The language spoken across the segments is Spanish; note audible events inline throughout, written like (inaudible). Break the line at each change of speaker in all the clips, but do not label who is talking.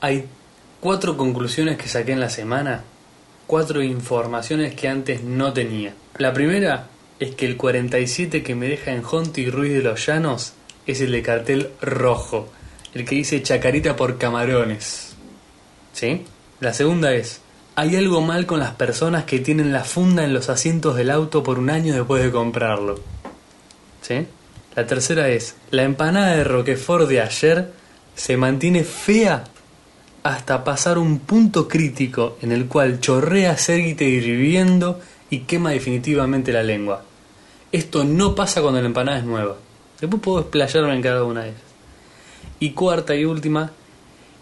Hay cuatro conclusiones que saqué en la semana, cuatro informaciones que antes no tenía. La primera es que el 47 que me deja en Honti y Ruiz de los Llanos es el de cartel rojo, el que dice chacarita por camarones. ¿Sí? La segunda es, hay algo mal con las personas que tienen la funda en los asientos del auto por un año después de comprarlo. ¿Sí? La tercera es, la empanada de Roquefort de ayer se mantiene fea hasta pasar un punto crítico en el cual chorrea séguite hirviendo y quema definitivamente la lengua. Esto no pasa cuando la empanada es nueva. Después puedo explayarme en cada una de ellas. Y cuarta y última,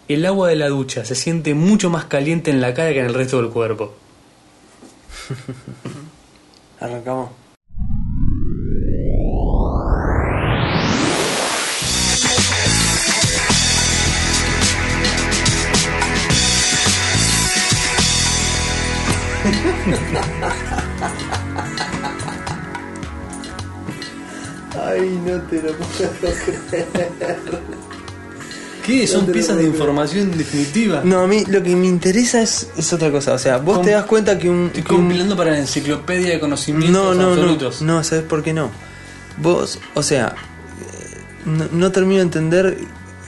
el agua de la ducha se siente mucho más caliente en la cara que en el resto del cuerpo.
Arrancamos. Ay, no te lo puedo creer.
¿Qué? Son
No te
piezas de
lo puedo creer.
información definitiva.
No, a mí lo que me interesa es, es otra cosa. O sea, vos
Com-
te das cuenta que un.
Estoy
que un-
compilando para la enciclopedia de
no,
conocimientos
mm. no, no.
absolutos.
No, ¿sabes por qué no? Vos, o sea, eh, no, no termino de entender,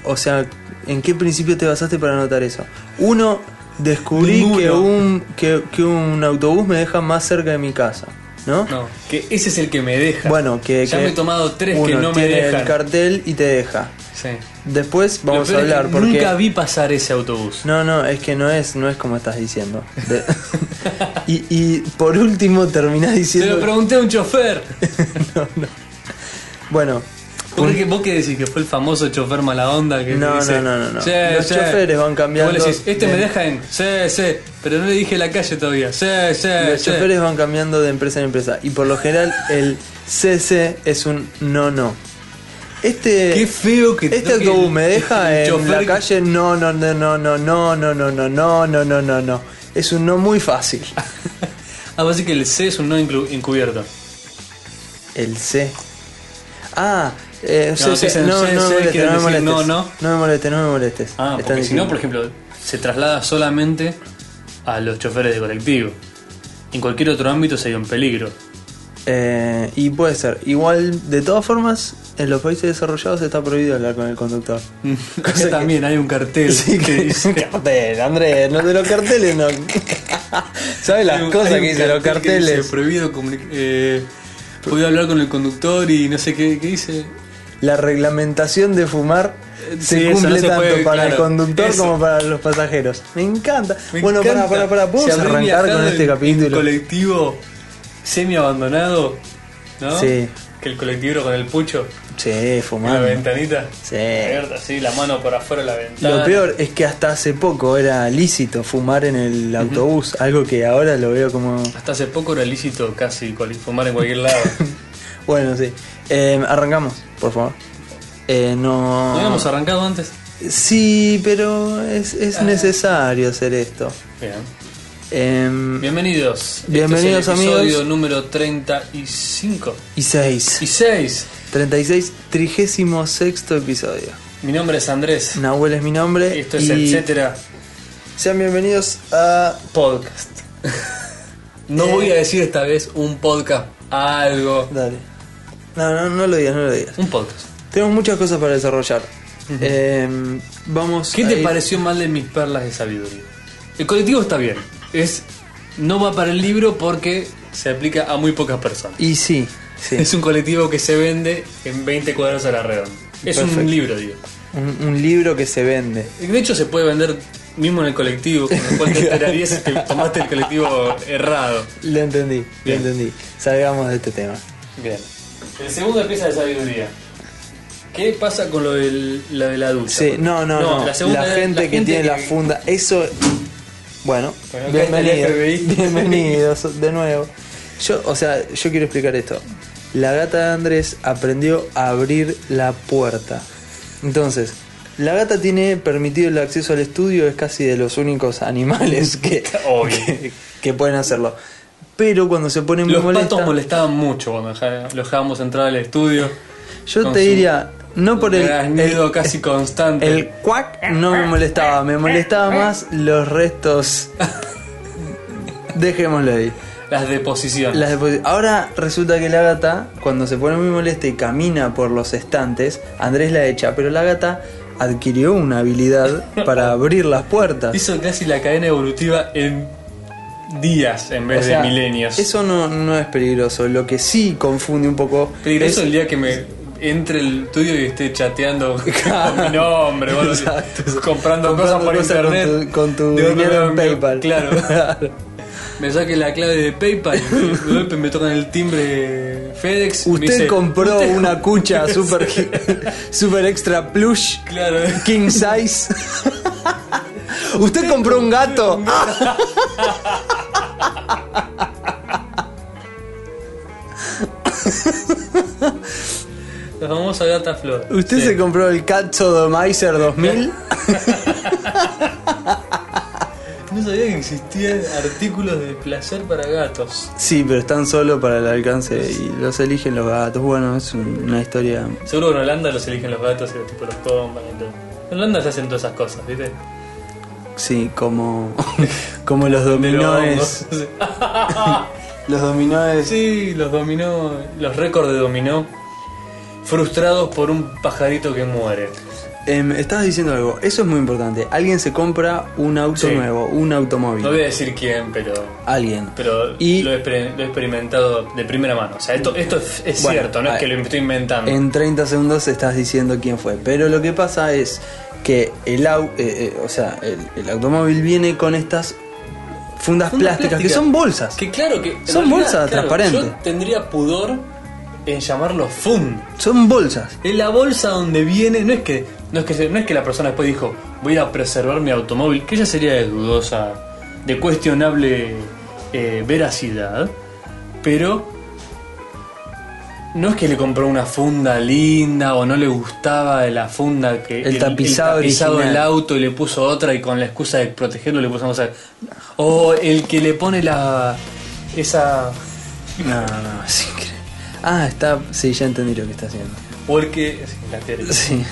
o sea, en qué principio te basaste para anotar eso. Uno, descubrí que
Ninguno.
un, que, que un autobús me deja más cerca de mi casa, ¿no?
No, que ese es el que me deja.
Bueno, que.
ya
que
me he tomado tres que
uno
no me
tiene
dejan.
el cartel y te deja.
Sí.
Después vamos
Lo peor
a
es que
hablar, porque.
Nunca vi pasar ese autobús.
No, no, es que no es, no es como estás diciendo. De- (laughs) y, y por último terminás
Se lo
diciendo.
pregunté a un
(laughs)
chofer.
no, no. Bueno,
¿Vos, qué- vos qué decís? ¿Que fue el famoso chofer mala onda? Que
No,
dice,
no, no, no, no.
"Sí,
Los
sí".
choferes van cambiando
Vos le decís, este me
de-
deja en sí, sí, pero no le dije la calle todavía. Sí, sí,
los
sí".
choferes van cambiando de empresa en empresa. Y por lo general el CC es un no, no. Este.
Qué feo que
Este
toque
autobús
el-
me deja
el
en
chofer
la
que-
calle, no, no, no, no, no, no, no, no, no, no, no, no, no, no. Es un no
(laughs)
muy fácil.
(laughs) Ah, así que el C es un no inclu- encubierto.
El C. Ah, eh,
No,
C,
te
C.
dicen
no,
C, C,
no, me molestes,
quieren
no me
decir
molestes.
no, no.
me molestes, no me molestes.
Ah,
Están
porque si no,
diciendo-
por ejemplo, se traslada solamente a los choferes de colectivo. En cualquier otro ámbito sería un peligro.
(laughs) Eh, y puede ser. Igual, de todas formas, en los países desarrollados está prohibido hablar con el conductor.
Acá también hay un cartel
(laughs) Sí,
que
que
dice-
cartel, Andrés, no de los carteles, no. ¿Sabes
Hay
las
un-
cosas
hay un
que dicen los
cartel que dice,
carteles?
prohibido comunicar. Eh, podía hablar con el conductor y no sé qué, qué dice.
La reglamentación de fumar
Eh,
se
sí, eso,
cumple
no se
tanto
puede,
para el
claro,
conductor
eso.
como para los pasajeros. Me encanta.
Me
bueno,
encanta.
para, para, para,
Si
¿podemos
habré
arrancar
viajado
con
en-
este
en
capítulo?
colectivo semi-abandonado, ¿no?
Sí.
Que el colectivo con el pucho,
Sí,
la
fumando.
ventanita.
Sí.
Abierta así, la mano por afuera de la ventana.
Lo peor es que hasta hace poco era lícito fumar en el autobús, algo que ahora lo veo como...
Hasta hace poco era lícito casi coli- fumar en cualquier
(laughs)
lado.
Bueno, sí. Eh, arrancamos, por favor. Eh, no...
¿No habíamos arrancado antes?
Sí, pero es, es
Ah.
necesario hacer esto.
Bien.
Em,
Bienvenidos.
Bienvenidos,
este es el episodio
amigos.
número 35
y 6.
y 6.
36, 36 episodio.
Mi nombre es Andrés.
Nahuel es mi nombre.
Esto es
y
etcétera
Sean bienvenidos a...
podcast. (laughs) no
Eh.
voy a decir esta vez un podcast algo.
Dale. No, no, no lo digas, no lo digas.
Un podcast.
Tenemos muchas cosas para desarrollar. Em, vamos
¿Qué
a
te
ir-
pareció mal de mis perlas de sabiduría? El colectivo está bien. Es no va para el libro porque se aplica a muy pocas personas.
Y sí, sí.
Es un colectivo que se vende en 20 cuadros a la redonda. Es
Perfecto.
un libro, digo.
Un, un libro que se vende.
De hecho se puede vender mismo en el colectivo, con lo (laughs) cual te enterarías si te tomaste el colectivo errado.
Lo entendí,
Bien.
lo entendí. Salgamos de este tema.
Bien. El segundo pieza de sabiduría. ¿Qué pasa con lo, del, lo de la ducha?
Sí, no, no, no. La,
segunda es
gente que tiene la funda, eso. Bueno,
Bueno, acá está el
bienvenidos.
FBI.
Bienvenidos de nuevo. Yo, o sea, yo quiero explicar esto. La gata de Andrés aprendió a abrir la puerta. Entonces, la gata tiene permitido el acceso al estudio, es casi de los únicos animales que,
(laughs)
(laughs)
Obvio.
que, que pueden hacerlo. Pero cuando se pone muy
Los
molesta,
patos molestaban mucho cuando deja- los dejábamos entrar al estudio.
Yo
Con
te
su-
diría, no por el,
Graznido
el,
casi constante.
el cuac, no me molestaba, me molestaba más los restos. Dejémoslo ahí.
Las deposiciones.
Las deposi- Ahora resulta que la gata, cuando se pone muy molesta y camina por los estantes, Andrés la echa, pero la gata adquirió una habilidad para abrir las puertas.
Hizo casi la cadena evolutiva en días en vez
O sea,
de milenios.
Eso no, no es peligroso. Lo que sí confunde un poco.
Peligroso
es-
el día que me entre el tuyo y esté chateando (laughs) con mi nombre, o algo así.
Exacto.
comprando, cosas
Comprando
por
cosas con
internet.
tu- con tu
De golpe
dinero
me-
en PayPal.
Claro. me saque la clave de PayPal, de golpe me tocan el timbre de FedEx. y me
Usted
dice,
compró
"Usted (laughs)
una cucha super, super extra plush,
Claro. (laughs)
king size. Usted compró un gato. (laughs)
La famosa gata flor.
Usted
Sí.
se compró el Cat Sodomizer 2000.
No sabía que existían artículos de placer para gatos.
Sí, pero están solo para el alcance y los eligen los gatos. Bueno, es un- una historia.
Seguro que en Holanda los eligen los gatos y los tipos los compran y todo. En Holanda se hacen todas esas cosas, ¿viste?
Sí, como, (laughs) como los
Los (laughs)
dominóes.
hongos.
Los dominóes.
Sí, los dominó, los récords de dominó, frustrados por un pajarito que muere.
Em, estabas diciendo algo, eso es muy importante. Alguien se compra un auto
Sí.
nuevo, un automóvil.
No voy a decir quién, pero,
Alguien.
pero
Y-
lo, he, exper- lo he experimentado de primera mano. O sea, esto, esto es, es
Bueno,
cierto, no
a-
es que lo estoy inventando.
En 30 segundos estás diciendo quién fue. Pero lo que pasa es que el, au- eh, eh, o sea, el, el automóvil viene con estas fundas, plásticas, que
plásticas.
son bolsas.
Que claro que. en
Son bolsas transparentes.
Yo tendría pudor en llamarlo fund.
Son bolsas.
En la bolsa donde viene, no es que no es que, se- no es que la persona después dijo, voy a ir a preservar mi automóvil, que ya sería de dudosa, de cuestionable eh, veracidad, pero no es que le compró una funda linda o no le gustaba la funda que
El tapizado
tapizado
original.
del auto y le puso otra y con la excusa de protegerlo le puso otra. O el que le pone la esa
No, no, es increíble. Ah, está. Sí, ya entendí lo que está haciendo.
o el que sí, la teoría.
Sí.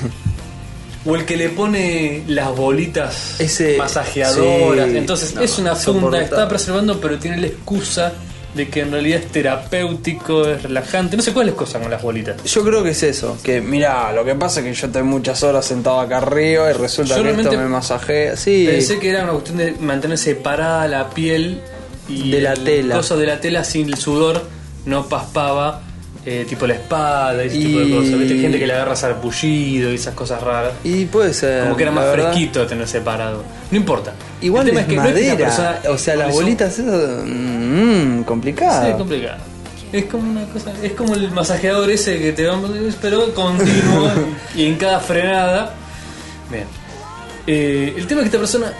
O el que le pone las bolitas
Ese-
masajeadoras.
sí.
Entonces
No,
es una funda,
insoportable.
está preservando, pero tiene la excusa de que en realidad es terapéutico, es relajante. No sé cuál es la excusa con las bolitas.
Yo creo que es eso, que mira, lo que pasa es que yo estoy muchas horas sentado acá arriba y resulta
Yo
que esto
realmente
me masajea. Sí,
Pensé que era una cuestión de mantener separada la piel y
De la
el
tela.
coso de la tela sin el sudor no paspaba. eh, tipo la espalda y ese tipo de
Y-
cosas. ¿Viste? Gente que le agarra sarpullido y esas cosas raras.
y puede ser.
Como que era
la
más
verdad.
fresquito tener separado. No importa.
Igual
El tema
es
que no
madera,
que la persona
o sea, las
hizo-
bolitas esas, mmm,
Sí, es
complicado.
complicado. Es como una cosa, es como el masajeador ese que te va pero continuo (laughs) y en cada frenada. Bien. Eh, el tema es que esta persona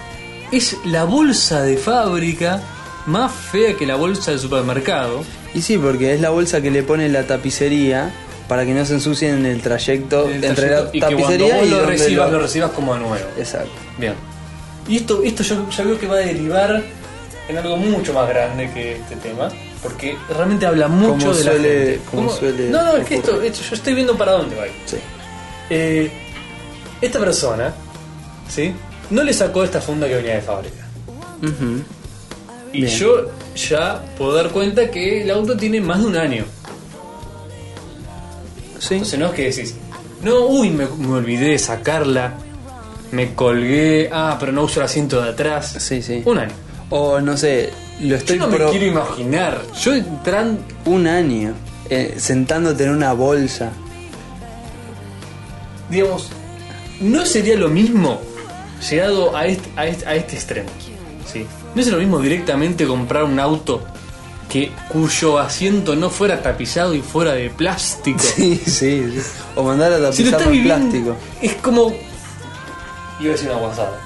es la bolsa de fábrica más fea que la bolsa del supermercado.
y sí, porque es la bolsa que le pone la tapicería para que no se ensucien en el trayecto
El
Oh, entre
trayecto,
la
y que cuando
tapicería
vos
y
lo
donde
recibas,
lo-
lo... recibas como nuevo.
Exacto.
Bien. Y esto, esto yo ya veo que va a derivar en algo mucho más grande que este tema. Porque realmente habla mucho
Como
de
suele-
la gente.
como
¿Cómo?
suele
no, no, es que esto,
ocurrir.
esto- yo estoy viendo para dónde va.
Sí.
Eh, esta persona, ¿sí? No le sacó esta funda que venía de fábrica.
Ujú.
Y
Bien.
yo ya puedo dar cuenta que el auto tiene más de un año.
Sí.
Entonces no es que decís, no, uy, me, me olvidé de sacarla, me colgué, ah, pero no uso el asiento de atrás.
Sí, sí.
Un año.
O no sé, lo
Yo
estoy
no me
pro-
quiero imaginar. Yo entran.
un año eh, sentándote en una bolsa.
Digamos, no sería lo mismo llegado a este, a este, a este extremo. ¿sí? No es lo mismo directamente comprar un auto que cuyo asiento no fuera tapizado y fuera de plástico.
(laughs) Sí, sí, sí. O mandar a
si lo
tapizar
estás
con
viviendo,
plástico.
es como. Iba a decir una guasada.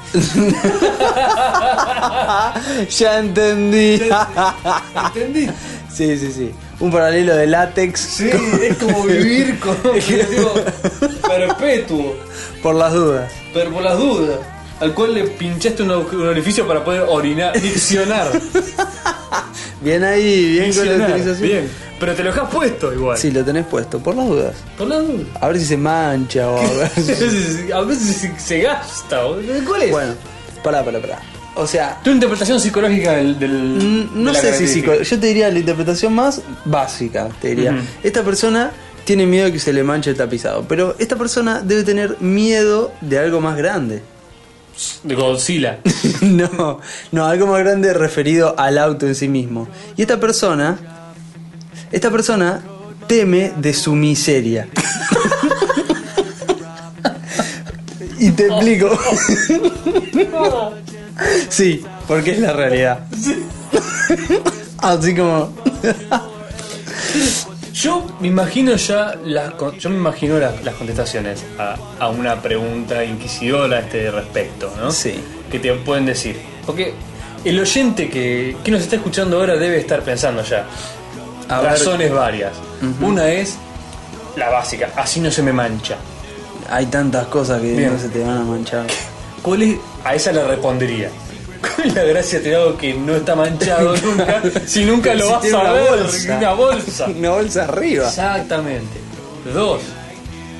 Ya entendí. (laughs)
¿Entendí?
sí, sí, sí. Un paralelo de látex
Sí, es como
(laughs)
vivir con un objetivo perpetuo.
por las dudas.
Pero por las dudas. Al cual le pinchaste un, au- un orificio para poder orinar, diccionar.
Bien ahí, bien con la
Diccionar,
utilización.
bien. Pero te lo has puesto igual.
Sí, lo tenés puesto, por las dudas.
Por la
(laughs)
duda.
A ver si se mancha o a
(laughs) A
ver.
veces, a veces se- se gasta. boludo. ¿Cuál es?
bueno, pará, pará, pará. O sea,
Tu interpretación psicológica del. del-
Mm,
de
No
la
sé si
característica.
psico- Yo te diría la interpretación más básica, te diría.
Ujú.
Esta persona tiene miedo de que se le manche el tapizado, pero esta persona debe tener miedo de algo más grande. (laughs)
De Godzilla.
no, no, algo más grande referido al auto en sí mismo. Y esta persona, esta persona teme de su miseria. (laughs) y te explico.
(laughs)
sí, porque es la realidad.
(laughs)
Así como...
Yo me imagino ya las con- yo me imagino las, las contestaciones a, a una pregunta inquisidora a este respecto, ¿no?
Sí.
Que te pueden decir. Porque el oyente que, que nos está escuchando ahora debe estar pensando ya.
A ver.
razones varias. Una es la básica, así no se me mancha.
(laughs) Hay tantas cosas que
Bien.
no se te van a manchar.
¿Cuál es? A esa le respondería. (laughs) ¿Cuál es la gracia de algo que no está
(laughs)
manchado nunca? si nunca lo
Si
vas
tiene
a
una
ver.
bolsa.
Una bolsa.
Una bolsa arriba.
Exactamente. Dos.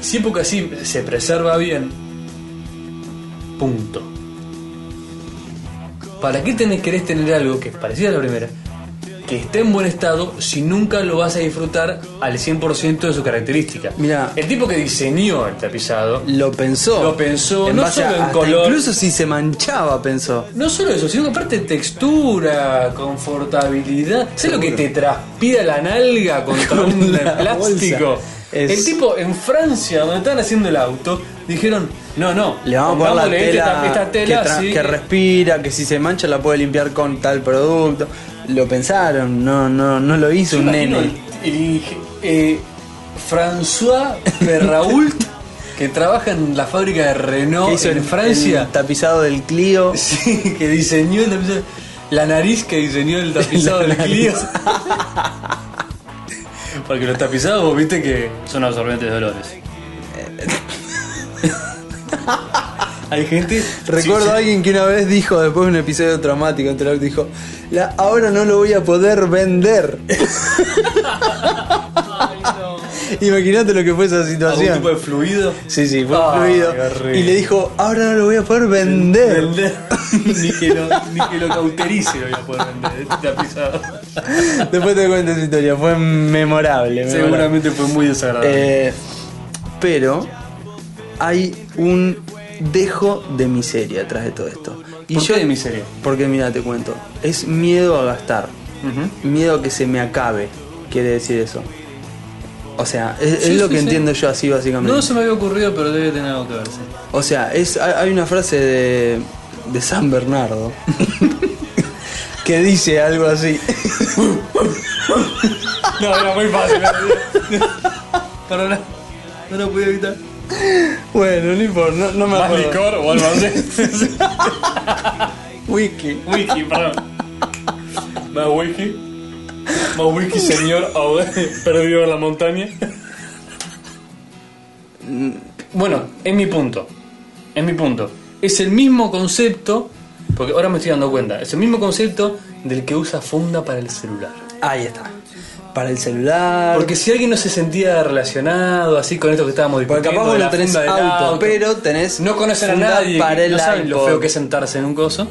Si porque así se preserva bien. Punto. ¿Para qué tenés, querés tener algo que es parecido a la primera? Que esté en buen estado si nunca lo vas a disfrutar al 100% de su característica.
Mirá.
El tipo que diseñó el tapizado
Lo pensó.
Lo pensó,
En
no
base a-
solo en
hasta
color.
Incluso si se manchaba, pensó.
No solo eso, sino aparte textura, confortabilidad. ¿Sabes lo
Seguro.
que te transpira la nalga
(laughs)
contra un
Una
plástico?
bolsa. Es-
El tipo en Francia, donde estaban haciendo el auto, dijeron: No, no,
Le vamos a poner
pongámosle este,
la tela,
esta, esta tela
que, tra-
sí,
que respira, que si se mancha la puede limpiar con tal producto. Lo pensaron, no, no, no lo hizo
Yo
un
imagino
nene.
el- el inge- eh, François Perrault, que trabaja en la fábrica de Renault
Que hizo
en
el-
Francia.
el tapizado del Clio.
Sí, que diseñó el tapizado. La nariz que diseñó (laughs) el tapizado
La
del Clio.
nariz.
(laughs) Porque los tapizados, vos viste que son absorbentes de olores. (laughs) Hay gente.
Recuerdo a
sí,
alguien que una vez dijo, después de un episodio traumático entre los dijo, "La- ahora no lo voy a poder
(laughs)
vender. (laughs) Imagínate lo que fue esa
sí, algún Ah, tipo de
situación.
fluido.
Sí, sí, fue
Ah,
fluido.
qué horrible.
Y le dijo, ahora no lo voy a
(laughs)
poder vender.
Vender. ni, que lo, ni que lo cauterice lo voy a poder vender, este tapizado.
Después te cuento esa historia, fue memorable. memorable.
Seguramente fue muy desagradable.
Eh, pero hay un dejo de miseria atrás de todo esto.
¿Por qué de miseria?
Porque mira, te cuento, es miedo a gastar,
Ujú.
miedo a que se me acabe, quiere decir eso. O sea, es,
Sí,
es lo
sí,
que
sí.
entiendo yo así básicamente.
No se me había ocurrido, pero debe tener algo que ver. sí.
O sea, es, hay hay una frase de, de San Bernardo (laughs) que dice algo así. (laughs)
No, era muy fácil. ¿eh? Perdona, no lo pude evitar.
Bueno, no importa, no, no me
Más
acuerdo.
licor o algo así.
Wiki.
(laughs) Whisky, perdón. Más whisky. Más whisky, señor. ahogado, Perdido en la montaña. Bueno, es mi punto. Es mi punto. Es el mismo concepto. Porque ahora me estoy dando cuenta. Es el mismo concepto del que usa funda para el celular.
Ahí está. Para el celular.
Porque si alguien no se sentía relacionado así con esto que estábamos
Porque
discutiendo.
capaz
de
vos
la
no tenés
funda del
auto, pero tenés.
No conocen a
funda
nadie,
Para el
no saben lo
iPod.
feo que es sentarse en un coso.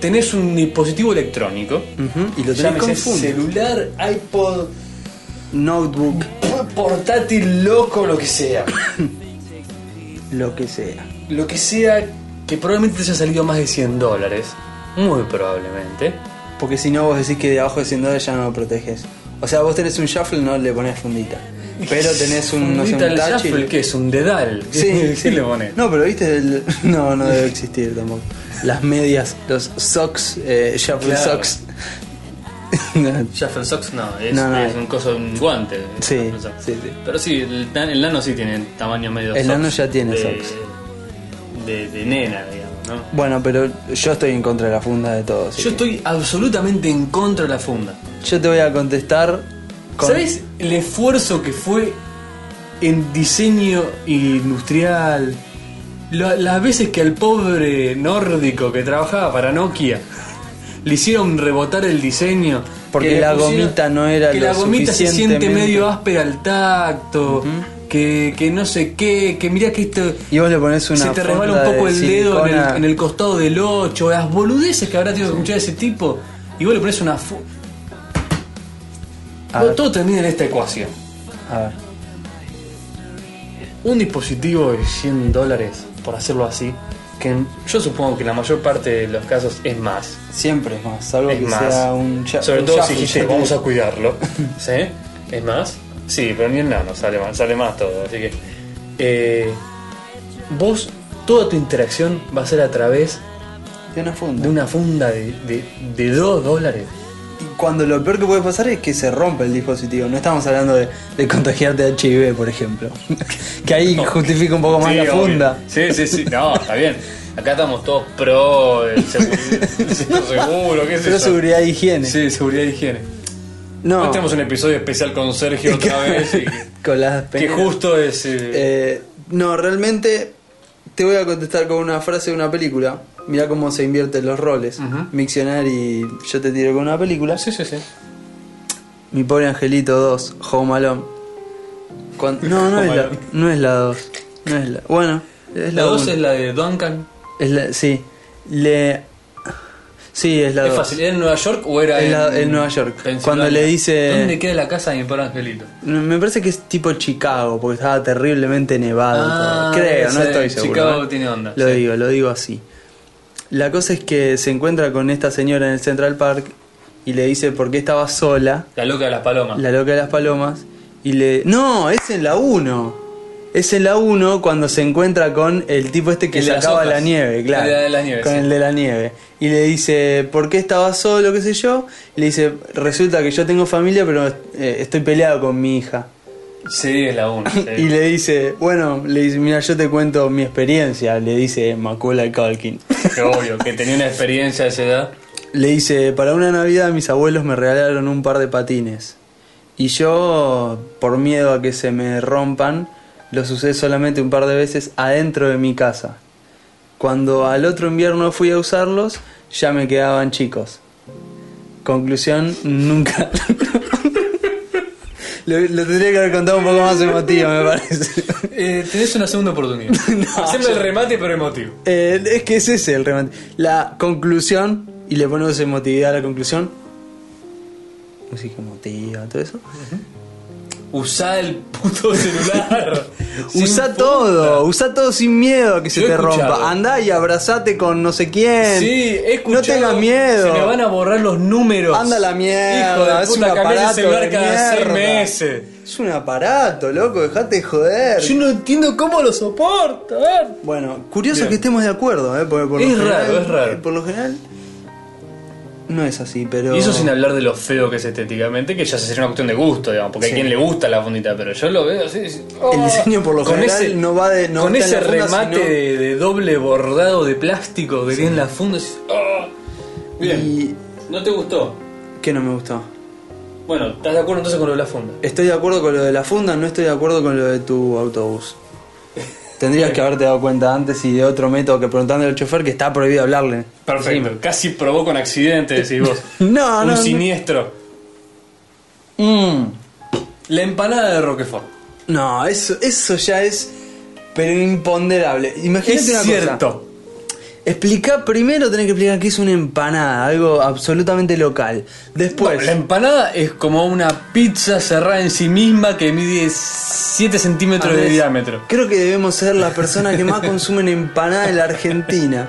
Tenés un dispositivo electrónico,
Ujú, Y lo tenés
llámese
con funda.
celular, iPod,
Notebook,
portátil, loco, lo que sea.
lo que sea.
lo que sea que probablemente te haya salido más de 100 dólares, muy probablemente.
Porque si no, vos decís que de abajo de 100 dólares ya no lo proteges. O sea, vos tenés un shuffle, no le ponés fundita. Pero tenés un. no sé,
Fundita
un
al
touch y-
shuffle, ¿qué es? ¿Un dedal?
(laughs)
(laughs)
Sí,
¿Qué le pones?
No, pero viste. el- (laughs) No, no debe existir tampoco. Las medias, los socks, eh, shuffle
Claro.
socks. (laughs) No,
Shuffle Socks no, es,
No, no,
es
es-
un coso, un guante.
Sí,
Shuffle Socks.
sí, sí.
Pero sí, el, nan- el nano sí tiene tamaño medio
El
socks
nano ya tiene
de-
socks.
De, de nena, digamos, ¿no?
bueno, pero yo estoy en contra de la funda de todo. así
Yo
que-
estoy absolutamente en contra de la funda.
Yo te voy a contestar con.
¿Sabés el esfuerzo que fue en diseño industrial? Lo- las veces que al pobre nórdico que trabajaba para Nokia (laughs) le hicieron rebotar el diseño.
Porque
que le
la gomita no era
Que
lo
la gomita se siente
suficientemente-
medio áspera al tacto, que, que no sé qué, que mirá que esto...
Y vos le pones una
se te resbala
funda
un poco
de
el dedo en el,
silicona.
en el costado del 8, las boludeces que habrá tenido que escuchar ese tipo. Y vos le pones una... fu-
A
Todo-
ver.
todo termina en esta ecuación.
A ver.
un dispositivo de 100 dólares, por hacerlo así, que en- yo supongo que en la mayor parte de los casos es más.
Siempre es más, salvo
es
que
más.
sea un ya-
Sobre
un
todo si
Jaffe,
dijiste,
ya
vamos
que-
a
(laughs)
cuidarlo. ¿Sí? ¿Es más? Sí, pero ni el nano sale más, sale más todo. Así que. eh, vos, toda tu interacción va a ser a través
de una funda.
de una funda de, de, de 2 dólares.
Y cuando lo peor que puede pasar es que se rompa el dispositivo. No estamos hablando de, de contagiarte de HIV, por ejemplo. (laughs) que ahí justifica un poco más
Sí,
la
obvio.
funda.
Sí, sí, sí. No, está bien. Acá estamos todos pro,
(laughs)
el seguro, seguro qué sé
Pero
yo.
seguridad e higiene.
Sí, seguridad y higiene.
No,
Hoy tenemos un episodio especial con
(laughs)
Sergio otra vez. y que-
con las
que
penas.
justo es. eh,
Eh, no, realmente te voy a contestar con una frase de una película. Mirá cómo se invierten los roles.
Ujú.
Miccionary, yo te tiro con una película.
sí, sí, sí.
Mi pobre angelito 2, Home Alone. Cuan- no,
(laughs)
no,
Home
es la,
Alone.
no es la 2. No es la. Bueno, es
La
la
2
uno.
es la de Duncan.
Es la- sí. Le. Sí, es la
Es
dos.
fácil. ¿Era en Nueva York o era
Es
en,
la- en Nueva York.
Pensilvania?
Cuando le dice-
¿Dónde queda la casa de mi pobre angelito?
Me parece que es tipo Chicago, porque estaba terriblemente nevado. y
Ah,
todo. Creo, no
sí,
estoy seguro.
Chicago
¿eh?
tiene onda,
Lo
sí.
digo, lo digo así. La cosa es que se encuentra con esta señora en el Central Park y le dice por qué estaba sola,
La loca de las palomas.
la loca de las palomas, y le... No, es en la 1. Es en la 1 cuando se encuentra con el tipo este que
El de
le
las
acaba la
hojas.
nieve, claro.
El de la nieve,
Con
sí.
el de la nieve. Y le dice, ¿por qué estaba solo? ¿Qué sé yo? Y le dice, resulta que yo tengo familia, pero eh, estoy peleado con mi hija.
Sí, es la
(laughs)
1.
Y le dice, bueno, le dice, mira, yo te cuento mi experiencia, le dice Macaulay Culkin.
Que obvio, que tenía una experiencia a esa edad.
Le dice, para una Navidad mis abuelos me regalaron un par de patines. Y yo, por miedo a que se me rompan, los usé solamente un par de veces adentro de mi casa. Cuando al otro invierno fui a usarlos, ya me quedaban chicos. Conclusión, nunca... (laughs) lo, lo tendría que haber contado un poco más emotivo, me parece.
Eh, tenés una segunda
(laughs)
oportunidad. Haceme el remate, pero emotivo.
Eh, es que es ese el remate. La conclusión, y le ponemos emotividad a la conclusión. Música emotiva, todo eso.
Usá el
(laughs)
puto celular. Sin
usa
funda.
todo, usa todo sin miedo a que se
Yo he
te
escuchado.
rompa. Andá y abrazate con no sé quién.
Sí, he escuchado.
No tengas miedo.
Se me van a borrar los números.
Anda a la mierda,
Hijo de
es
puta,
un
cambié de
aparato
celular
de
cada seis
mierda.
meses.
Es un aparato, loco, dejate de joder.
Yo no entiendo cómo lo soporto. a ver.
Bueno, curioso
Bien.
que estemos de acuerdo, ¿eh? Porque por lo
Es
general- eh,
raro, es raro.
Por lo general, no es así, pero.
Y eso sin hablar de lo feo que es estéticamente, que ya sería una cuestión de gusto, digamos, porque hay
Sí.
quien le gusta la fundita, pero yo lo veo así. así.
El diseño, por lo
Con
general,
ese-
no va de- no
con
está en
ese
la funda,
remate
sino-
de, de doble bordado de plástico que tiene la funda. así, ah. Bien.
Y...
¿No te gustó?
¿Qué no me gustó?
Bueno, ¿estás de acuerdo entonces con lo de la funda?
Estoy de acuerdo con lo de la funda, no estoy de acuerdo con lo de tu autobús. Tendrías que haberte dado cuenta antes y de otro método que preguntándole al chofer que está prohibido hablarle.
Perfecto. Casi provoca un accidente, decís
(laughs)
vos.
No,
un
Ah, no, no.
siniestro.
Mm.
La empanada de Roquefort.
No, eso, eso ya es pero imponderable. Imagínate
Es
una cosa.
cierto.
Explica, primero tenés que explicar que es una empanada, algo absolutamente local. Después.
No, la empanada es como una pizza cerrada en sí misma que mide 7 centímetros de
Andrés,
diámetro.
Creo que debemos ser las
(laughs)
personas que más consumen empanada en la Argentina.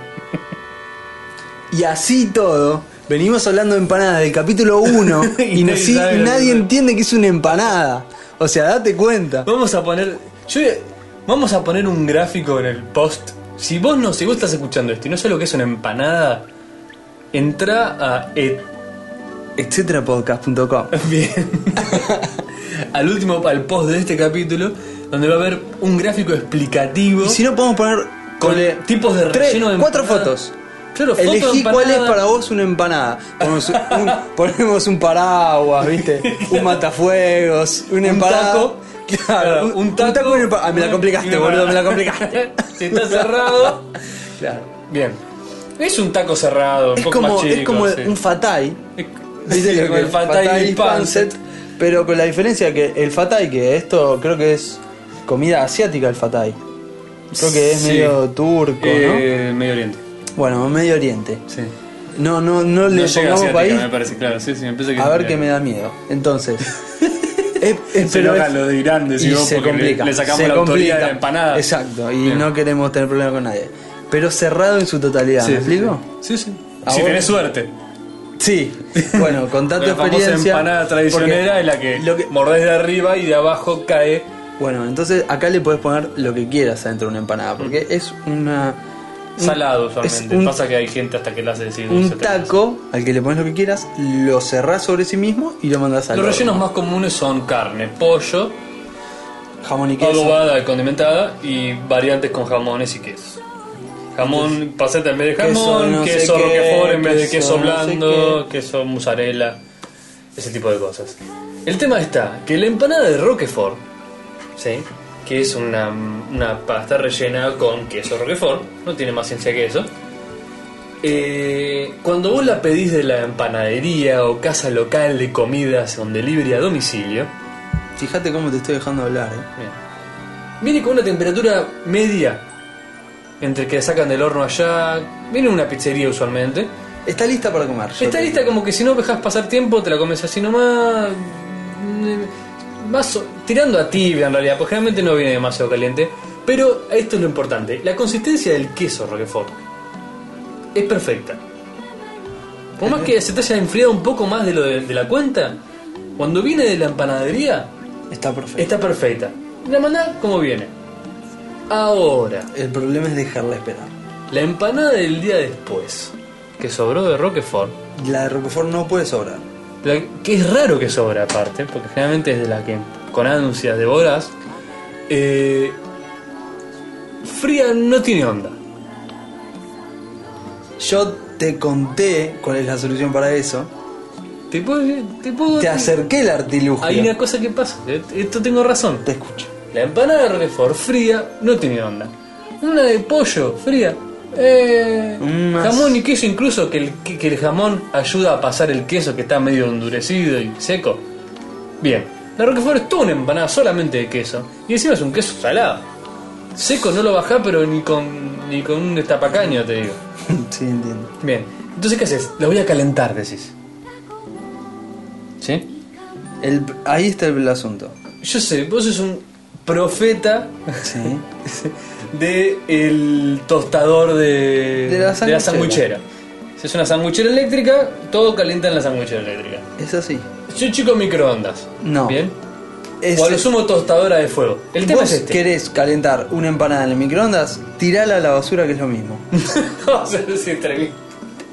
Y así todo, venimos hablando de empanadas del capítulo 1
(laughs)
y,
Y
no-
nadie
sí,
sabe
y
lo
nadie
que es.
entiende que es una empanada. O sea, date cuenta.
Vamos a poner. Yo, vamos a poner un gráfico en el post. Si vos no, si vos estás escuchando esto y no sabes lo que es una empanada, entra a et-
Etcéterapodcast.com.
(laughs) Bien. al último, al post de este capítulo, donde va a haber un gráfico explicativo
Y si no, podemos poner
con
ponle,
tipos de
tres,
relleno de
cuatro
empanada.
fotos.
Claro, foto de
Elegí cuál es
empanada.
para vos una empanada. Ponemos un,
(laughs)
ponemos un paraguas, ¿viste? Un matafuegos, una
un
empanada.
taco.
Claro, un, un taco. y una empa- ah, me la
un-
complicaste,
y una (laughs)
boludo, me la
empanada.
complicaste.
si está cerrado.
Claro.
Bien. Es un taco cerrado, un
Es
poco
como,
más chico.
es como
sí.
un fatay.
Sí,
¿Viste lo
con
que
el
es?
fatay y el pancet.
Pero con la diferencia que el fatay, que esto creo que es comida asiática el fatay. Creo que es
Sí.
medio turco,
Eh, Medio Oriente.
¿no? Bueno, Medio Oriente.
Sí.
No, no,
No
no le
llega a
pongamos
asiática,
país.
me parece, claro. Sí, sí, me parece que
A
es
ver
medio-
qué me da miedo.
(laughs)
Entonces. es- es-
Se
pero
enojan
es-
los de Irán,
y
decimos,
se
porque le-
complica.
Le, sacamos
se
la autoridad de
complica.
la empanada.
Exacto, y
Bien.
no queremos tener problema con nadie. Pero cerrado en su totalidad,
Sí,
¿me
sí,
explico?
Sí, sí.
¿A
Si
vos?
tenés suerte.
Sí. Bueno, contá tu
la famosa
experiencia.
empanada tradicionera
porque
es la que,
lo que-
mordés de arriba y de abajo cae.
Bueno, entonces acá le podés poner lo que quieras adentro de una empanada, porque es una. un-
Mm. Salado
es
usualmente.
un-
Pasa que hay gente hasta que la hace decir.
Un taco al que le pones lo que quieras, lo cerrás sobre sí mismo y lo mandás al
Los
horno.
rellenos más comunes son carne, pollo,
Jamón y queso.
adobada y condimentada y variantes con jamones y quesos. Jamón, paseta en vez de
Queso
jamón, queso,
no sé qué,
roquefort en vez de
queso
queso
no sé
blando, queso mozzarella, ese tipo de cosas. El tema está que la empanada de roquefort, ¿sí? que es una, una pasta rellena con queso roquefort, no tiene más ciencia que eso, eh, cuando vos la pedís de la empanadería o casa local de comidas on delivery a domicilio,
Fíjate cómo te estoy dejando hablar, eh.
Bien. Viene con una temperatura media entre que sacan del horno allá. Viene una pizzería usualmente.
Está lista para comer. yo
Está
te-
lista como que si no dejas pasar tiempo, te la comes así nomás. mm, Más o- tirando a tibia en realidad, porque generalmente no viene demasiado caliente. Pero esto es lo importante: la consistencia del queso Roquefort es perfecta. Por más que se te haya enfriado un poco más de lo de, de la cuenta, cuando viene de la empanadería,
Está perfecto.
Está perfecta. La mandá como viene. Ahora,
El problema es dejarla esperar.
la empanada del día después, que sobró de Roquefort,
La de Roquefort no puede sobrar.
la- que es raro que sobra aparte, porque generalmente es de la que con ansias devoras, eh, fría no tiene onda.
Yo te conté cuál es la solución para eso.
Te puedo... decir- Te puedo
Te acerqué el artilugio.
Hay una cosa que pasa, eh, esto tengo razón.
Te escucho. (laughs)
La empanada de Roquefort fría no tiene onda. Una de pollo fría. eh,
Mm, más.
jamón y queso incluso que el, que- que el jamón ayuda a pasar el queso que está medio endurecido y seco. Bien, la Roquefort es toda una empanada solamente de queso. Y encima es un queso salado. Seco no lo bajá pero ni con, ni con un destapacaño te digo.
sí, entiendo.
Bien, entonces ¿qué haces? La voy a calentar, decís. ¿Sí?
El- ahí está el, el asunto.
Yo sé, vos sos un profeta
Sí.
(laughs) de el tostador de,
De la
sanguchera.
sanguchera.
Si es una sanguchera eléctrica, todo calienta en la sanguchera eléctrica.
Es así.
Soy chico microondas.
No.
¿Bien?
Es-
O a lo sumo tostadora de fuego. El tema
vos
es este.
querés calentar una empanada en el microondas, tirala a la basura que es lo mismo.
(laughs) No, se- se entrevista.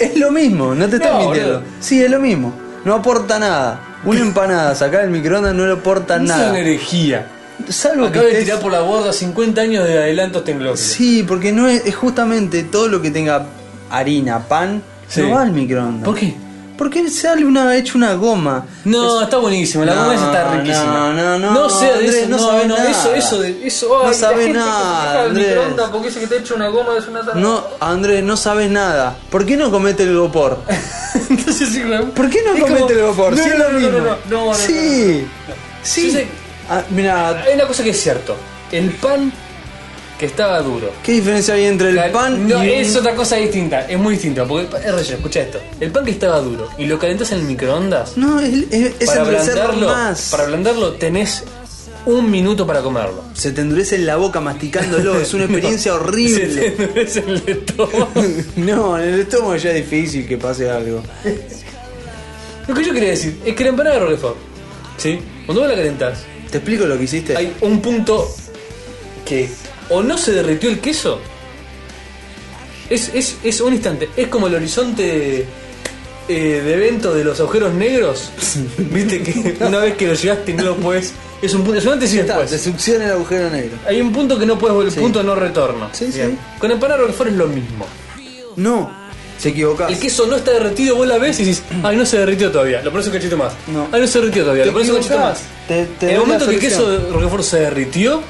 es lo mismo, no te estoy
No,
mintiendo.
boludo.
Sí, es lo mismo. No aporta nada.
(laughs)
Una empanada sacada del microondas no le aporta
Es una
nada.
herejía.
Salvo
Acabo
que
de
estés-
tirar por la borda 50 años de adelantos tecnológicos.
Sí, porque no es, es justamente todo lo que tenga harina, pan,
Sí.
no va al microondas.
¿Por qué?
Porque sale una hecho una goma.
No, está buenísimo, la
No,
goma esa está riquísima.
no, no, no,
sea de
Andrés,
eso,
no
no,
sabe
no,
nada.
eso, eso, de, eso,
No
ay, la
sabe
gente que se
nada,
queja del
Andrés.
microondas porque dice que te echa una goma es una tarta.
No, Andrés, no sabes nada. ¿Por qué no comete el gopor?
(laughs) Entonces, hijo de-
¿Por qué no
Es
comete
como-
el gopor?
No,
sí,
no,
es lo
no, no,
mismo.
no, no, no, no,
sí.
Yo
Sí.
sé-
Ah, mira,
Hay una cosa que es cierto. El pan que estaba duro.
¿qué diferencia hay entre el
Cal-
pan
no,
y un-
es otra cosa distinta, es muy distinta, porque el pan- es relleno, escucha esto. El pan que estaba duro y lo calentás en el microondas,
No, es, es, es
para
endurecerlo
ablandarlo,
más.
para ablandarlo tenés un minuto para comerlo.
Se te endurece en la boca masticándolo, es
(laughs)
una experiencia
Se te (laughs)
horrible.
endurece el estómago.
(laughs) no, en el estómago ya es difícil que pase algo.
Lo que yo quería decir es que la empanada de Roquefort, ¿sí? Cuando vos la calentás,
¿Te explico lo que hiciste?
hay un punto que o no se derritió el queso. Es, es, es un instante, es como el horizonte eh, de evento de los agujeros
(laughs)
negros. Viste que una vez que lo llegaste no lo puedes. Es un punto, es un antes y
Está,
después.
te succiona el agujero negro.
Hay un punto que no puedes volver, punto de no retorno.
Sí, sí.
Con empanada Roquefort es lo mismo.
No, se equivocás.
El queso no está derretido, vos la ves y dices, ay, no se derritió todavía, lo pones un cachito más.
No.
Ay, no se derritió todavía,
Te
lo pones un cachito
equivocás.
más.
Te- te
en el
doy la
momento que el queso
solución.
de Roquefort se derritió,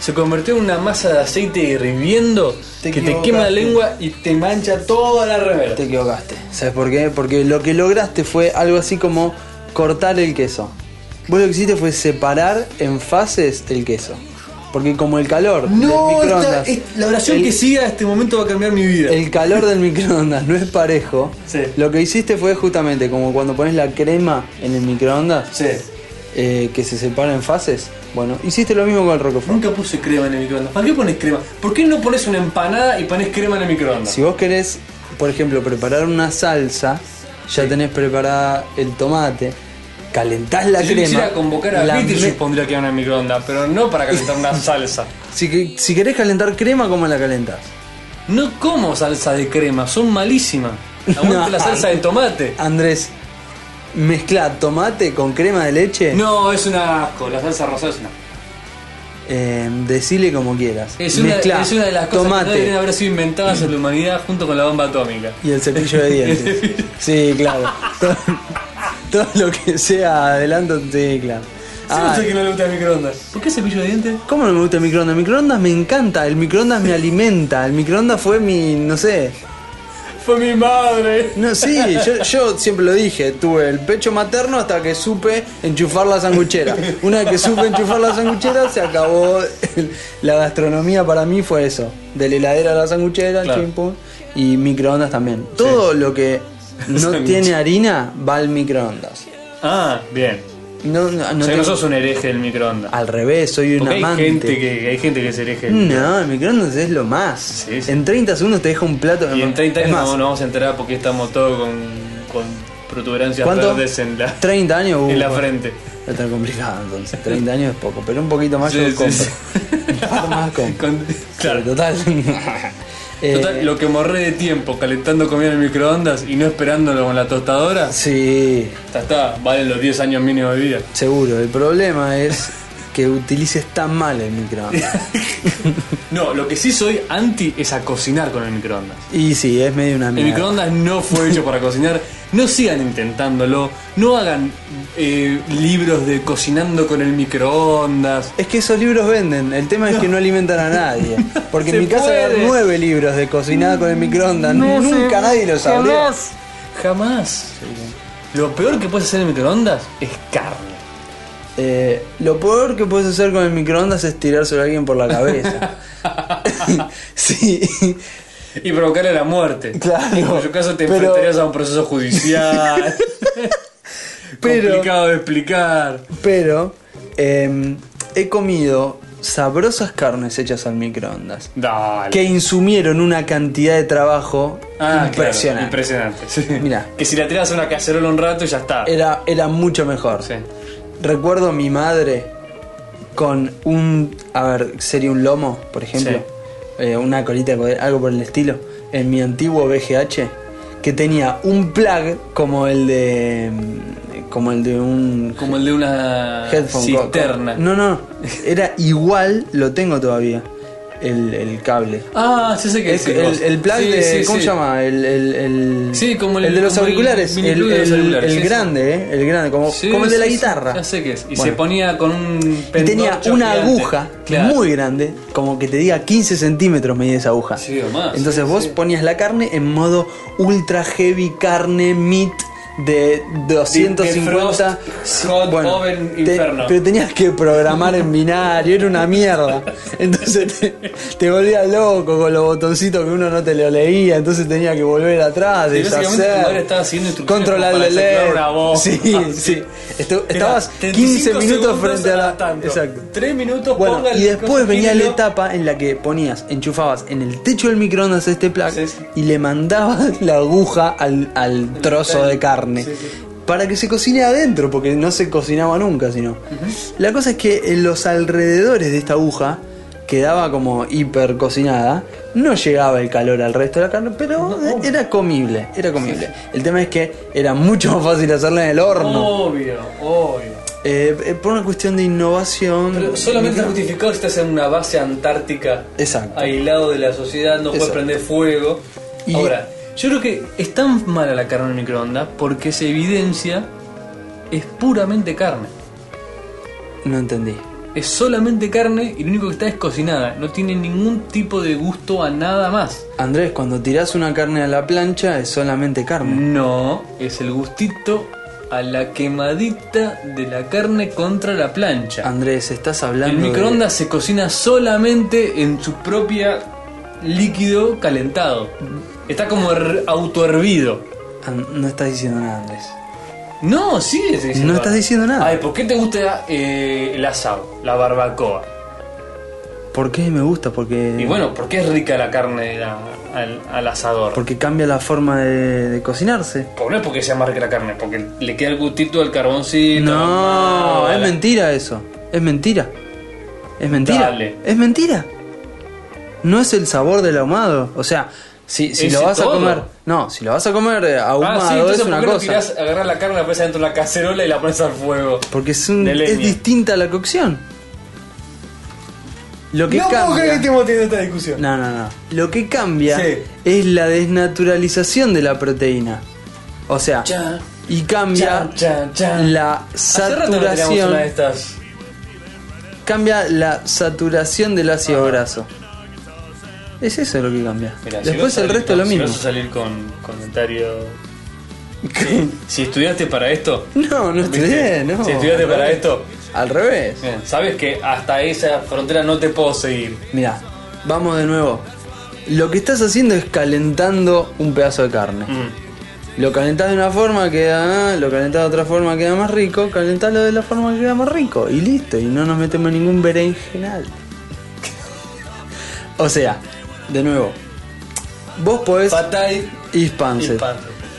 se convirtió en una masa de aceite hirviendo
Te
que te
equivocaste.
quema la lengua y te mancha toda la remera.
Te equivocaste. ¿Sabes por qué? Porque lo que lograste fue algo así como cortar el queso. Vos lo que hiciste fue separar en fases el queso. Porque como el calor del
No, esta-
microondas.
es- la oración
el-
que siga a este momento va a cambiar mi vida.
El calor del microondas no es parejo.
Sí.
Lo que hiciste fue justamente como cuando pones la crema en el microondas.
Sí.
eh, que se separa en fases. Bueno, hiciste lo mismo con el Roquefort.
Nunca puse crema en el microondas. ¿Para qué pones crema? ¿Por qué no pones una empanada y pones crema en el microondas?
Si vos querés, por ejemplo, preparar una salsa, ya tenés preparada el tomate, calentás la
Si yo
crema.
quisiera convocar a
la
Peter,
me-
yo pondría crema en el microondas, pero no para calentar
(laughs)
una salsa.
si, que- si querés calentar crema, ¿cómo la calentás?
No como salsa de crema, son malísimas. (laughs) Aguante
No.
la salsa de tomate.
Andrés, mezcla tomate con crema de leche.
No, es una asco, la salsa rosada es una.
Eh, decile como quieras.
Es una,
Mezclá
es una de las cosas que no
tomate
deberían haber sido inventadas en la humanidad junto con la bomba atómica.
y el
(laughs)
cepillo de dientes. sí, claro. Todo, todo lo que sea adelanto, sí, claro. Ah,
no sé que no le gusta el microondas. ¿Por qué cepillo de dientes?
¿Cómo no me gusta el microondas? El microondas me encanta, el microondas me alimenta, el microondas fue mi, no sé.
Fue mi madre.
No, sí, yo, yo siempre lo dije, tuve el pecho materno hasta que supe enchufar la sanguchera. Una vez que supe enchufar la sanguchera, se acabó. el- La gastronomía para mí fue eso, de la heladera a la sanguchera,
Claro.
chin, pum, y microondas también. Todo lo que
(laughs)
no
Sándwich.
tiene harina va al microondas.
Ah, bien.
No, no, no
o sea que
tengo-
no sos un hereje del microondas.
Al revés, soy un
Porque hay
amante.
gente, que, hay gente que se hereje. del-
No, el microondas es lo más.
Sí, sí.
En 30 segundos te deja un plato.
Y en 30
Es
años
más,
no nos vamos a enterar porque estamos todos con, con protuberancias
¿Cuánto?
verdes en la,
30 años. uh,
en la
bueno,
frente.
Va a estar complicado entonces. 30 años es poco, pero un poquito más
Sí,
yo
sí,
compro.
sí.
(laughs) Un par más compro.
Ah, (laughs) Con- claro.
Sí,
(laughs)
total. Eh,
Total, lo que morré de tiempo calentando comida en el microondas y no esperándolo con la tostadora,
Sí,
ya está, valen los 10 años mínimos de vida.
seguro. El problema es que utilices tan mal el microondas.
(laughs) No, lo que sí soy anti es a cocinar con el microondas.
Y sí, es medio una
El
mierda.
microondas no fue hecho para cocinar, no sigan intentándolo, no hagan eh, libros de cocinando con el microondas.
Es que esos libros venden, el tema es que no alimentan
(laughs)
a nadie. Porque
Se
en mi casa
puede.
había nueve libros de cocinada con el microondas, nunca nadie los abrió.
Jamás, jamás. Lo peor que puedes hacer en el microondas es carne.
Eh, lo peor que puedes hacer con el microondas es tirárselo a alguien por la
(laughs)
cabeza. (laughs) sí,
Y provocarle la muerte.
Claro.
En cuyo caso te
Pero-
enfrentarías a un proceso
(laughs)
judicial.
Pero-
Complicado de explicar.
pero eh, he comido sabrosas carnes hechas al microondas
Dale.
que insumieron una cantidad de trabajo
Ah, claro,
impresionante.
impresionante. sí.
Mirá.
Que si la tiras a una cacerola un rato y ya está.
Era, era mucho mejor.
Sí.
Recuerdo a mi madre con un. A ver, sería un lomo, por ejemplo. eh, una colita de cordero, algo por el estilo. En mi antiguo BGH. Que tenía un plug como el de. mm, Como el de un.
Como el de una
headphone. co- co-
cisterna.
No, no. Era igual, lo tengo todavía. El, el cable.
Ah, sí sé que
Es el, el plug de. ¿Cómo se llama? El, el- el-
Sí, como el-
de los
como el
auriculares. El,
mini plug de los
el-
auriculares,
el
sí, sí.
grande, ¿eh? El grande, como, como el de la guitarra.
Ya sé que es. Y se
Bueno.
ponía con un
Y tenía
pendorcho
una
gigante.
aguja
Claro.
muy grande, como que te diga 15 centímetros medía esa aguja.
Sí, o más,
Entonces
sí,
vos
sí.
ponías la carne en modo ultra heavy carne meat de 250
Defrost, hot oven, inferno.
pero tenías que programar en binario, era una mierda.
(laughs)
Entonces te, te volvías loco con los botoncitos que uno no te lo leía, entonces tenía que volver atrás,
Sí, básicamente tu madre
deshacer,
estaba siguiendo instrucciones
controlar
como
el
para
delay.
sacar una voz. (laughs)
Sí,
Ah,
sí. Estu-
Era
estabas 15
35
minutos
segundos
frente a la.
tanto.
Exacto.
Tres minutos
Bueno,
póngale
y después
cosas,
venía la
gírelo.
etapa en la que ponías, enchufabas en el techo del microondas este plug
Sí, sí.
y le mandabas (laughs) la aguja al, al trozo
metal.
de carne.
Sí, sí.
Para que se cocine adentro, porque no se cocinaba nunca, sino. La cosa es que en los alrededores de esta aguja quedaba como hiper cocinada. No llegaba el calor al resto de la carne, pero era comible, era comible. El tema es que era mucho más fácil hacerla en el horno.
Obvio, obvio.
Eh, eh, por una cuestión de innovación.
Pero solamente es justificado si estás en una base antártica
Exacto.
aislado de la sociedad, no puedes
Exacto.
prender fuego.
Y-
Ahora, yo creo que es tan mala la carne en el microondas porque se evidencia es puramente carne.
No entendí.
Es solamente carne y lo único que está es cocinada. No tiene ningún tipo de gusto a nada más.
Andrés, cuando tirás una carne a la plancha es solamente carne.
No, es el gustito a la quemadita de la carne contra la plancha.
Andrés, estás
Mm. El
hablando. de-
microondas se cocina solamente en su propia líquido calentado. Está como her- autohervido.
An- No estás diciendo nada, Andrés.
No, sí, es- es-
No estás diciendo nada.
Ay, ¿por qué te gusta eh, el asado, la barbacoa?
¿Por qué me gusta? Porque.
Y bueno, ¿por qué es rica la carne a- al, al asador?
Porque cambia la forma de, de cocinarse.
Por- no es porque sea más rica la carne, porque le queda el gustito al carboncito.
No,
a la-
es mentira eso. Es mentira. Es mentira.
Dale.
Es mentira. No es el sabor del ahumado. O sea, si, si
Ese
lo vas
todo.
a comer. No, si lo vas a comer eh,
Ah,
ahumado
sí, entonces
es
¿por
una
qué no
cosa.
tirás, agarrás la carne, la pones dentro de la cacerola y la pones al fuego?
Porque es, un-
de
es
leña.
distinta la cocción. Lo que cambia.
estemos teniendo esta discusión.
No, no, no. Lo que cambia
Sí.
es la desnaturalización de la proteína. O sea,
Chan,
y cambia
chan, chan, chan.
la
Hace rato no teníamos
saturación.
una de estas.
cambia la saturación del ácido graso. Es eso lo que cambia.
Ah. Mirá, si
Después
vas a
el
salir
resto es
con-
lo mismo.
Si vas a salir con comentarios. Si estudiaste para esto.
(laughs) no, no estudié,
¿viste?
no.
Si estudiaste
Al
para
revés.
esto.
Al revés.
Bien, Sabes que hasta esa frontera no te puedo seguir.
Mira, vamos de nuevo. Lo que estás haciendo es calentando un pedazo de carne.
Mm.
Lo calentás de una forma queda, lo calentás de otra forma queda más rico, calentalo de la forma que queda más rico y listo, y no nos metemos en ningún berenjenal. (laughs) o sea, de nuevo, vos podés
Patay
y
y
Pancet.
pan.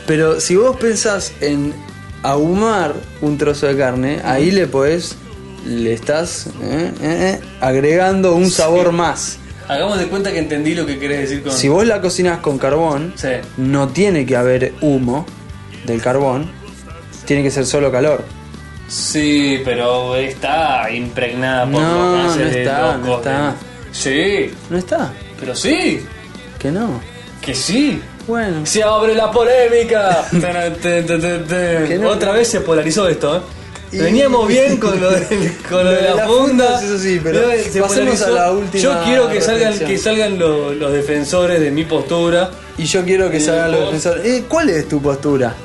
Pero si vos pensás en ahumar un trozo de carne, ahí le podés, le estás eh, eh, eh, agregando un sabor más.
Hagamos de cuenta que entendí lo que querés decir con.
Si vos la cocinás con carbón,
Sí.
no tiene que haber humo del carbón, tiene que ser solo calor.
Sí, pero está impregnada por
No,
los
no
cánceres
está, no
locos de-
está.
Sí,
No está,
pero sí,
que no.
que sí.
Bueno,
Se abre la (laughs) polémica. Taran, tan, tan, tan, tan.
Que no.
Otra vez se polarizó esto. ¿eh?
Y-
Veníamos bien con lo de,
(laughs)
con lo de la, funda.
eso sí, pero
Luego se
pasemos a la última
Yo quiero que salgan,
reflexión.
que salgan lo- los defensores de mi postura.
y yo quiero que
Y
salgan los
vos-
defensores. Eh, ¿Cuál es tu postura?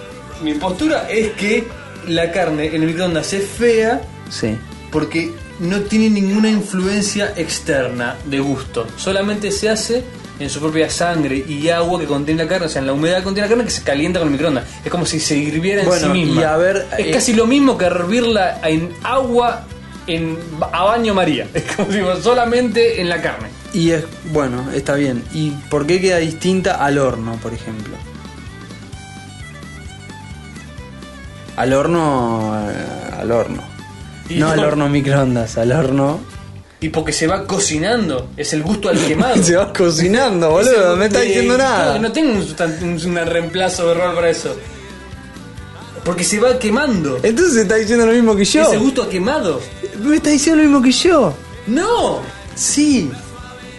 Mi postura es que la carne en el microondas es fea
Sí.
porque no tiene ninguna influencia externa de gusto. Solamente se hace en su propia sangre y agua que contiene la carne, o sea, en la humedad que contiene la carne que se calienta con el microondas. Es como si se hirviera en
Bueno,
sí misma.
y a ver,
es
eh,
casi lo mismo que hervirla en agua en, a baño María. (laughs) Es como si fuera solamente en la carne.
Y es, bueno, está bien. ¿Y por qué queda distinta al horno, por ejemplo? Al horno. eh, Al horno.
Y
no al
no.
horno microondas, al horno.
Y porque se va cocinando, es el gusto al
(laughs)
quemado.
Se va cocinando, boludo, no me está diciendo
Eh,
nada.
claro, No tengo un, sustan- un- un reemplazo de rol para eso. Porque se va quemando.
Entonces está diciendo lo mismo que yo.
Ese gusto a quemado.
Me está diciendo lo mismo que yo.
¡No!
Sí.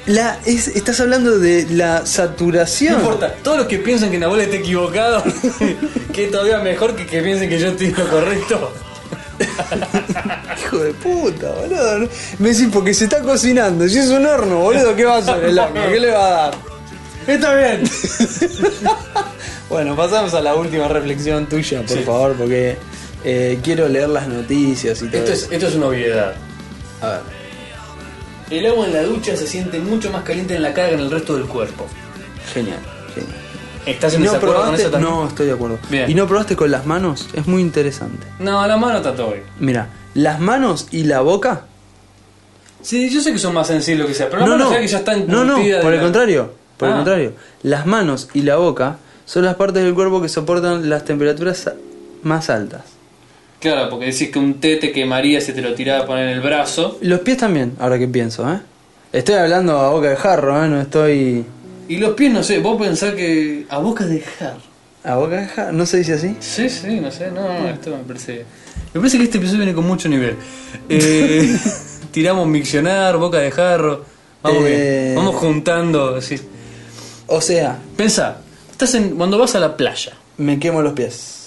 La, es, estás hablando de la
No
saturación.
importa. Todos los que piensan que Nahuel está equivocado, (laughs) que es todavía mejor que que piensen que yo estoy en lo correcto.
Hijo de puta, boludo. Me decís porque se está cocinando. Si es un horno, boludo, ¿qué va a hacer el horno? ¿Qué le va a dar?
Está bien.
Bueno, pasamos a la última reflexión tuya, por favor, porque eh, quiero leer las noticias y todo.
Esto es,
eso.
esto es una obviedad.
A ver.
El agua en la ducha se siente mucho más caliente en la cara que en el resto del cuerpo.
Genial, genial.
¿Estás
¿Y
en
no
desacuerdo con
probaste?
eso también?
No, estoy de acuerdo.
Bien.
¿Y no probaste con las manos? Es muy interesante.
No, la mano está todo bien.
Mira, las manos y la boca.
Sí, yo sé que son más sensibles lo que sea, pero la
no,
mano
no.
ya que ya están
no, no,
curtidas de
por el
la-
contrario. Por el
Ah.
contrario. Las manos y la boca son las partes del cuerpo que soportan las temperaturas a- más altas.
Claro, porque decís que un té te quemaría si te lo tiraba a poner en el brazo.
Los pies también, ahora que pienso, ¿eh? Estoy hablando a boca de jarro, ¿eh? No estoy.
Y los pies, no sé, vos pensás que a boca de jarro.
¿A boca de jarro? ¿No se dice así?
Sí, sí, no sé, no, no, esto me parece. Me parece que este episodio viene con mucho nivel. Eh, (laughs) tiramos miccionar, boca de jarro. Vamos
Eh.
bien, vamos juntando. Así.
O sea,
Pensá, estás en, cuando vas a la playa,
me quemo los pies.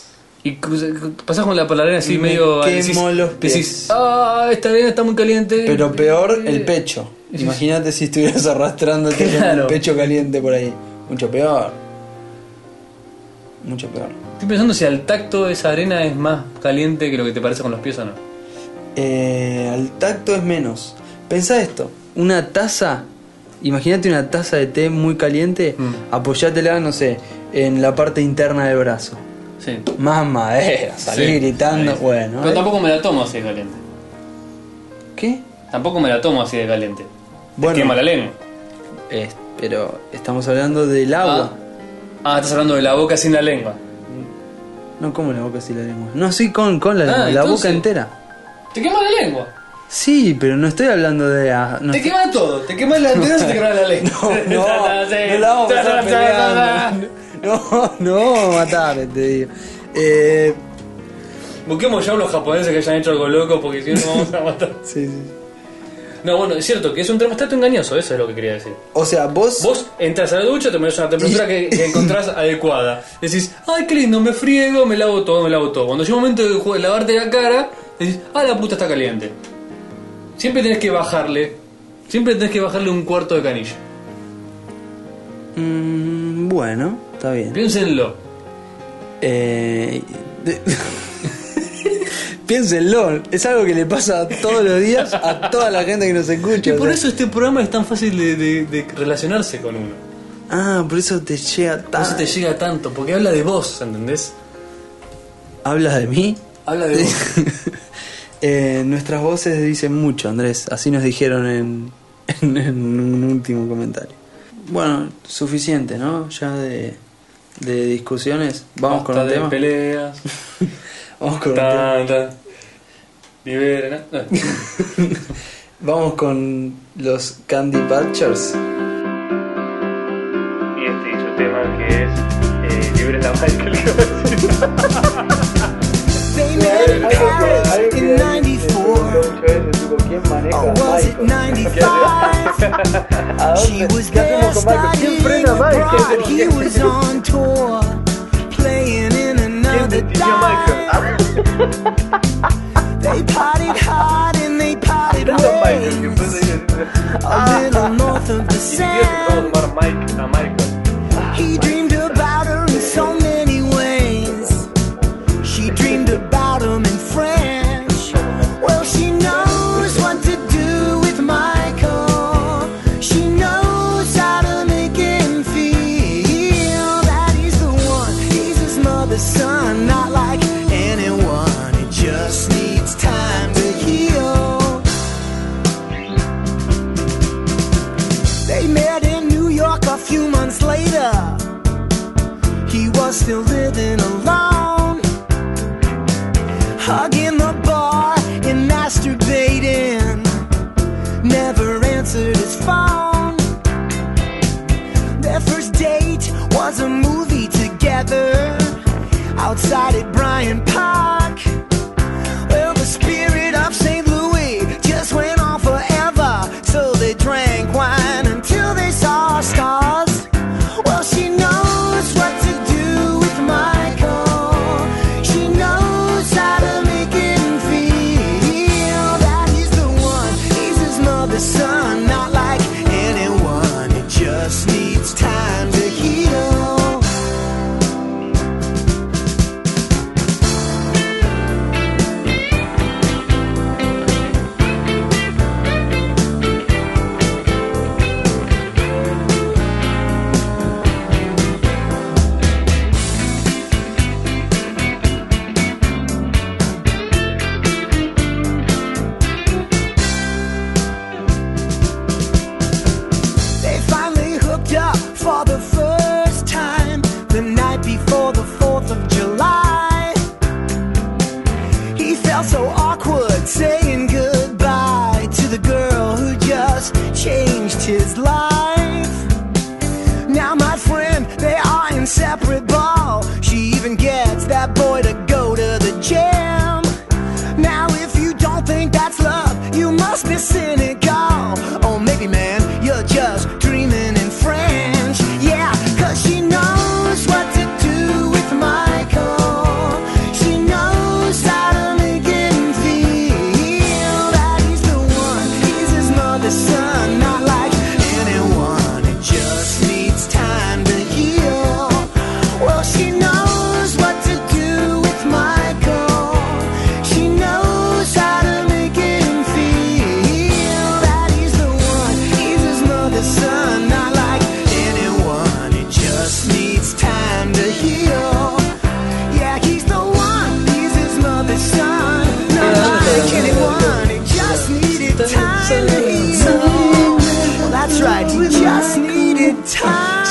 Y cruza- pasás con la paladera así
Me
medio. ah,
quemo
decís-
los pies.
Decís, ah, está bien, está muy caliente.
Pero peor el pecho. Imagínate si estuvieras arrastrándote con
Claro.
el pecho caliente por ahí. Mucho peor. Mucho peor.
Estoy pensando si al tacto esa arena es más caliente que lo que te parece con los pies o no.
Eh, al tacto es menos. Pensá esto: una taza. Imagínate una taza de té muy caliente.
Mm.
Apoyátela, no sé, en la parte interna del brazo.
Sí.
Mamá, eh, salir
Sí.
gritando.
Ahí.
Bueno,
Pero
eh.
tampoco me la tomo así de caliente.
¿qué?
Tampoco me la tomo así de caliente.
Bueno.
Te quema la lengua.
Eh, pero estamos hablando del agua.
Ah, estás hablando de la boca sin la lengua.
No como la boca sin la lengua. No, sí, con, con la
Ah,
lengua, la boca
entonces-
entera.
Te quema la lengua.
Sí, pero no estoy hablando de. ah, no
Te
estoy-
quema todo. Te quema el antebrazo y te quema la (laughs) lengua.
(laughs) No, no la vamos a estar peleando. (laughs) No, no vamos a matar, te digo. Eh,
Busquemos ya unos japoneses que hayan hecho algo loco porque si no nos vamos a matar.
sí, sí.
No, bueno, es cierto que es un termostato engañoso, eso es lo que quería decir.
O sea, vos.
Vos entras a la ducha, te pones a una temperatura que, que (laughs) encontrás adecuada. Decís, ay, qué lindo, me friego, me lavo todo, me lavo todo. Cuando llega un momento de ju- lavarte la cara, decís, ah, la puta está caliente. Siempre tenés que bajarle, siempre tenés que bajarle un cuarto de canilla.
Mm, bueno, está bien.
Piénsenlo.
Eh, de- (laughs) Piénsenlo, es algo que le pasa todos los días a toda la gente que nos escucha.
Y
o
por
sea.
eso este programa es tan fácil de, de- de relacionarse con uno.
Ah, por eso te llega
Por
tan.
eso te llega tanto, porque habla de vos, ¿entendés?
¿Hablas de mí?
Habla de vos.
(laughs) Eh, nuestras voces dicen mucho, Andrés. Así nos dijeron en, (laughs) en- en un último comentario. Bueno, suficiente, ¿no? Ya de, de discusiones. Vamos con
Basta
un
de
tema.
peleas.
Vamos (laughs) con un tema.
Tan, tan. Libera, ¿no? No.
Vamos con los Candy Patchers.
Y este es un tema que es eh, Libre la Michael. (laughs)
They met in Paris in 94.
¿Quién maneja?
Or was it 95? She was there studying abroad. He was on tour, playing in another dive. They partied hard and they partied ways.
(laughs)
A little north of the sand. He dreamed about her in so many ways. She dreamed about him in French. Well, she knows what to do with Michael. She knows how to make him feel that he's the one. He's his mother's son, not like anyone. He just needs time to heal. They met in New York a few months later. He was still living alone, hugging the bar and masturbating. Never answered his phone. Their first date was a movie together outside at Bryant Park. Well, the spirit of St. Louis just went on forever. So they drank wine until they saw stars. Well, she knows what to do with Michael. She knows how to make him feel that he's the one. He's his mother's son, not like anyone. It just needs time to heal.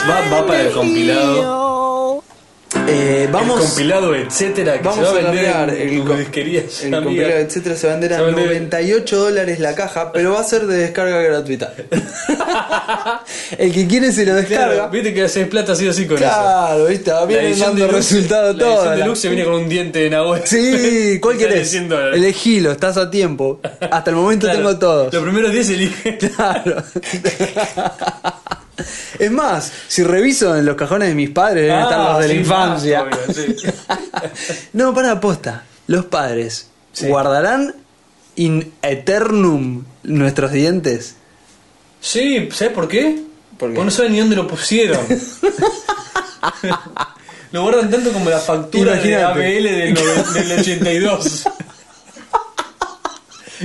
Oh,
va para el compilado.
compilado.
Eh, vamos.
El compilado, etcétera, que se
Vamos
va
a
a vender
largar
en
el,
tu
co-
disquería,
el
amiga.
compilado, etcétera, se va a vender a
Se va a vender-
98 dólares la caja, pero va a ser de
(laughs)
descarga gratuita. el que quiere se lo descarga.
Claro, viste que haces plata así así con eso.
Claro, viste, vienen
edición
dando
deluxe-
resultado
la
todo.
edición deluxe viene con un diente de Nahuel. (laughs)
Sí, ¿cuál
Sale
querés?
100 dólares.
Elegilo, estás a tiempo. Hasta el momento
Claro,
tengo todos.
Los primeros 10 eligen.
Claro. es más, si reviso en los cajones de mis padres, deben estar los de
Ah,
la
sí,
infancia.
obvio, sí.
(laughs) no, para aposta. Los padres guardarán in eternum nuestros dientes.
Sí, ¿sabes por qué?
¿Por qué?
Porque no saben ni dónde lo
(laughs)
pusieron. lo guardan tanto como la factura de
Imagínate.
ABL del, noven- del
(laughs)
82.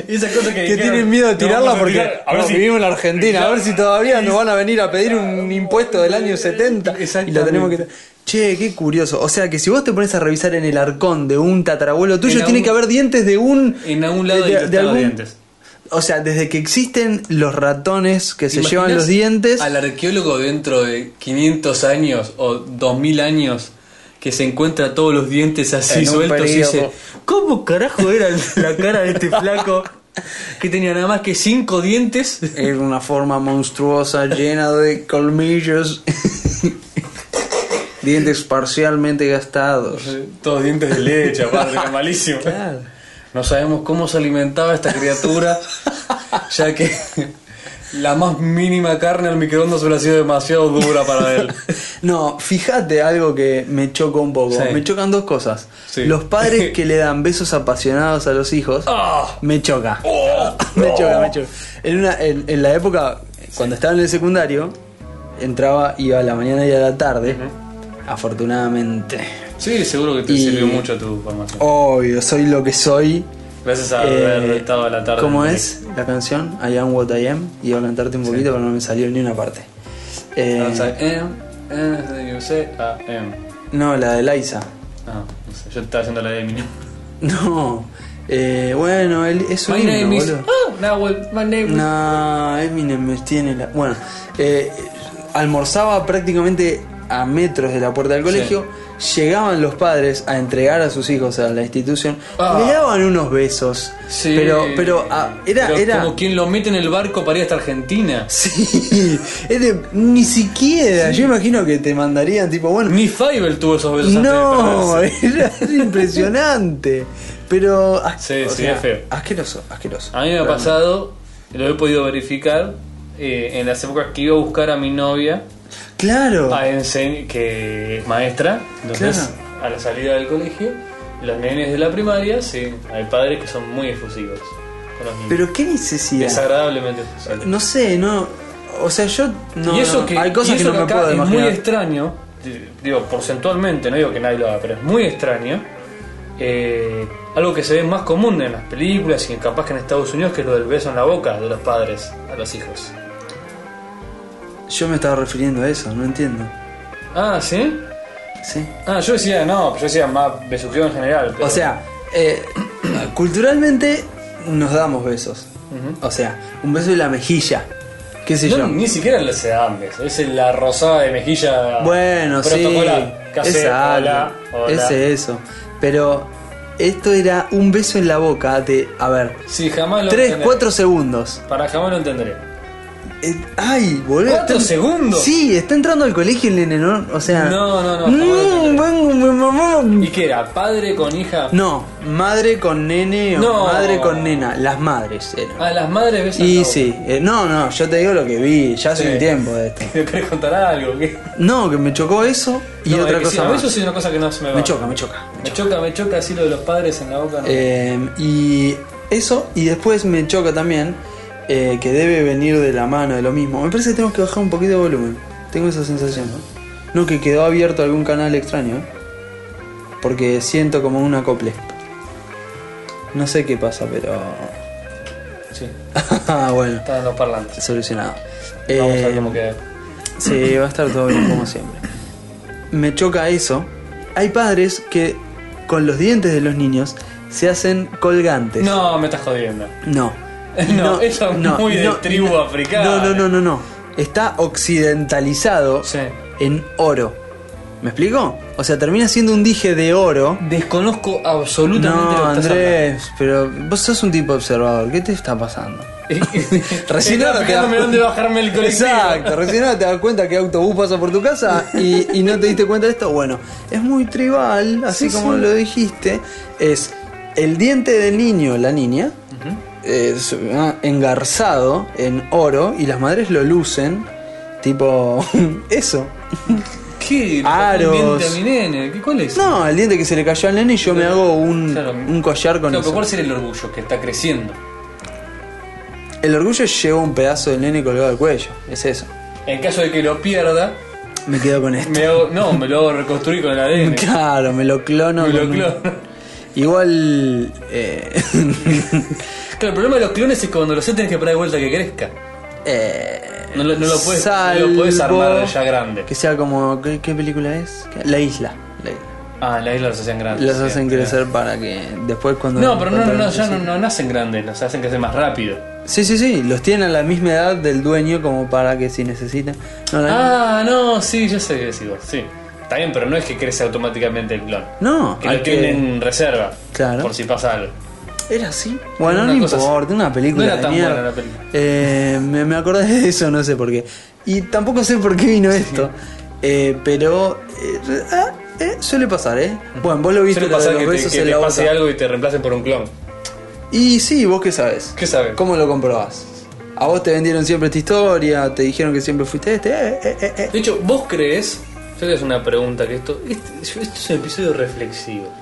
Esas cosas que
Que
dijeron,
tienen miedo de
"Lo
tirarla
vamos a
porque
tirar".
no, vivimos en la Argentina, a ver si todavía nos van a venir a pedir un impuesto del año 70 y lo tenemos que Che, qué curioso. O sea que si vos te pones a revisar en el arcón de un tatarabuelo tuyo,
En
tiene
algún-
que haber dientes de un.
En algún lado hay que estar los dientes.
O sea, desde que existen los ratones que se
¿Te
llevan
imaginas
los dientes.
Al arqueólogo dentro de 500 años o 2000 años que se encuentra todos los dientes así
En un
sueltos y
periodo.
dice: ¿Cómo carajo era la cara de este flaco que tenía nada más que 5
(laughs)
dientes?
Era una forma monstruosa, llena de colmillos. (laughs) dientes parcialmente gastados.
(laughs) Todos dientes de leche, aparte, era
(laughs)
malísimo. No sabemos cómo se alimentaba esta
(laughs)
criatura, ya que la más mínima carne al microondas hubiera sido demasiado dura para
(laughs)
él.
No, fíjate algo que me choca un poco.
Sí.
Me chocan dos cosas.
Sí.
Los padres que le dan besos apasionados a los hijos,
¡Ah!
me choca.
Oh.
(laughs) me choca, me choca. En, una- en- en la época, cuando estaba en el secundario, entraba, iba a la mañana y a la tarde. Afortunadamente.
Sí, seguro que te
Y-
sirvió mucho tu formación.
Obvio, soy lo que soy.
Gracias a
Eh,
haber estado a la tarde.
¿Cómo
en
es la canción? I am what I am. Iba a cantarte un poquito, pero no me salió ni una parte. Eh,
París. Vamos a- em, em, yo sé, ah, em.
no, la de Liza.
Ah, no sé, yo estaba haciendo la de Eminem.
(laughs) No. Eh, bueno, él es un
My
himno,
name is.
boludo.
Ah, Nahuel, my name is.
No, Eminem me tiene la. Bueno, eh, almorzaba prácticamente a metros de la puerta del colegio. Llegaban los padres a entregar a sus hijos a la institución.
Ah.
Le daban unos besos.
Sí.
Pero, pero ah, era.
Pero
era
Como quien lo mete en el barco para ir hasta Argentina.
(laughs) Sí, es de- ni siquiera. Yo imagino que te mandarían, tipo, bueno.
Ni Fieber tuvo esos besos antes de
No,
perderse.
(laughs) era impresionante. Pero. as-
Sí,
o
sí,
sea,
es feo.
Asqueroso, asqueroso.
A mí me ha pasado, lo he podido verificar, eh, en las épocas que iba a buscar a mi novia,
Claro.
a ense- que es maestra, entonces a la salida del colegio, los nenes de la primaria, sí, hay padres que son muy efusivos con los niños.
Pero qué necesidad.
Desagradablemente efusivos.
No sé, no. O sea, yo. No,
y eso
no,
que,
hay
y
cosas que
eso
no me
acá
puedo
es
imaginar.
muy extraño, di- digo, porcentualmente, no digo que nadie lo haga, pero es muy extraño. eh, algo que se ve más común en las películas y capaz que en Estados Unidos, que es lo del beso en la boca de los padres a los hijos.
Yo me estaba refiriendo a eso, no entiendo.
Ah, ¿sí?
Sí.
Ah, yo decía, no, yo decía más besuqueo en general. pero-
O sea, eh, (clears throat) culturalmente nos damos besos. O sea, un beso en la mejilla. ¿Qué sé
No,
yo?
ni siquiera le se dan besos, es la rosada de mejilla.
Bueno, sí.
protocolar, que hace,
es algo,
hola, hola.
Es eso. Pero esto era un beso en la boca de, a ver,
Sí, jamás lo
3,
entenderé.
4 segundos.
Para jamás lo entenderé.
Eh, ay, boludo.
¿Cuatro
está-
segundos?
Sí, está entrando al colegio el nene, ¿no? O sea.
No, no, no,
Mm,
jamás lo entenderé.
vengo, me mamó.
¿Y qué era? ¿Padre con hija?
No, madre con nene o
No.
madre con nena. Las madres eran.
A Ah, las madres besan la
y
boca.
sí, eh, no, no, yo te digo lo que vi, ya hace
Sí.
un tiempo de esto.
(laughs) ¿Me querés contar algo? ¿Qué?
No, que me chocó eso y
No,
otra
es que sí,
cosa
a mí
más.
eso sí es una cosa que no se me va.
Me choca, me choca.
Me choca, me choca así lo de los padres en la boca. no.
Eh, y eso, y después me choca también, eh, que debe venir de la mano de lo mismo. Me parece que tenemos que bajar un poquito de volumen. Tengo esa sensación. No, que quedó abierto algún canal extraño. ¿eh? Porque siento como un acople. No sé qué pasa, pero... (laughs)
Sí,
Ah, bueno,
están los parlantes.
solucionado.
Vamos a
Eh,
ver cómo queda.
Sí, va a estar todo bien como siempre. Me choca eso. Hay padres que con los dientes de los niños se hacen colgantes.
No, me estás jodiendo.
No.
(laughs) No, eso es muy de tribu africana.
No, no, no, no, no. Está occidentalizado
Sí.
en oro. ¿Me explico? O sea, termina siendo un dije de oro.
Desconozco absolutamente lo
No,
que estás
Andrés, pero vos sos un tipo observador. ¿Qué te está pasando?
(laughs) hablando.
Recién
Estaba
ahora te das
fijándome dónde
cuenta.
bajarme el colectivo.
Exacto, recién ahora te das cuenta que autobús pasa por tu casa y, y no te diste cuenta de esto. Bueno, es muy tribal, así
Sí,
como
sí.
lo dijiste. Es el diente del niño, la niña, es, ah, engarzado en oro y las madres lo lucen. Tipo, (laughs) eso.
¿Qué?
Aros.
Aros. a mi nene? ¿Qué, ¿Cuál es?
No, el diente que se le cayó al nene y yo me hago un,
Claro.
un collar con
Claro, pero
eso.
¿cuál será el orgullo que está creciendo?
El orgullo lleva un pedazo del nene colgado al cuello. Es eso.
En caso de que lo pierda,
Me quedo con esto.
me hago, no, me lo hago reconstruir con el (laughs) ADN.
Claro, me lo clono.
Me lo
con un-
clono.
Igual. eh, (laughs)
Claro, el problema de los clones es que cuando lo sé tenés que parar de vuelta que crezca.
eh,
No lo, no lo puedes, no lo puedes
salvo
armar ya grande.
Que sea como. ¿Qué, qué película es? La isla. La isla.
Ah, las islas los hacen grandes.
Los
sí,
hacen
claro.
crecer para que después cuando.
No, pero no, no, no,
cuando-
ya no, no nacen grandes, los hacen crecer más rápido.
Sí, sí, sí. Los tienen a la misma edad del dueño como para que si necesitan. No, la-
Ah, no, sí, ya sé que decís vos, sí. Está bien, pero no es que crece automáticamente el clon.
no.
Que
hay
lo tienen en reserva.
Claro.
Por si pasa algo.
Era así. Bueno,
Una
no
cosa así.
importa, una
No
película.
era
de
tan
mierda.
buena la película.
Eh, me, me acordé de eso, no sé por qué. Y tampoco sé por qué vino esto. Eh, pero. eh, re- ah, eh, suele pasar, ¿eh? Bueno, vos lo viste
Suele
lo de
pasar
los
que te,
besos
que
en
te
la
pase
boca.
algo y te reemplacen por un clon.
Y sí, vos qué sabes.
¿Qué sabes?
¿Cómo lo comprobás? A vos te vendieron siempre esta historia, te dijeron que siempre fuiste este. eh, eh, eh, eh.
De hecho, ¿vos crees? Yo te hago una pregunta que esto, este- esto es un episodio reflexivo.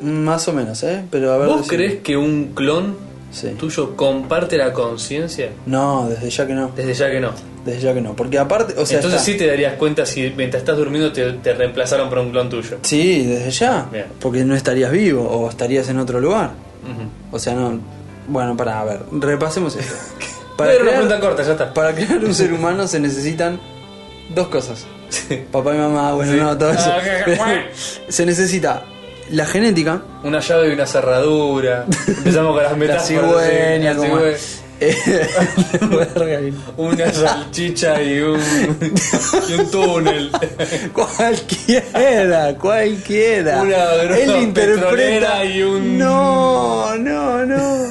Más o menos, ¿eh? Pero a ver.
¿Vos
decime.
crees que un clon
Sí.
tuyo comparte la conciencia?
No, desde ya que no.
Desde ya que no.
Desde ya que no. Porque aparte, o sea.
Entonces
está-
sí te darías cuenta si mientras estás durmiendo te, te reemplazaron por un clon tuyo. (laughs)
Sí, desde ya.
Bien.
Porque no estarías vivo o estarías en otro lugar.
Ujú.
O sea, no. Bueno, para, a ver, repasemos
(laughs)
esto.
Era una pregunta corta, ya está.
para crear
(laughs)
un ser humano se necesitan dos cosas.
Sí.
Papá y mamá, bueno, no, todo eso.
Ah, ok, ok.
(laughs) se necesita la genética,
Una llave y una cerradura. Empezamos con las
la
metáforas. sí,
cigüeña,
la
como-
cigüeña.
(laughs)
(laughs)
Eh, (laughs)
Una salchicha y un, y un túnel.
(laughs) Cualquiera, cualquiera.
Una droga
Él interpreta
petrolera y un-
No, no, no.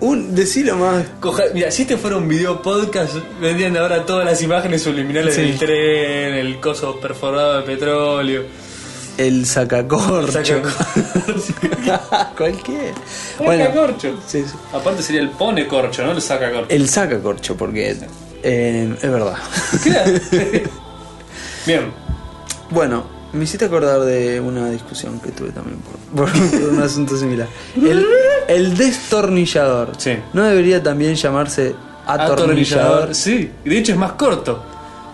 Un decilo más
Coja- Mira, si este fuera un video podcast, vendrían ahora todas las imágenes subliminales
Sí.
del tren, el coso perforado de petróleo.
el sacacorcho. (laughs)
Sacacorcho.
Cualquier.
Sacacorcho.
sí, sí.
Aparte sería el pone corcho, no el saca corcho.
El sacacorcho, porque eh, es verdad. (laughs)
Bien.
bueno, me hiciste acordar de una discusión que tuve también por, (laughs) por- por un asunto similar. El, el destornillador.
Sí.
¿No debería también llamarse atornillador?
Sí, de hecho es más corto.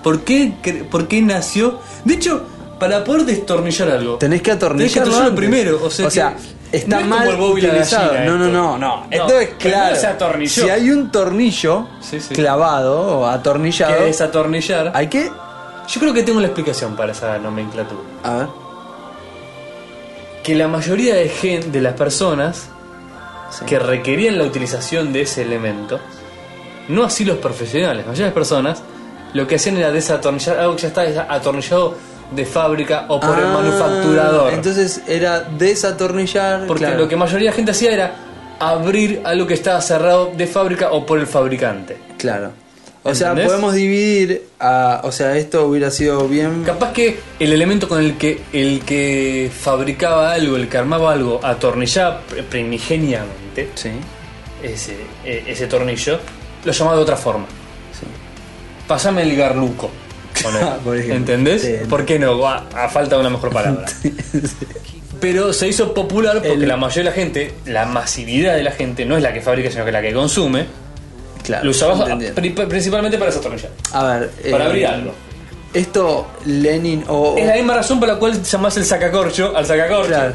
¿Por qué, cre- por qué nació? De hecho, para poder destornillar algo,
Tenés que atornillarlo
Tenés que atornillarlo
antes.
primero. O sea, que no
está
es como
mal
el huevo y la
utilizado.
gallina
no, no,
esto.
no, no.
No,
Esto es
primero
claro.
se atornilló.
Si hay un tornillo
Sí, sí.
clavado o atornillado,
que desatornillar.
hay que.
Yo creo que tengo la explicación para esa nomenclatura.
A ver.
Que la mayoría de, gen, de las personas
Sí.
que requerían la utilización de ese elemento, no así los profesionales, la mayoría de las personas lo que hacían era desatornillar algo que ya está atornillado de fábrica o por el
Ah,
manufacturador.
Entonces era desatornillar.
Porque
claro.
lo que mayoría de gente hacía era abrir algo que estaba cerrado de fábrica o por el fabricante.
Claro. O sea,
¿Entendés?
podemos dividir a. O sea, esto hubiera sido bien.
Capaz que el elemento con el que el que fabricaba algo, el que armaba algo, atornillaba pr- primigeniamente
Sí.
ese, e- ese tornillo, lo llamaba de otra forma.
Sí.
Pasame el garluco. ponele. (laughs)
Por ejemplo.
¿Entendés?
Sí.
¿Por qué no? A, a falta de una mejor
(laughs)
palabra. Pero se hizo popular porque
El-
la mayoría de la gente, la masividad de la gente, no es la que fabrica, sino que la que consume,
Claro.
lo usaba
entendí.
pri- principalmente para desatornillar.
A ver.
Para
eh,
abrir algo.
Esto, Lenin o.
Es la misma razón por la cual llamás el sacacorcho al sacacorcho.
Claro.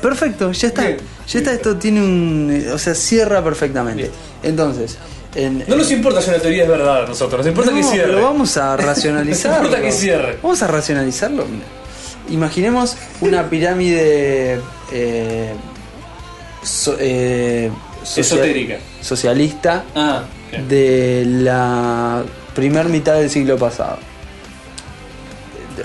Perfecto, ya está.
Bien.
Ya está, esto tiene un. eh, O sea, cierra perfectamente.
Listo.
Entonces, en.
No nos importa si una teoría es verdad a nosotros, nos importa
No,
que cierre.
pero vamos a racionalizarlo.
(laughs) No importa que cierre.
Vamos a racionalizarlo. Mira, Imaginemos una pirámide. eh, so- eh, socia-
Esotérica.
Socialista
Ah, bien.
de la primer mitad del siglo pasado.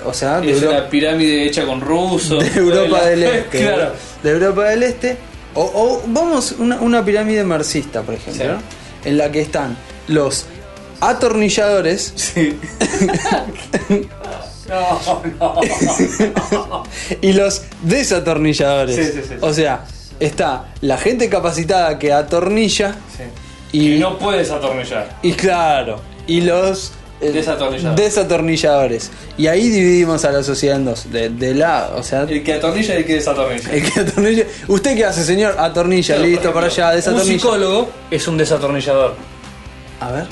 o sea, de,
es
Euro-
una pirámide hecha con rusos.
(laughs) de Europa
la-
del Este.
(laughs) claro.
De Europa del Este. O, o vamos, una, una pirámide marxista, por ejemplo,
Sí.
¿no? en la que están los atornilladores,
Sí. (laughs) no, no.
y los desatornilladores.
Sí, sí, sí.
O sea, está la gente capacitada que atornilla
Sí.
y,
Y no puedes atornillar.
y claro, y los eh,
Desatornilladores.
desatornilladores. Y ahí dividimos a la sociedad en dos. De, de la, o sea,
El que atornilla y el que desatornilla.
el que atornilla. ¿Usted qué hace, señor? Atornilla,
Claro,
listo,
por
para
ejemplo,
allá,
Un
desatornilla.
psicólogo es un desatornillador.
A ver.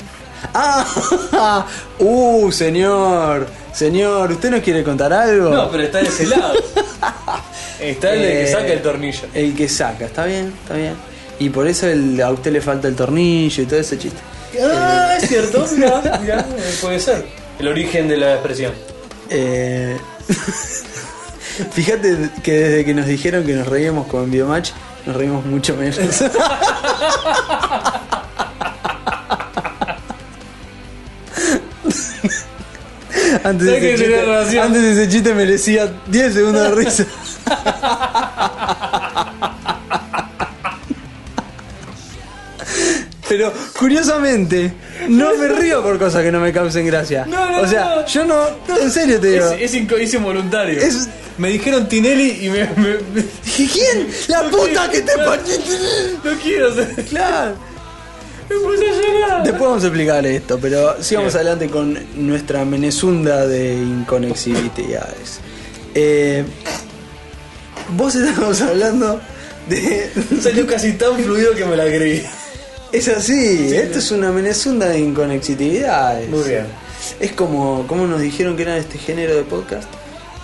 ¡Ah! (laughs) ¡Uh, señor! Señor, ¿usted nos quiere contar algo?
No, pero está de ese lado. (laughs) Está el de que
Eh,
saca el tornillo.
El que saca, está bien, está bien. Y por eso el- a usted le falta el tornillo y todo ese chiste.
Ah, es cierto, mirá, mirá, eh, puede ser. El origen de la expresión.
Eh, (laughs) Fíjate que desde que nos dijeron que nos reíamos con Biomatch, nos reímos
(laughs)
mucho menos. Antes
¿Sabes que
ese,
tenía
chiste,
razón?
antes ese chiste merecía 10 segundos de
(laughs)
risa. Pero curiosamente, no me río por cosas que no me causen gracia.
No, no,
o sea,
no.
yo no, en serio te digo.
Es, es, inco- es involuntario.
Es-
Me dijeron Tinelli y me. me- me-
¿Y ¿Quién? ¡La puta
(laughs)
que te partiste!
no quiero hacer. (laughs)
Claro.
Me puse a llorar.
Después vamos a explicar esto, pero sigamos
Bien.
adelante con nuestra menezunda de inconexibilidades. Eh, vos estábamos hablando de.
(laughs) Salió casi tan fluido que me la creí.
Es así, esto es una menezunda de inconexibilidades.
Muy bien.
Es como, como nos dijeron que era este género de podcast.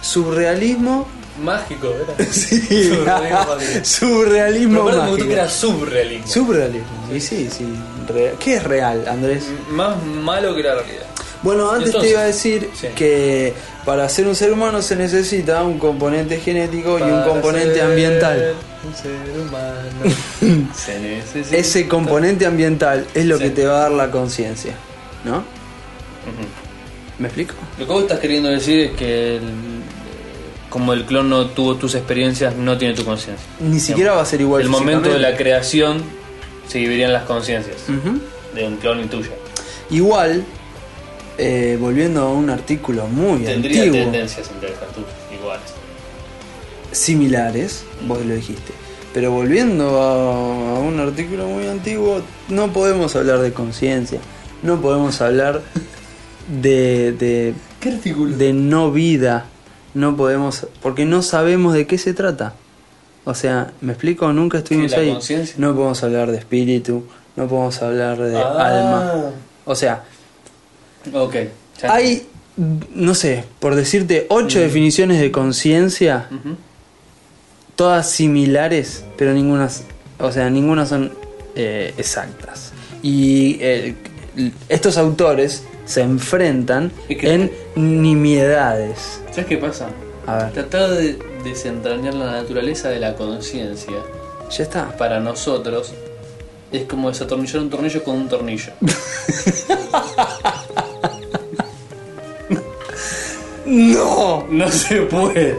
Surrealismo.
Mágico, ¿verdad?
(laughs) Sí.
Surrealismo mágico. Pero
(laughs) Surrealismo.
aparte me gustó
mágico.
que era subrealismo.
Surrealismo. Y sí, sí. Re- ¿Qué es real, Andrés?
Más malo que la realidad.
Bueno, antes
Entonces,
te iba a decir
sí.
que para ser un ser humano se necesita un componente genético y un
Para
componente
ser
ambiental.
Un ser
(laughs)
humano. se necesita.
Ese componente ambiental es lo
Sí.
que te va a dar la conciencia, ¿no? ¿Me explico?
Lo que vos estás queriendo decir es que el- eh, como el clon no tuvo tus experiencias, no tiene tu conciencia.
Ni siquiera va a ser igual.
El momento de la
Pues físicamente.
creación se vivirían las conciencias
Ujú.
de un clon y tuya.
Igual, eh, volviendo a un artículo muy
Tendría
antiguo,
tendencias intercatú- iguales.
similares, vos lo dijiste. Pero volviendo a, a un artículo muy antiguo, no podemos hablar de conciencia, no
(laughs)
podemos hablar de, de, de no vida, no podemos, porque no sabemos de qué se trata. O sea, ¿me explico? Nunca estuvimos
la
ahí.
conciencia?
No podemos hablar de espíritu, no podemos hablar de
Ah.
alma. O sea,
Ok. ya.
hay, no sé, por decirte, ocho definiciones de conciencia,
Ujú.
todas similares, pero ninguna, o sea, ninguna son eh, exactas. Y eh, estos autores se enfrentan
Es que-
en nimiedades.
¿Sabes qué pasa?
A ver,
Tratar de desentrañar la naturaleza de la conciencia
ya está.
para nosotros es como desatornillar un tornillo con un tornillo.
¡No!
(laughs) No se puede.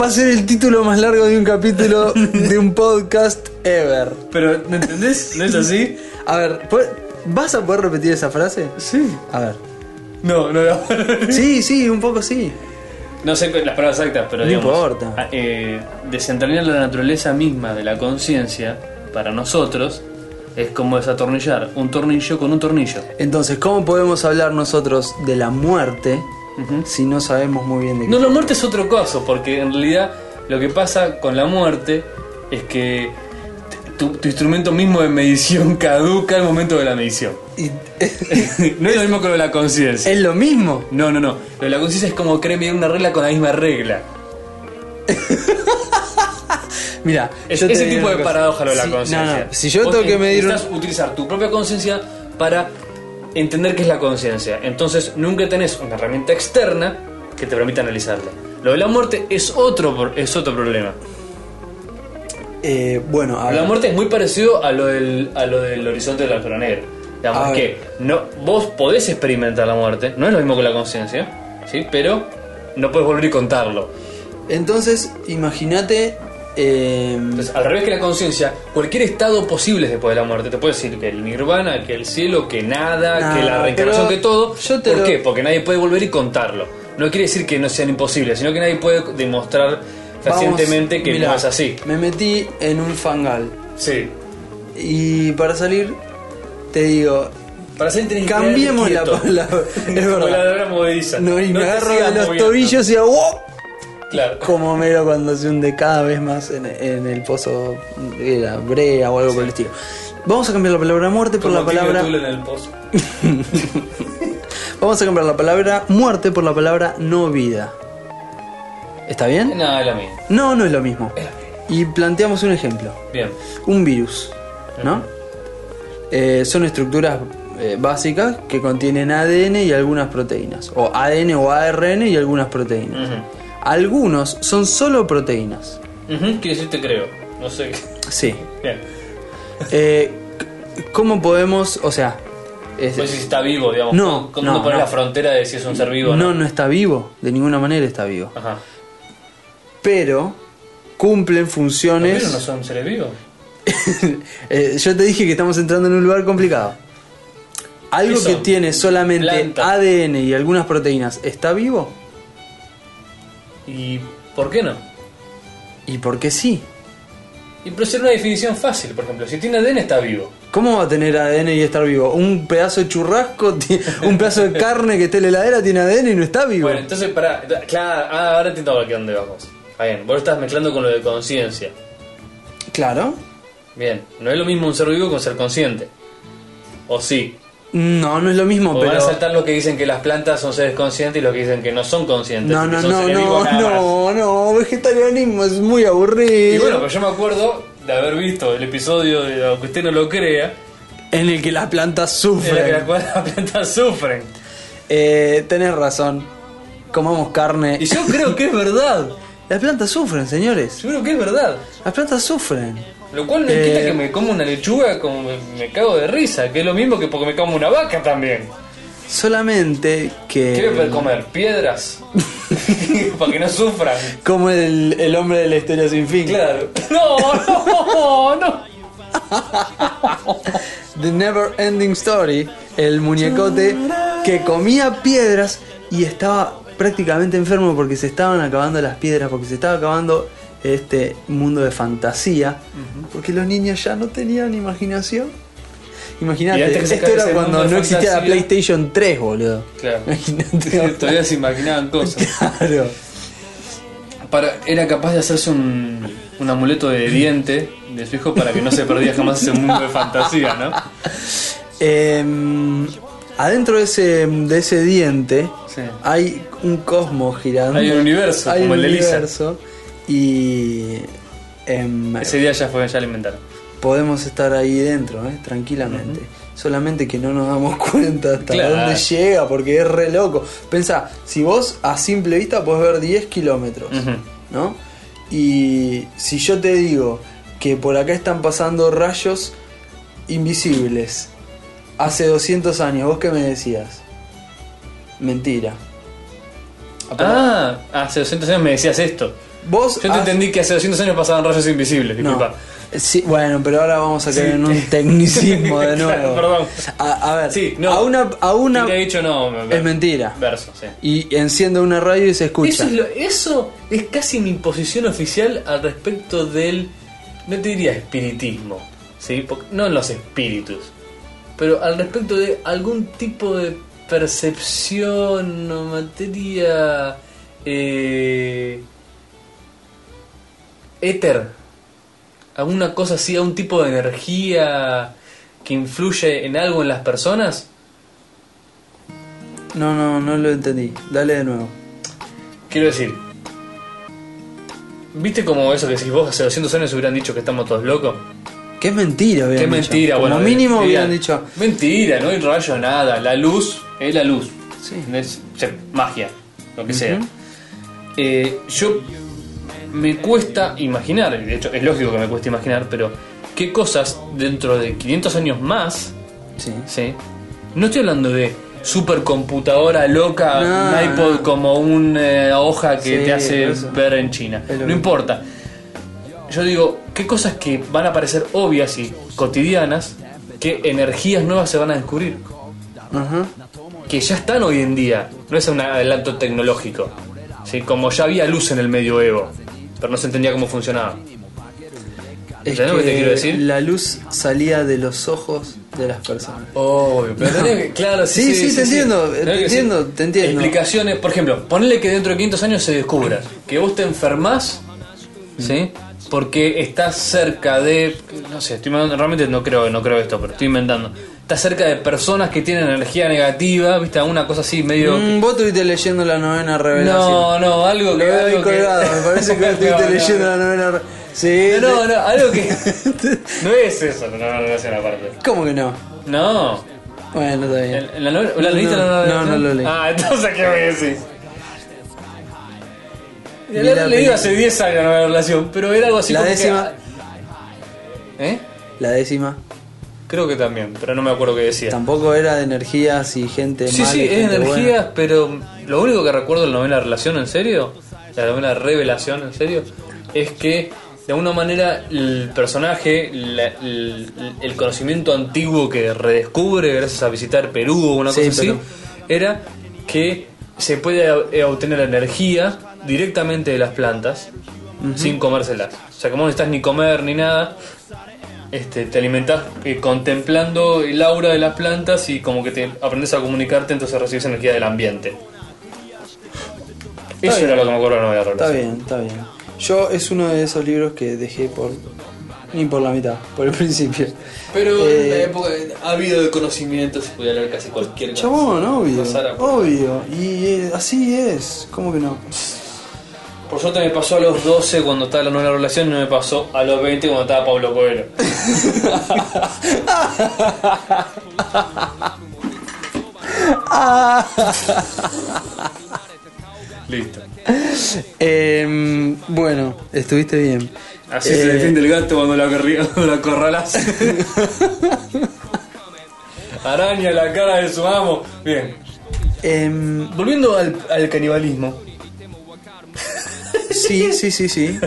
Va a ser el título más largo de
(laughs)
un capítulo de un podcast ever.
Pero, ¿me entendés? ¿No es así?
A ver, ¿po- ¿vas a poder repetir esa frase?
Sí.
A ver.
No, no, no.
Sí, sí, un poco sí.
No sé cu- las palabras exactas, pero
No
digamos.
importa.
a- eh, desentrañar la naturaleza misma de la conciencia para nosotros es como desatornillar un tornillo con un tornillo.
Entonces, ¿cómo podemos hablar nosotros de la muerte
Ujú.
si no sabemos muy bien de qué?
No, la muerte es otro caso, porque en realidad lo que pasa con la muerte es que t- tu, tu instrumento mismo de medición (laughs) caduca al momento de la medición. (laughs)
Y-
no es lo mismo que lo de la conciencia.
es lo mismo.
No, no, no. Lo de la conciencia es como querer medir una regla con la misma regla.
Mira,
Es-
yo te
ese
digo
tipo
una
de
cosa.
paradoja lo de la
Si-
conciencia.
no, no, Si yo
Vos
tengo que medir un-
necesitas utilizar tu propia conciencia para entender qué es la conciencia. Entonces nunca tenés una herramienta externa que te permita analizarla. Lo de la muerte es otro, por- es otro problema.
Eh, bueno, a
La
ver,
muerte es muy parecido a lo del, a lo del horizonte del arco negro. Digamos
A ver.
que no, vos podés experimentar la muerte, no es lo mismo que la conciencia. ¿sí? Pero no puedes volver y contarlo.
Entonces, imagínate. eh,
Entonces, al revés que la conciencia, cualquier estado posible es después de la muerte. Te puedo decir que el nirvana, que el cielo, que nada,
Nah,
que la reencarnación,
pero
que todo.
yo te
¿Por
lo-
qué? Porque nadie puede volver y contarlo. No quiere decir que no sean imposibles, sino que nadie puede demostrar
vamos-
fehacientemente que
mirá,
no es así.
Me metí en un fangal.
Sí.
Y para salir, te digo,
Para ser tenés que
cambiemos la
quedarte quieto. (laughs)
palabra. Es
Como la
verdad.
ladra movediza.
No, y me
te
agarro de
sigas
los
moviendo.
tobillos y hago. ¡oh! ¡wow!
Claro.
Como mero cuando se hunde cada vez más en, en el pozo de la brea o algo por el estilo. Vamos a cambiar la palabra muerte por
Como
la palabra.
Tibio Tulo en el pozo.
Vamos a cambiar la palabra muerte por la palabra no vida. ¿Está bien?
No, es la misma.
No, no es lo mismo. Y planteamos un ejemplo.
Bien.
Un virus, ¿no? Eh, son estructuras eh, básicas que contienen ADN y algunas proteínas. O ADN o ARN y algunas proteínas. Algunos son solo proteínas.
Ujú, Quiere decir te creo. No sé.
Sí.
(laughs) Bien.
Eh, c- ¿Cómo podemos, o sea, es-
Pues si está vivo, digamos.
No,
¿Cómo- ¿Cómo
no,
no pones
no.
la frontera de si es un ser vivo o no?
no, no está vivo, de ninguna manera está vivo,
Ajá.
pero cumplen
¿Los
funciones.
virus
(laughs)
no son seres vivos?
Eh, yo te dije que estamos entrando en un lugar complicado. Algo
¿Qué
que
son?
tiene solamente
Plantas.
ADN y algunas proteínas, ¿está vivo?
¿Y por qué no?
¿Y por qué sí?
Y pero ser una definición fácil, por ejemplo. Si tiene ADN está vivo.
¿Cómo va a tener ADN y estar vivo? Un pedazo de churrasco, (laughs) ti- un pedazo de carne que esté en la heladera tiene ADN y no está vivo.
Bueno, entonces pará. Da- Claro, ah, ahora entiendo por qué dónde vamos. Está bien. Vos lo estás mezclando con lo de conciencia.
Claro.
Bien. No es lo mismo un ser vivo que un ser consciente. O sí.
No, no es lo mismo,
O
pero.
van a saltar los que dicen que las plantas son seres conscientes y los que dicen que no son conscientes.
No,
que
no,
son
no,
seres vivos
no, eh.
nada más.
no, no, vegetarianismo es muy aburrido.
Y bueno, pero yo me acuerdo de haber visto el episodio de Aunque usted no lo crea,
en el que las plantas
en el que las
sufren.
cual las plantas sufren.
Eh, tenés razón. Comamos carne.
Y yo creo que es verdad.
Las plantas sufren, señores.
Yo creo que es verdad.
Las plantas sufren.
Lo cual no
Eh,
quita que me como una lechuga como me, me cago de risa, que es lo mismo que porque me como una vaca también.
Solamente
Quiero poder
que.
comer
(laughs)
piedras para que no sufran.
Como el, el hombre de la historia sin fin.
Claro. (laughs) No, no, no.
The Never Ending Story. El muñecote que comía piedras y estaba prácticamente enfermo porque se estaban acabando las piedras, porque se estaba acabando este mundo de fantasía. Porque los niños ya no tenían imaginación.
Y
Imagínate,
antes que se
esto
acabe
era
ese
cuando
mundo de
no existía la
fantasía.
PlayStation 3, boludo.
Claro.
Imagínate.
Todavía se imaginaban cosas.
(laughs)
(laughs)
Claro.
Para, era capaz de hacerse un, un amuleto de diente de su hijo para que no se perdía jamás ese mundo de fantasía, ¿no?
Eh, adentro de ese, de ese diente
Sí.
hay un cosmos girando.
Hay un universo,
Hay
como
un
el de Lisa.
universo. Y em,
Ese día ya fue, ya alimentaron.
podemos estar ahí dentro, eh, tranquilamente. Solamente que no nos damos (laughs) cuenta hasta
Claro.
dónde llega, porque es re loco. Pensá, si vos a simple vista podés ver 10 kilómetros,
Ujú.
¿no? Y si yo te digo que por acá están pasando rayos invisibles hace 200 años, ¿vos qué me decías? Mentira.
Ah, hace 200 años me decías esto.
Vos
Yo te
hace-
entendí que hace 200 años pasaban rayos invisibles,
No.
disculpa.
Sí, bueno, pero ahora vamos a caer en un
(laughs)
tecnicismo de nuevo.
Claro, perdón.
A, a ver,
Sí, no.
a una, a una
Te he dicho no. me-
es mentira.
Verso, sí.
Y enciende una radio y
Eso
se escucha.
es, lo- eso es casi mi posición oficial al respecto del, no te diría espiritismo, ¿sí? Porque- no en los espíritus, pero al respecto de algún tipo de percepción o materia eh, éter, alguna cosa así, algún tipo de energía que influye en algo en las personas.
No, no, no lo entendí. Dale de nuevo.
Quiero decir, ¿viste como eso que si vos hace 200 años hubieran dicho que estamos todos locos?
Qué mentira,
Qué
hubieran dicho.
mentira,
Como
bueno.
mínimo
dirían,
hubieran dicho.
Mentira, no hay rayo, nada. La luz es la luz.
Sí.
Es, es magia, lo que sea. Eh, yo me cuesta imaginar, y de hecho es lógico que me cueste imaginar, pero qué cosas dentro de 500 años más
Sí.
¿sí? No estoy hablando de supercomputadora loca,
No,
un iPod
no.
como una hoja que
Sí,
te hace
por eso.
ver en China.
Es lo
No
que-
importa. Yo digo, ¿qué cosas que van a parecer obvias y cotidianas? ¿Qué energías nuevas se van a descubrir?
Ajá.
que ya están hoy en día. No es un adelanto tecnológico. ¿sí? Como ya había luz en el medioevo, pero no se entendía cómo funcionaba.
Es
¿Entendés lo que te quiero decir?
La luz salía de los ojos de las personas.
Obvio, pero tenés que- claro, sí,
Sí, sí, te entiendo,
Tenés
te
que decir
entiendo, te entiendo.
Explicaciones, por ejemplo, ponle que dentro de 500 años se descubra que vos te enfermás, ¿sí? Porque estás cerca de, no sé, estoy inventando- realmente no creo, no creo esto, pero estoy inventando. Estás cerca de personas que tienen energía negativa, ¿viste? Una cosa así medio que-
Mm, vos estuviste leyendo la novena revelación.
No, no, algo
Lo
que.
veo ahí
algo que-
colgado, me
(laughs)
parece que estuviste
No, no.
leyendo la novena re- Sí.
No, no,
te-
no, algo que. No es eso, no, no, no es una parte.
¿Cómo que no?
No.
Bueno, está bien.
¿En, en la novela? ¿La
No,
leíste
no,
o no, la
no,
leíste?
no lo leí.
Ah, entonces, ¿qué me decís?
Vi
La
la
he leído
película.
hace 10 años la relación, pero era algo así
La
como que-
décima.
¿Eh?
La décima.
Creo que también, pero no me acuerdo qué decía.
Tampoco era de energías y gente
Sí,
mala
sí,
y
es
gente
energía,
buena.
pero lo único que recuerdo de la novela Relación, en serio, la novela Revelación, en serio, es que de alguna manera el personaje, la- el, el conocimiento antiguo que redescubre gracias a visitar Perú o una
Sí,
cosa así,
pero-
era que se puede a- eh, obtener energía directamente de las plantas sin comérselas. O sea, que vos no necesitas ni comer ni nada. Este, te alimentás eh, contemplando el aura de las plantas y como que te aprendes a comunicarte, entonces recibes energía del ambiente. Eso
bien.
era lo que me acuerdo de la novela
Está
Revelación.
bien, está bien. Yo es uno de esos libros que dejé por. ni por la mitad, por el (laughs) principio.
Pero en la
Eh,
época ha habido de conocimiento, se podía leer casi cualquier cosa.
Chabón, obvio.
Pasar a- Oh.
Obvio. Y eh, así es. ¿Cómo que no?
Por suerte me pasó a los 12 cuando estaba la novela Revelación, no me pasó a los 20 cuando estaba Pablo
(laughs)
Coelho. (laughs)
Ah.
Listo.
Em, bueno, estuviste bien.
Así se
Eh,
defiende el gato cuando la, corri- (laughs) cuando la corralas. Araña la cara de su amo. Bien.
em,
Volviendo al, al canibalismo.
sí, sí, sí, sí.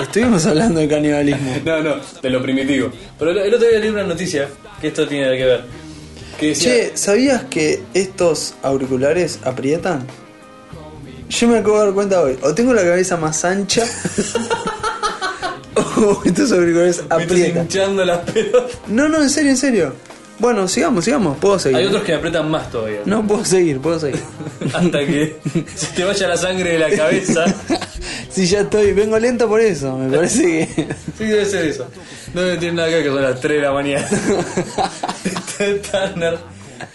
Estuvimos hablando de canibalismo.
(laughs) No, no, de lo primitivo. Pero el, el otro día leí una noticia que esto tiene que ver. Que decía,
Che, ¿sabías que estos auriculares aprietan? Yo me acabo de dar cuenta hoy. O tengo la cabeza más ancha. (laughs) o estos auriculares
me estoy
aprietan.
hinchando las pelotas.
No, no, en serio, en serio. Bueno, sigamos, sigamos. Puedo seguir.
Hay otros que me apretan más todavía.
No, puedo seguir, puedo seguir.
(laughs) Hasta
(laughs)
que se te vaya la sangre de la cabeza.
si ya estoy, vengo lento por eso. Me parece que.
Sí, debe ser eso. No me tiene nada que ver que son las 3 de la
(laughs)
mañana. (laughs) Ted Turner.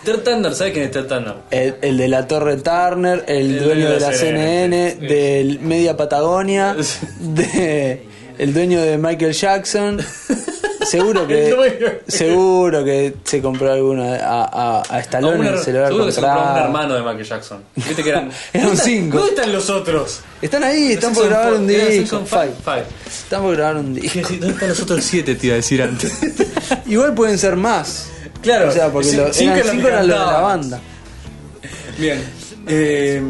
Ted Turner, ¿sabes quién es Ted Turner?
El, el de la Torre Turner, el, dueño de la CNN,
sí.
del
(laughs)
Media Patagonia,
Sí.
de, el dueño de Michael Jackson. Seguro
El dueño.
que (laughs) seguro que se compró alguno a, a, a Stallone
Alguna-
se lo habrá
seguro que se compró un
comprado.
hermano de Michael Jackson. Viste que eran.
(laughs) Eran cinco.
¿Dónde están los otros?
Están ahí, están
Jackson
por grabar un
four- eran
disco.
Jackson five,
Five.
five.
Están por grabar
(laughs)
un disco.
¿Dónde están los otros siete? Te iba a decir antes.
Igual pueden ser más.
Claro,
O sea, porque
sí,
los
cinco
eran
eran
cinco eran los de la
cantaban.
banda.
(laughs) Bien. Eh,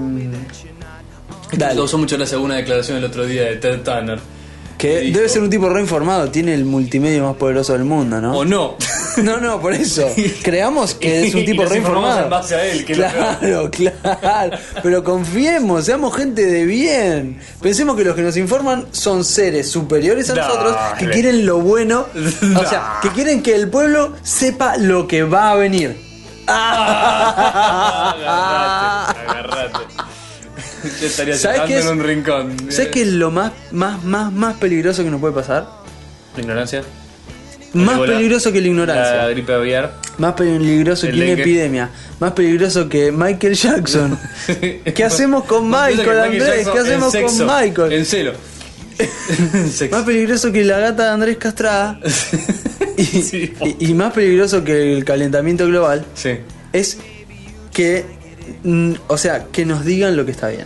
Dale.
me causó mucho gracia una declaración el otro día de Ted Turner.
Que
Dijo.
debe ser un tipo reinformado, tiene el multimedia más poderoso del mundo, ¿no?
¿O no?
(laughs) No, no, por eso. Creamos que es
(laughs)
un
Y
tipo
nos informamos
reinformado.
en base a él, que es lo
claro, (laughs) claro. Pero confiemos, seamos gente de bien. Pensemos que los que nos informan son seres superiores a
Dale.
nosotros que quieren lo bueno.
(laughs)
O sea,
Dale.
que quieren que el pueblo sepa lo que va a venir.
(laughs) (laughs) agarrate, agarrate. Yo estaría
¿Sabes
llorando
qué es?
en un rincón.
¿Sabes qué es lo más, más, más, más peligroso que nos puede pasar?
La ignorancia.
Más
Ébola.
peligroso que la ignorancia.
La gripe aviar.
Más peligroso
El
que una
dengue.
epidemia. Más peligroso que
(laughs)
Michael Jackson. ¿Qué hacemos con
Más peligroso
Michael,
que Michael
Andrés?
Jackson
¿Qué
en
hacemos
sexo,
con Michael?
En celo. (laughs) En sexo.
(laughs) Más peligroso que la gata de Andrés Castrada.
(laughs)
y,
Sí.
y- y más peligroso que el calentamiento global
Sí.
es que. mm, o sea, que nos digan lo que está bien.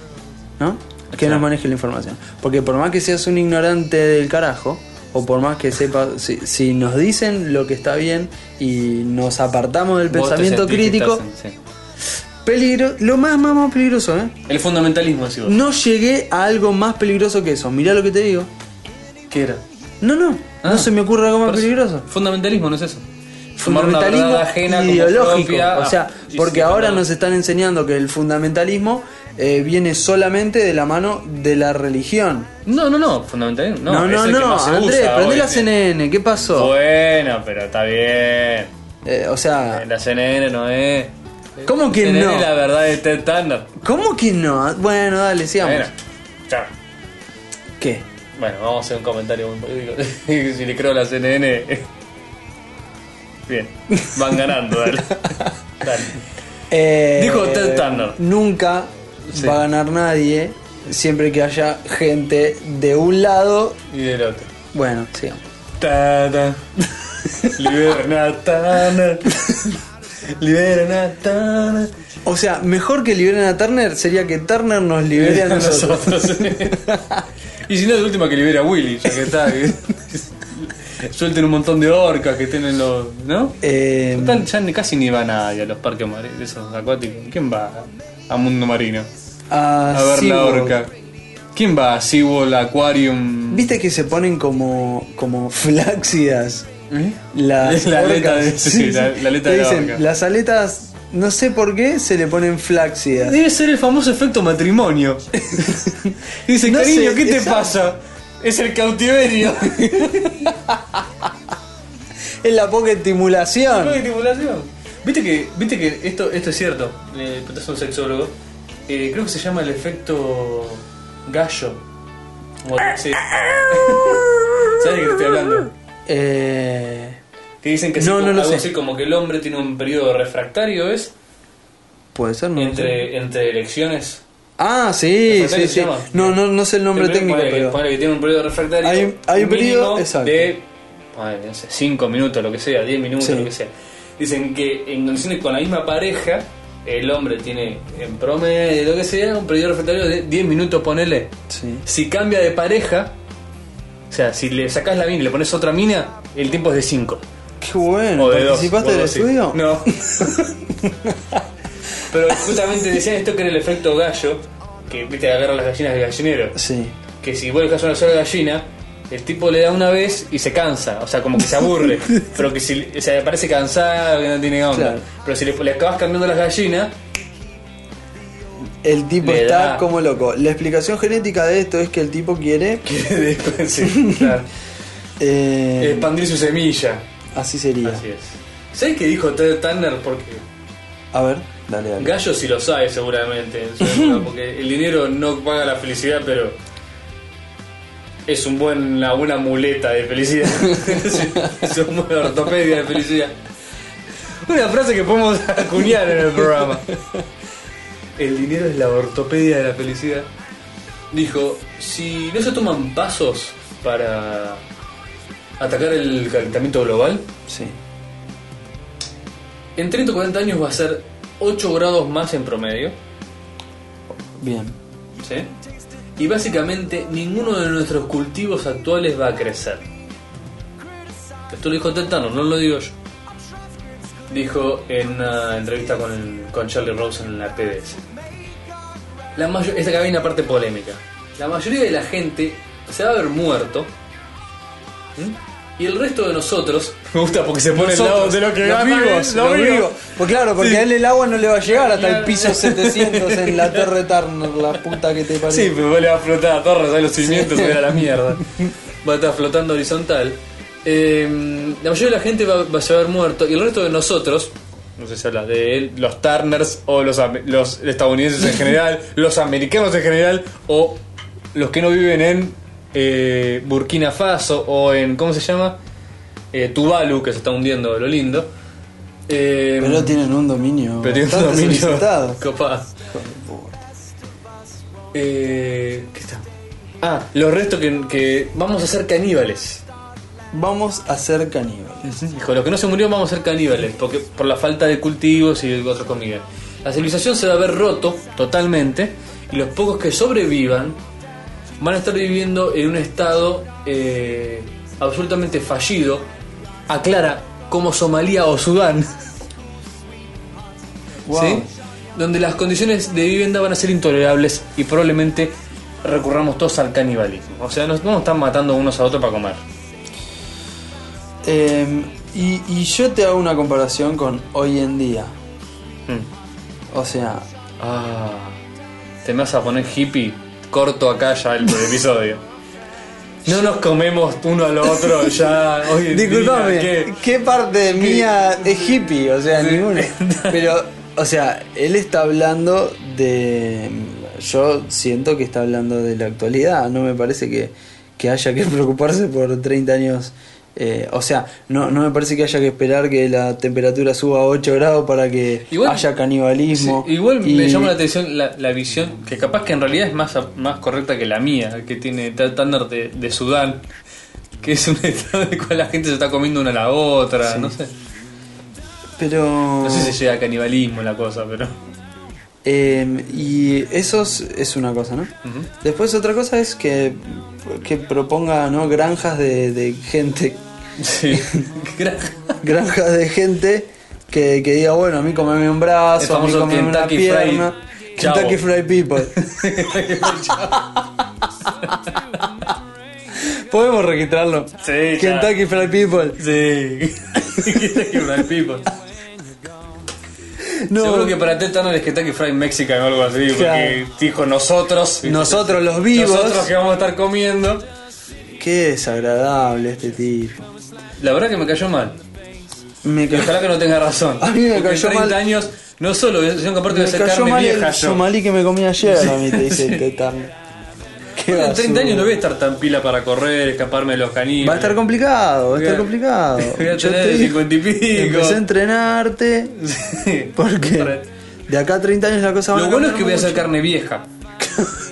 ¿No? Que
Claro.
nos maneje la información. Porque por más que seas un ignorante del carajo. O por más que sepas, si, si nos dicen lo que está bien y nos apartamos del
Vos te
pensamiento
sentís que
crítico,
estás en- sí.
Peligro, lo más, más, más peligroso, ¿eh?
El fundamentalismo, decís vos.
No llegué a algo más peligroso que eso. Mirá lo que te digo.
¿Qué era?
No, no.
Ah.
no se me ocurre algo más
Por eso.
peligroso.
Fundamentalismo no es eso. Tomar una
Fundamentalismo
verdad ajena como
ideológico.
propia.
o sea,
Ah, sí,
porque ahora
claro.
nos están enseñando que el fundamentalismo eh, viene solamente de la mano de la religión.
No, no, no, fundamentalismo. No,
No,
es
no,
el que
no.
más se usa
Andrés, prendé
hoy,
la
sí.
CNN. ¿Qué pasó?
Bueno, pero está bien.
Eh, o sea,
La CNN no es.
¿cómo que
CNN
no?
es la verdad de Ted Turner.
¿Cómo que no? Bueno, dale, sigamos.
Bueno, chao.
¿Qué?
Bueno, vamos a hacer un comentario muy político. (laughs) si le creo a la CNN. eh, Bien, van ganando, dale. Dale.
Eh,
Dijo Ted Turner.
Nunca
Sí.
va a ganar nadie siempre que haya gente de un lado.
Y del otro.
Bueno, sigamos.
Tana. Libera a Tana. Libera a Tana.
O sea, mejor que liberen a Turner sería que Turner nos libere a nosotros.
(laughs) Nosotros. y si no, de última que libera a Willy, ya que está. que- Suelten un montón de orcas que tienen los. ¿No?
Eh,
Total, ya ni- casi ni va nadie a los parques mari- esos acuáticos. ¿Quién va a Mundo Marino?
a
A ver la
SeaWorld.
orca. ¿Quién va a SeaWorld Aquarium?
¿Viste que se ponen como, como flácidas
¿Eh? (laughs)
las
La aleta
orcas?
de- sí, la- la aleta
Te
de la
dicen,
orca.
Las aletas, no sé por qué, se le ponen flácidas.
Debe ser el famoso efecto matrimonio. (laughs) Dice,
No sé,
cariño, ¿qué te
esa-
pasa? Es el
(laughs)
cautiverio.
Es la poca estimulación.
de tripulación. ¿Viste que, viste que esto, esto es cierto? Eh, pero es un sexólogo. Eh, creo que se llama el efecto gallo. O algo así. (laughs) ¿Sabes de qué te estoy hablando?
Eh,
Que dicen que
No,
así,
no lo
algo
sé.
así como que el hombre tiene un periodo refractario, ¿es?
puede ser, no sé.
Entre, entre elecciones.
Ah, sí, sí,
¿Refractario se
sí.
llama?
No, no, no sé el nombre
Siempre
técnico,
ponele que-
pero.
ponele que tiene un periodo refractario.
Hay un- hay
mínimo
un periodo, exacto.
De, 5 minutos, lo que sea, 10 minutos,
Sí.
lo que sea. Dicen que en condiciones con la misma pareja, el hombre tiene en promedio, lo que sea, un periodo refractario de 10 minutos, ponele.
Sí.
Si cambia de pareja, o sea, si le sacás la mina y le pones otra mina, el tiempo es de 5.
Qué bueno.
O de dos,
¿Participaste
o
del
dos, sí.
estudio? (laughs)
No. Pero justamente decían esto que era el efecto gallo, que viste agarra las gallinas del gallinero
Sí.
que si vos dejás una sola gallina, el tipo le da una vez y se cansa, o sea, como que se
(laughs)
aburre, pero que si o sea, parece cansado, que no tiene onda.
Claro.
Pero si le, le acabas cambiando las gallinas, (laughs)
El tipo
Le
está
da.
como loco. La explicación genética de esto es que el tipo quiere
quiere sí,
(laughs)
claro,
eh,
expandir su semilla.
así sería.
Así es. ¿Sabes qué dijo Ted Turner? Porque
A ver, dale, dale.
Gallo sí lo sabe seguramente, en su (laughs) época, porque el dinero no paga la felicidad, pero es un buen, una buena muleta de (laughs) felicidad. Sí, es una buena ortopedia de felicidad. Una frase que podemos (laughs) acuñar en el programa. El dinero es la ortopedia de la felicidad. Dijo, si no se toman pasos para atacar el calentamiento global,
Sí.
en 30 o 40 años va a ser 8 grados más en promedio.
Bien.
¿sí? Y básicamente ninguno de nuestros cultivos actuales va a crecer. Esto lo dijo Tetano, no lo digo yo. Dijo en una entrevista con, con Charlie Rose en la PBS. La mayo- esta acá viene una parte polémica. La mayoría de la gente se va a ver muerto. ¿m? Y el resto de
(laughs)
nosotros. Me gusta porque se pone
el lado de lo que gana es lo vivo. Pues claro, porque a él el agua no le va a llegar hasta el piso 700 en
(laughs)
la Torre Turner, la puta que te parece.
Sí, pero vos le vas a flotar a torres, ¿sabes? los cimientos se van a la mierda. Va a estar flotando horizontal. Eh, la mayoría de la gente va, va a ser muerto y el resto de nosotros, no sé si habla de él, los Turners o los, am- los estadounidenses en general, los americanos en general o los que no viven en eh, Burkina Faso o en, ¿cómo se llama? Eh, Tuvalu, que se está hundiendo lo lindo. Eh,
Pero tienen un dominio.
pero tiene un
bastante
dominio
solicitado.
copado. Eh, ¿Qué está? Ah, los restos que, que vamos a ser caníbales.
Vamos a ser caníbales.
Hijo, los que no se murió vamos a ser caníbales, porque por la falta de cultivos y otra comida. La civilización se va a ver roto totalmente y los pocos que sobrevivan van a estar viviendo en un estado eh, absolutamente fallido, aclara como Somalia o Sudán.
Wow.
¿Sí? donde las condiciones de vivienda van a ser intolerables y probablemente recurramos todos al canibalismo. O sea, nos, no nos están matando unos a otros para comer.
Eh, y, y yo te hago una comparación con hoy en día.
Mm.
O sea,
Ah, te me vas a poner hippie. Corto acá ya
(laughs)
el episodio. No nos comemos uno al otro ya. Hoy en día,
Disculpame,
¿qué?
¿qué? parte de mía es hippie? O
(laughs)
sea, ninguna. Pero, o sea, él está hablando de. Yo siento que está hablando de la actualidad. No me parece que, que haya que (laughs) preocuparse por 30 años. eh, o sea, no, no me parece que haya que esperar que la temperatura suba a 8 grados para que
Igual-
haya canibalismo.
Sí, igual me
Y-
llama la atención la, la visión, que capaz que en realidad es más, más correcta que la mía, que tiene Ted Tanner de, de Sudán, (laughs) que es un estado en el cual la gente se está comiendo una a la otra, no sé.
Pero.
No sé si llega a canibalismo la cosa, pero... (laughs)
Eh, y eso es, es una cosa, ¿no? Después otra cosa es que, que proponga, ¿no? Granjas de, de gente. (laughs)
Sí.
Granjas de gente que, que diga, bueno, a mí comeme un brazo, a mí
famoso
comeme una
Kentucky Fried
pierna. (laughs)
Chavo.
Kentucky Fried
(laughs)
People. Podemos registrarlo.
Sí, ya.
Kentucky Fried People.
(laughs) sí. Kentucky Fried People.
No,
Seguro que para Ted Tanner es Kentucky Fried Mexican o algo así, porque
Claro.
dijo nosotros...
Nosotros los vivos.
Nosotros que vamos a estar comiendo.
Qué desagradable este tipo.
La verdad que me cayó mal.
Me
Y ojalá que no tenga razón.
A mí me
Porque
cayó
en 30
mal-
años, no solo, sino que aparte voy a
Me
ser
cayó
carne
mal
vieja
el
yo.
somalí que me comí ayer, a mí te
(laughs)
dice el tetán. Qué
en 30
basura.
años no voy a estar tan pila para correr, escaparme de los caninos.
Va a estar complicado, va a estar
Voy a-
complicado.
(laughs) voy a
Yo
tener
te dije,
50 y pico. (laughs)
Empecé a entrenarte porque de acá a 30 años la cosa va
Lo
a
bueno es
cambiar
que voy a ser
mucho.
carne vieja.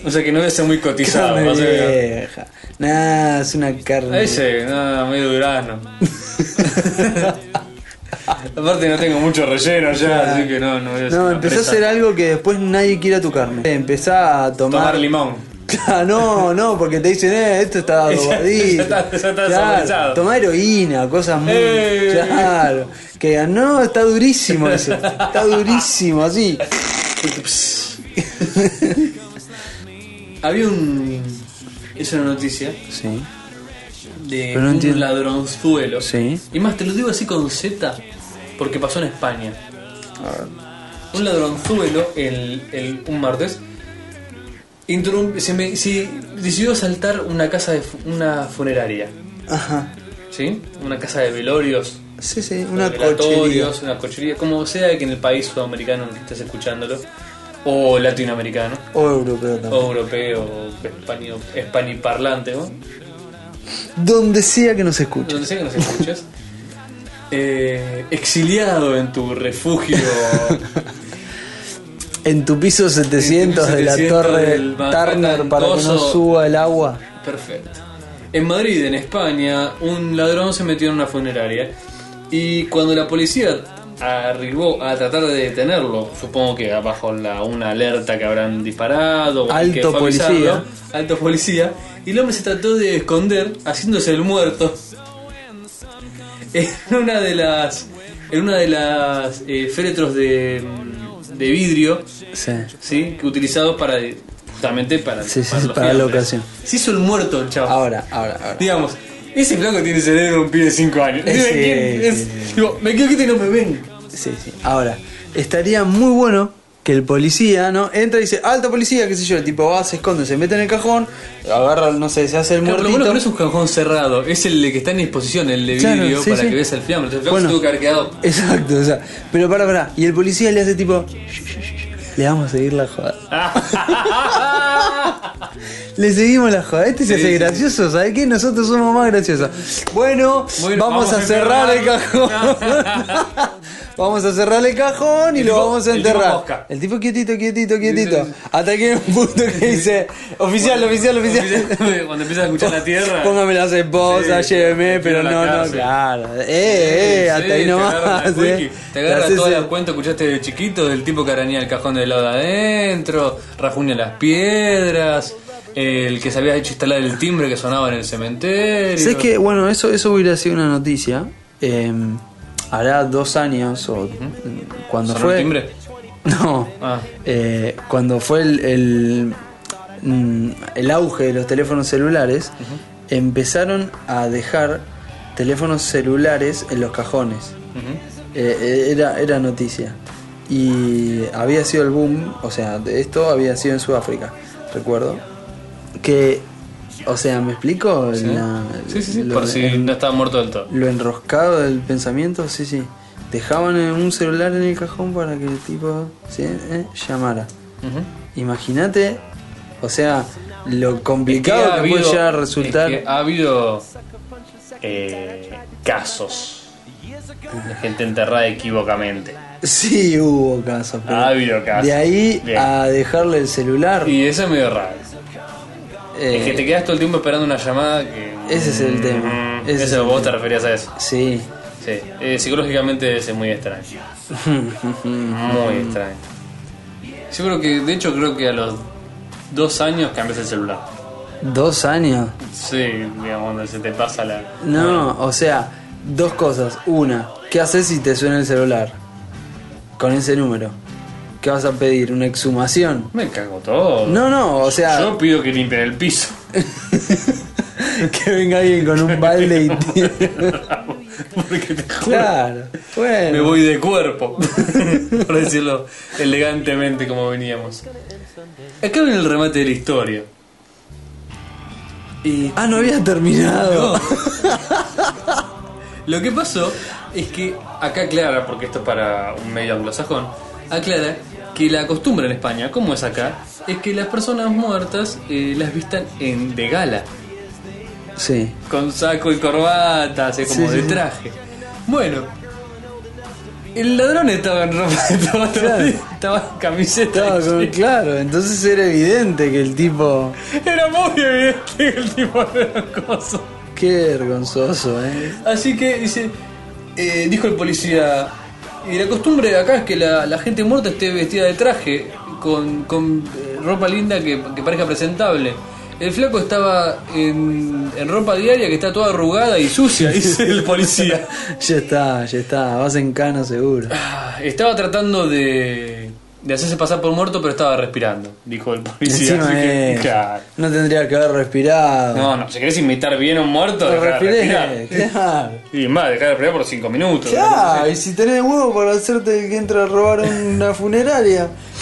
O sea que no voy a ser muy cotizado.
(laughs) Carne
o sea,
vieja. Nah, es una carne.
A ese, no, medio
(laughs)
durazno. (laughs) Aparte no tengo mucho relleno ya, así que no, no voy a ser
No,
una
empezá a
presa.
hacer algo que después nadie quiera tu carne. Empezá a tomar.
Tomar limón.
(laughs) Claro, Ah, no, no, porque te dicen, eh, esto está
(laughs) Ya- ya
drogadito.
está- ya está saborizado.
claro, Toma heroína, cosas muy.
Eh.
Claro. Que digan, no, está
(laughs)
durísimo eso. Está durísimo, así.
pues, (laughs) Había un... Es una noticia
Sí.
de
Pero no
un
entiendo.
ladronzuelo.
Sí.
Y más, te lo digo así con Z, porque pasó en España. Un ladronzuelo, el, el- un martes, interrum- se, me- se decidió asaltar una casa de fu- una funeraria.
Ajá.
¿Sí? Una casa de velorios.
Sí, sí, una cochería.
velatorios, Una cochería, como sea que en el país sudamericano en el que estés escuchándolo, o latinoamericano,
O europeo también.
o europeo, o español, hispaniparlante, ¿no?
Donde sea que nos escuche.
donde sea que nos escuches, eh, exiliado en tu refugio
En tu piso 700 de la
700
torre
del
Turner para que no
Manhattan,
suba el agua.
perfecto. En Madrid, en España, un ladrón se metió en una funeraria y cuando la policía arribó a tratar de detenerlo, supongo que bajo la, una alerta que habrán disparado, o
Alto
que fue a
policía.
avisarlo, alto policía, y el hombre se trató de esconder haciéndose el muerto en una de las en una de las eh, féretros de, de vidrio
Sí.
¿sí? que utilizados para justamente para,
Sí, sí,
los
para la
fiambres.
ocasión.
Se hizo el muerto el chavo.
Ahora, ahora, ahora.
Digamos, ese flaco tiene cerebro de un pibe de 5 años.
Eh,
Dime,
sí,
¿quién
sí,
es?
sí.
Digo, me quedo quieto y no me ven.
Sí, sí. Ahora, estaría muy bueno que el policía, ¿no? Entra y dice, alto policía, qué sé yo, el tipo va, se esconde, se mete en el cajón, agarra, no sé, se hace el
Claro, lo bueno
muertito.
es que no es un cajón cerrado, es el de que está en disposición, el de
Claro,
vidrio,
sí,
para
sí.
que veas el fiambre. Entonces, el flaco
Bueno.
se tuvo que haber
(laughs)
quedado.
(laughs) Exacto, o sea, pero para, para. Y el policía le hace tipo, "Shh, shh, shh". le vamos a seguir la joda. Le seguimos la joda. Este se
Sí,
hace
sí,
gracioso, ¿sabes qué? Nosotros somos más graciosos. Bueno,
Bueno,
vamos,
vamos
a
a
cerrar el
enterrar. (laughs)
cajón. vamos a cerrar el cajón y
El
lo
tipo-
vamos a
el tipo
enterrar.
mosca.
El tipo quietito, quietito,
Sí,
quietito.
sí, sí.
Hasta que hay un punto que dice, oficial,
(laughs)
oficial, oficial.
Cuando empiezas a escuchar la tierra.
Póngame las esposas,
Sí,
lléveme, pero
tira la
no, no,
cárcel.
claro. Eh, eh,
Sí,
hasta ahí nomás.
Te
(laughs)
agarra, la
eh.
wiki, te agarra
Haces
todas
el-
las cuentas, escuchaste de chiquito, del tipo que arañaba el cajón del lado de adentro, rajuña las piedras, el que se había hecho instalar el timbre que sonaba en el cementerio.
¿Sabes que Bueno, eso, eso hubiera sido una noticia. eh, hará dos años o mm, cuando
¿Sonó
fue.
el timbre?
(laughs) No.
Ah.
Eh, cuando fue el, el, mm, el auge de los teléfonos celulares, empezaron a dejar teléfonos celulares en los cajones. Eh, eh, era, era noticia. Y había sido el boom, o sea, de esto había sido en Sudáfrica, recuerdo. Que, o sea, ¿me explico? La-
Sí, sí, sí,
lo-
por si
el-
no estaba muerto del todo.
lo enroscado del pensamiento, sí, sí. Dejaban en un celular en el cajón para que el tipo ¿sí? eh, llamara.
Ujú.
Imagínate, o sea, lo complicado
Es
que, puede
habido-
llegar a resultar.
es que ha habido eh, casos de gente enterrada equivocamente.
Sí, hubo casos. pero
Ha habido casos.
De ahí
Bien.
a dejarle el celular.
Y eso es medio raro.
eh,
es que te quedas todo el tiempo esperando una llamada que.
Ese es el tema.
Mm,
Ese es
eso
el
vos te
tema.
referías a eso.
Sí.
Sí. Eh, psicológicamente es muy
(laughs)
extraño. Muy extraño. Yo creo que, de hecho, creo que a los dos años cambias el celular.
Dos años.
Sí, digamos, donde se te pasa la.
No, o sea, dos cosas. Una, ¿qué haces si te suena el celular? Con ese número. ¿Qué vas a pedir? ¿Una exhumación?
Me cago todo.
No, no, o sea,
Yo pido que limpien el piso.
(laughs)
(laughs)
que venga alguien con un balde
(laughs)
y tire.
Porque te juro,
claro, bueno.
me voy de cuerpo. (laughs) Por decirlo elegantemente como veníamos. Acá viene el remate de la historia. Y
Ah, no había terminado.
Lo que pasó es que acá aclara, porque esto es para un medio anglosajón, aclara que la costumbre en España, como es acá, es que las personas muertas eh, las vistan en de gala,
Sí,
con saco y corbata, así como
Sí, sí,
de
sí.
traje. Bueno, el ladrón estaba en ropa de estaba, estaba en camiseta.
Estaba con- claro, entonces era evidente que el tipo.
Era muy evidente que el tipo era un coso.
Qué vergonzoso, ¿eh?
Así que dice, eh, dijo el policía, y la costumbre acá es que la, la gente muerta esté vestida de traje, con, con, eh, ropa linda que, que parezca presentable. El flaco estaba en, en ropa diaria que está toda arrugada y sucia, (laughs) dice el policía.
Ya está, ya está, vas en cana seguro.
Ah, Estaba tratando de, de hacerse pasar por muerto, pero estaba respirando, dijo el policía.
Encima
Así que,
es-
claro.
No tendría que haber respirado.
No, no, si querés imitar bien a un muerto,
Pero
dejar de
respiré,
respirar. (laughs)
claro.
Y más, dejar de respirar por 5 minutos.
Ya, y si tenés huevo para hacerte que entra a robar una funeraria. (laughs)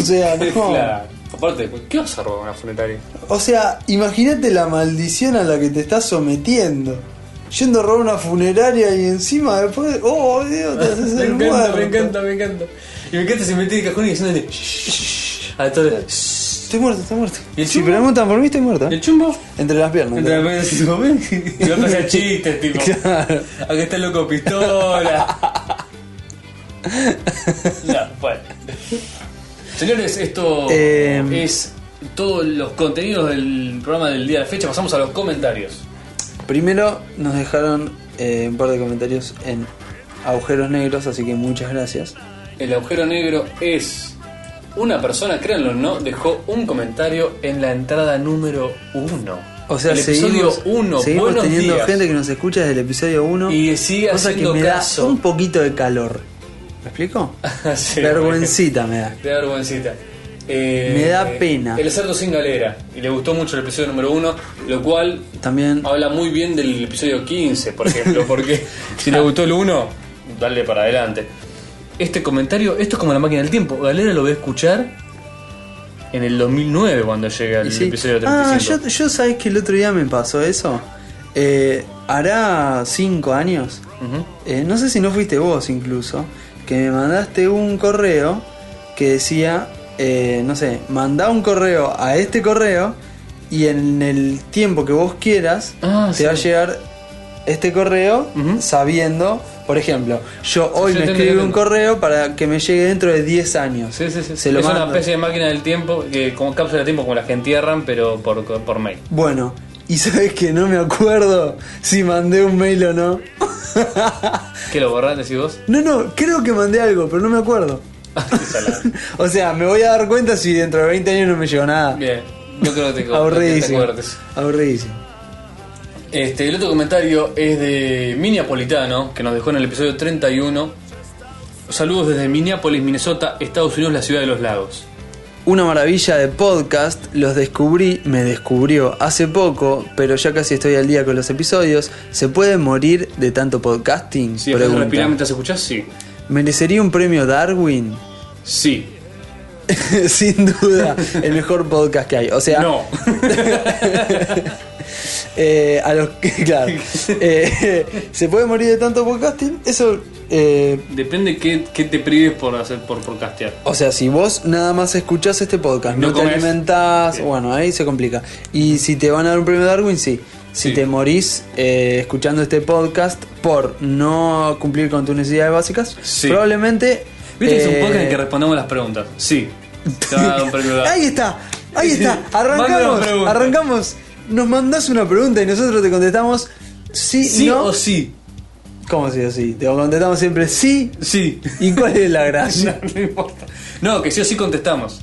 (laughs)
sea,
(laughs)
no.
Claro. Aparte, ¿qué vas a robar una funeraria?
O sea, imagínate la maldición a la que te estás sometiendo. Yendo a robar una funeraria y encima después. ¡Oh, Dios! Te
(laughs)
haces el muerto.
me encanta. Y me encanta se metí en el cajón y diciendo shh, a todo el-
Estoy muerto, estoy muerto.
¿Y el
si
chumbo?
preguntan por mí, estoy muerto.
El chumbo.
Entre las piernas.
Entre las veces y ven. (laughs) Y va a pasar chistes, tipo.
(laughs) Claro.
Acá está el loco pistola. (laughs) no, bueno. Señores, esto
Eh,
es todos los contenidos del programa del día de la fecha. Pasamos a los comentarios.
Primero nos dejaron eh, un par de comentarios en agujeros negros, así que muchas gracias.
El agujero negro es. Una persona, créanlo o no, dejó un comentario en la entrada número uno.
O sea,
el
seguimos,
episodio 1,
seguimos
buenos
teniendo
días.
gente que nos escucha desde el episodio 1.
Y sigue
cosa que
haciendo
me
caso.
da
(laughs)
un poquito de calor. ¿Me explico? (laughs)
Sí.
Vergüencita me da.
Te da vergüencita. Eh,
Me da pena.
El cerdo sin galera. Y le gustó mucho el episodio número uno, lo cual
También
habla muy bien del episodio 15, por
(laughs)
ejemplo, porque si le gustó el 1, dale para adelante. Este comentario, esto es como la máquina del tiempo. Galera lo voy a escuchar en el 2009 cuando llega el
Y sí.
episodio 35.
Ah, yo, yo sabes que el otro día me pasó eso. Eh, hará cinco años.
Ujú.
Eh, no sé si no fuiste vos incluso. Que me mandaste un correo que decía, eh, no sé, mandá un correo a este correo y en el tiempo que vos quieras
Ah,
te
sí.
va a llegar este correo sabiendo, por ejemplo, yo hoy
yo
me
te
escribí un
entiendo.
correo para que me llegue dentro de 10 años.
Sí, sí, sí.
Se lo
es una
mando.
especie de máquina del tiempo, que como cápsula de tiempo como las que entierran, pero por, por mail.
Bueno, y sabes que no me acuerdo si mandé un mail o no.
¿Qué lo borras, decís vos? (laughs)
no, no, creo que mandé algo, pero no me acuerdo.
Qué
(laughs)
salado.
o sea, me voy a dar cuenta si dentro de 20 años no me llegó nada.
Bien, yo creo que te, que te
Aburridísimo.
acuerdes.
Aburridísimo.
Este, el otro comentario es de Miniapolitano, que nos dejó en el episodio 31. Saludos desde Minneapolis, Minnesota, Estados Unidos, la ciudad de los lagos.
Una maravilla de podcast, los descubrí, me descubrió hace poco, pero ya casi estoy al día con los episodios. ¿Se puede morir de tanto podcasting?
Si dejas de
Pregunta.
respirar mientras escuchás, sí.
¿Merecería un premio Darwin?
Sí.
(laughs) Sin duda, el mejor podcast que hay. O sea,
No.
(laughs) eh, a los que, (laughs) claro. Eh, (laughs) ¿Se puede morir de tanto podcasting? Eso, eh,
Depende qué, qué te prives por hacer por podcastear.
o sea, si vos nada más escuchás este podcast, no,
No
te
comés.
alimentás, bueno, ahí se complica. Y si te van a dar un premio Darwin, sí. Si
Sí.
te morís eh, escuchando este podcast por no cumplir con tus necesidades básicas,
Sí.
probablemente...
Viste que es un
eh,
podcast en el que respondemos las preguntas. Sí. Te van a dar un premio
(laughs)
Darwin.
Ahí está,
(laughs)
ahí está.
Manda
Arrancamos,
la pregunta.
arrancamos. Nos mandás una pregunta y nosotros te contestamos sí,
Sí
no.
o sí.
¿Cómo sí o sí? Te contestamos siempre sí.
Sí.
¿Y cuál es la
No, (laughs)
gracia?
no importa. No, que sí o sí contestamos.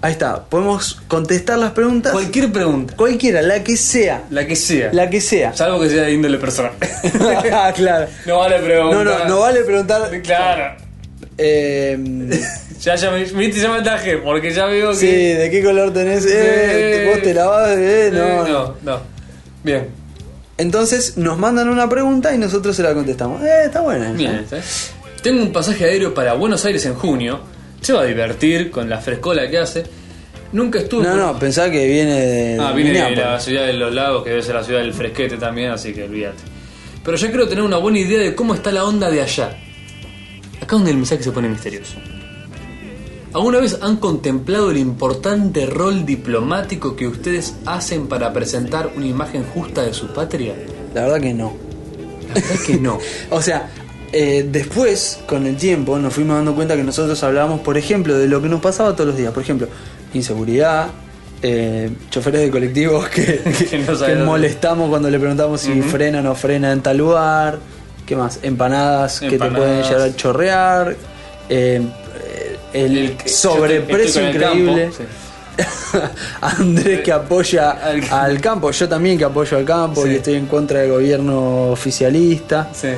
Ahí está, podemos contestar las preguntas.
Cualquier pregunta.
Cualquiera, la que sea.
La que sea.
La
(laughs)
que sea.
Salvo que sea de índole personal. (laughs)
Ah, claro.
no vale
No,
preguntar.
no, no vale preguntar.
Claro. (laughs)
eh,
Ya, ya me, viste, ya me atajé, porque ya veo que.
sí, ¿de qué color tenés? Eh,
Eh,
¿Vos te lavás? Eh,
Eh,
no.
no, no. Bien.
Entonces nos mandan una pregunta y nosotros se la contestamos. Eh, está buena.
Bien, ¿eh? Tengo un pasaje aéreo para Buenos Aires en junio. Se va a divertir con la frescola que hace. Nunca estuve.
No,
por-
no, pensaba que viene de.
Ah, viene de
Minneapolis.
la ciudad de los lagos, que debe ser la ciudad del fresquete también, así que olvídate. Pero ya creo tener una buena idea de cómo está la onda de allá. Acá donde el mensaje se pone misterioso. ¿Alguna vez han contemplado el importante rol diplomático que ustedes hacen para presentar una imagen justa de su patria?
La verdad que no.
La verdad es que
(laughs)
no.
O sea, eh, después, con el tiempo, nos fuimos dando cuenta que nosotros hablábamos, por ejemplo, de lo que nos pasaba todos los días. Por ejemplo, inseguridad, eh, choferes de colectivos que,
(laughs) Que no
que
saben dónde.
molestamos cuando le preguntamos si frena o no frena en tal lugar. ¿Qué más? Empanadas, que te
Empanadas.
pueden llegar a chorrear. eh, el,
El que-
sobreprecio
yo estoy- estoy con el
increíble.
campo,
(laughs) Andrés que apoya al,
Al-
campo, yo también que apoyo al campo
Sí.
y estoy en contra del gobierno oficialista.
Sí.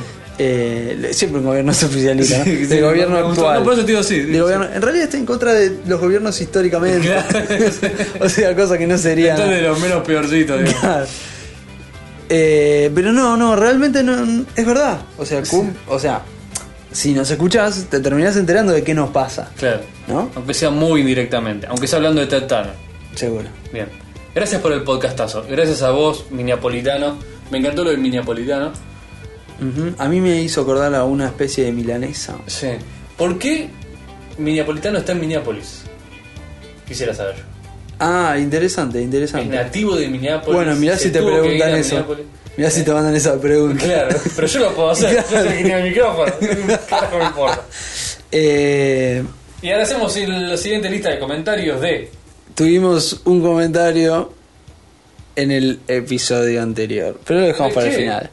Eh, le- siempre un gobierno (laughs) es oficialista, ¿no?
Sí,
Del
sí, me-
gobierno
me gustó.
actual.
No, por eso te digo sí,
Del
sí.
gobierno- En realidad estoy en contra de los gobiernos históricamente.
Claro.
(laughs) o sea, cosas que no serían.
Esto es de los menos peorcitos,
(laughs)
digo.
Claro. Eh, pero no, no, realmente no. Es verdad. O sea, cum- o sea, si nos escuchás, te terminás enterando de qué nos pasa.
Claro.
¿No?
Aunque sea muy indirectamente, aunque sea hablando de Tatana.
Seguro.
Bien. Gracias por el podcastazo. Gracias a vos, Minneapolitano. Me encantó lo del Minneapolitano.
Ujú. A mí me hizo acordar a una especie de milanesa.
Sí. ¿Por qué Minneapolitano está en Minneapolis? Quisiera saber.
Ah, interesante,
Es
interesante.
nativo de Minneapolis.
Bueno, mirá
se
si te
tuvo que ir
preguntan
a
eso.
Minneapolis.
Mirá si te mandan esa pregunta.
Claro, pero yo lo
(laughs)
puedo hacer. Yo soy el que tiene el micrófono. Carajo, me importa.
Eh,
Y ahora hacemos el- la siguiente lista de comentarios de.
tuvimos un comentario en el episodio anterior, pero lo dejamos
¿De
para el
qué?
final.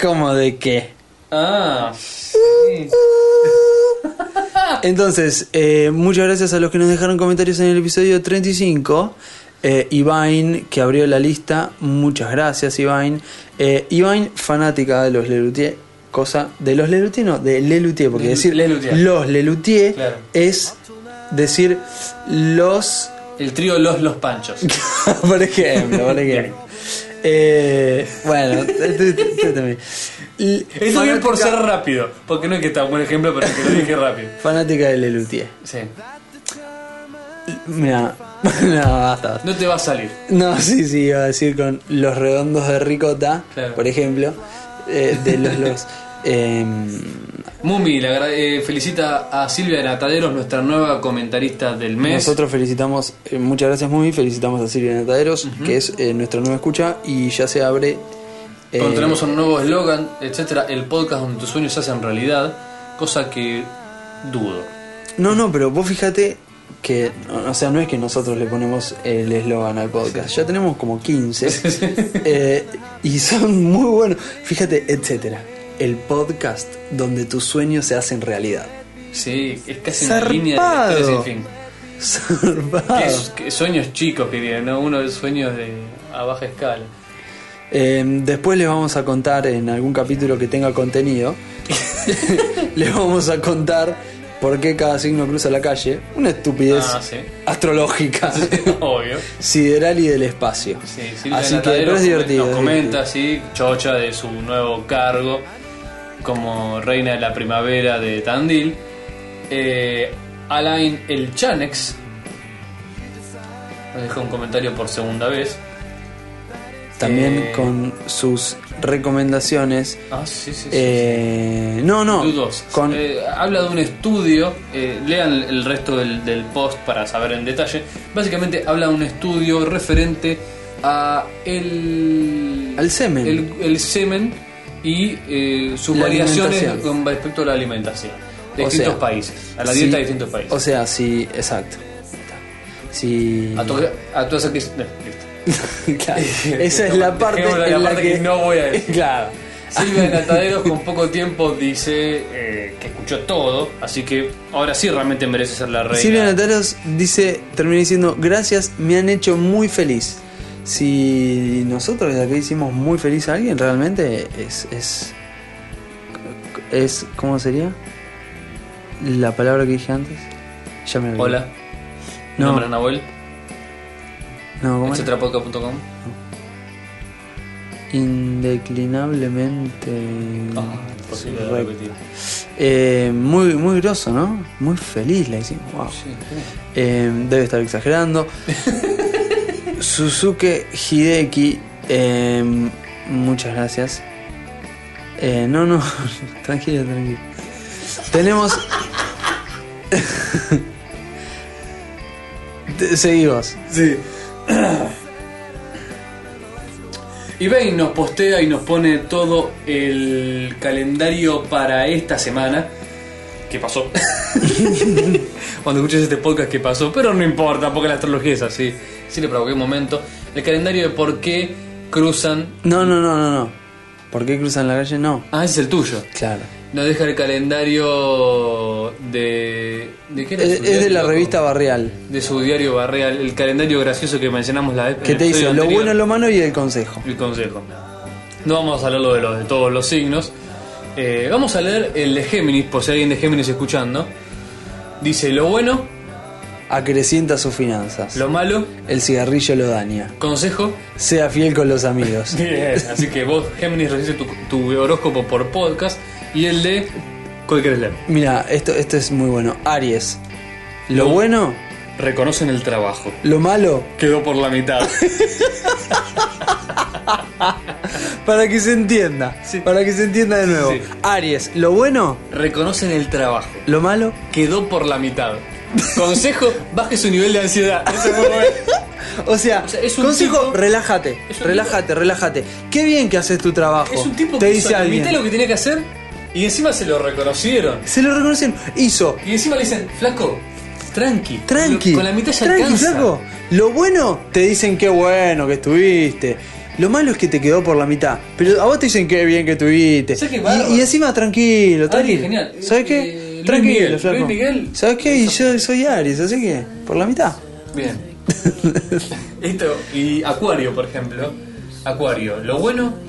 ¿Cómo de qué?
Ah,
Entonces, eh, muchas gracias a los que nos dejaron comentarios en el episodio 35. Eh, Ivain, que abrió la lista, muchas gracias Ivain. Eh, Ivain, fanática de los Lelutier, cosa de los Lelutier, no, de Lelutier, porque
Lelu-
decir
Lelutier.
los Lelutier
Claro.
es decir los...
el trío Los Los
(laughs)
Panchos.
por ejemplo, por ejemplo. Eh, bueno, este tú- tú- tú también. L-
Esto bien por ser
fanática-
rápido, porque no es que está un buen ejemplo, pero es que lo dije rápido.
Fanática de Lelutier.
Sí.
(laughs) Mira, no, basta, basta.
No te va a salir.
No, sí, sí, iba a decir con los redondos de ricota,
Claro.
por ejemplo, eh, de los
(laughs)
los. eh,
Mumi le agra- eh, felicita a Silvia de Nataderos, nuestra nueva comentarista del mes.
nosotros felicitamos, eh, muchas gracias Mumi, felicitamos a Silvia Nataderos, que es eh, nuestra nueva escucha y ya se abre. eh,
Encontramos un nuevo eslogan, etcétera, el podcast donde tus sueños se hacen realidad, cosa que dudo.
No, no, pero vos fíjate que, o sea, no es que nosotros le ponemos el eslogan al podcast, ya tenemos como
(laughs)
15 eh, y son muy buenos. Fíjate, etcétera, el podcast donde tus sueños se hacen realidad. (laughs)
Sí, es casi
Zarpado.
una línea
Ah.
de la historia sin fin.
Zarpado.
Que es- que sueños chicos que tienen, ¿no? Uno de sueños de a baja
(laughs)
escala.
Em,
(laughs)
Eh, después les vamos a contar en algún capítulo que tenga contenido le vamos a contar por qué cada signo cruza la calle. Una estupidez
Ah, sí.
astrológica,
Obvio.
sideral y del espacio.
Sí, Silvia
Así que,
Natadero
pero es
come-
divertido.
Nos
es
comenta, así chocha de su nuevo cargo como reina de la primavera de Tandil. Eh, Alain El Chanex nos dejó un comentario por segunda vez.
divertido. También
Eh,
con sus recomendaciones.
Ah, sí, sí, sí.
Eh, no, no.
Dudos.
Con,
Eh, habla de un estudio, eh, lean el resto del, del post para saber en detalle. Básicamente habla de un estudio referente a el...
Al semen.
El, el semen y eh, sus
La
variaciones
alimentación.
con respecto a la alimentación. De
O
distintos
sea,
países, a la
sí,
dieta de distintos países.
O sea, sí, exacto. Sí.
a, to- a todas aquellas... eh, listo. (laughs)
(laughs) Claro, Esa es la parte
Dejémosla en la parte que no voy a decir.
(laughs) Claro.
Silvia de Nataderos con poco tiempo dice eh, que escuchó todo, así que ahora sí realmente merece ser la reina.
Silvia Nataros dice, termina diciendo, gracias, me han hecho muy feliz. Si nosotros desde aquí hicimos muy feliz a alguien, realmente es, es, es, ¿cómo sería? La palabra que dije antes. Ya me olvidé.
Hola, mi
No.
nombre es Nahuel,
No, ¿cómo era?
etcéterapodcast.com.
Indeclinablemente.
Ah, imposible de
recto.
repetir.
Eh, muy, muy groso, ¿no? Muy feliz la hicimos. Wow. Eh, debe
(laughs)
estar exagerando. Suzuki Hideki, eh, muchas gracias. Eh, no, (laughs) no, tranquila, tranquila. Tenemos. (laughs) Te- Seguimos.
Sí. Y Bane nos postea y nos pone todo el calendario para esta semana. ¿Qué pasó? (laughs) Cuando escuches este podcast, ¿qué pasó? Pero no importa, porque la astrología es así. Sí le provoqué un momento. El calendario de por qué cruzan.
No, no, no, no, no. ¿Por qué cruzan la calle? No.
Ah, ese es el tuyo.
Claro.
Nos deja el calendario de. ¿De qué era?
Es,
su
es de
diario,
la
loco?
revista Barrial.
De su diario Barreal, el calendario gracioso que mencionamos la vez.
Que
el
te dice
episodio
lo
anterior.
bueno, lo malo y el consejo.
El consejo. No vamos a hablarlo de, los, de todos los signos. Eh, vamos a leer el de Géminis, por si hay alguien de Géminis escuchando. Dice lo bueno,
Acrecienta sus finanzas.
lo malo,
El cigarrillo lo daña.
consejo.
Sea fiel con los amigos.
Bien. (laughs) Así que vos, Géminis, recibiste tu, tu horóscopo por podcast. Y el de. ¿Cuál querés leer?
Mira, esto, esto es muy bueno. Aries. Lo bueno,
Reconocen el trabajo.
lo malo,
Quedó por la mitad.
para que se entienda. Para que se entienda de nuevo.
Sí.
Aries, lo bueno,
(laughs) Reconocen el trabajo.
lo malo.
Quedó por la mitad. Consejo, baje su nivel de ansiedad. Eso es muy bueno.
O sea,
O sea, es un
consejo,
tipo-
relájate.
es un
Relájate, relájate. Qué bien que haces tu trabajo.
Es un tipo
te
que
dice
hizo la
alguien.
mitad de lo que tenía que hacer y encima se lo reconocieron.
Se lo reconocen. Hizo.
Y encima le dicen, flaco, tranqui.
Tranqui.
Con la mitad ya
tranqui,
alcanza.
flaco. Lo bueno, te dicen qué bueno que estuviste. Lo malo es que te quedó por la mitad. Pero a vos te dicen qué bien que estuviste.
¿Sabés qué,
Y-
bárbaro?
y, encima tranquilo,
Aries,
tranquilo.
genial.
¿Sabes qué?
Eh, Luis
tranquilo,
Miguel,
flaco.
Luis Miguel.
¿Sabes qué? Y yo soy Aries, así que por la mitad.
Bien. (laughs) Esto, y Acuario, por ejemplo. Acuario, lo bueno,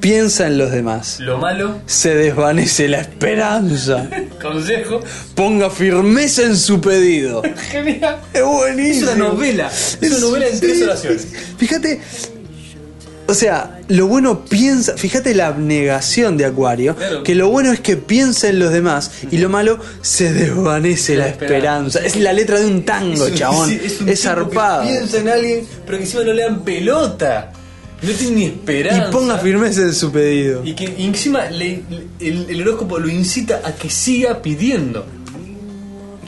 Piensa en los demás.
lo malo,
Se desvanece la esperanza.
consejo. (laughs)
Ponga firmeza en su pedido.
Genial.
Es buenísimo.
Es una novela. Es una novela en tres
Sí.
oraciones.
Fíjate. O sea, lo bueno piensa, fíjate la abnegación de Acuario,
Claro.
que lo bueno es que piensa en los demás y lo malo se desvanece la esperanza. Es la letra de un tango, chabón.
Sí,
es
un tipo que
zarpado.
Piensa en alguien, pero que encima no le dan pelota. No tiene ni esperanza.
Y ponga firmeza en su pedido.
Y que y encima le- le- el, el horóscopo lo incita a que siga pidiendo.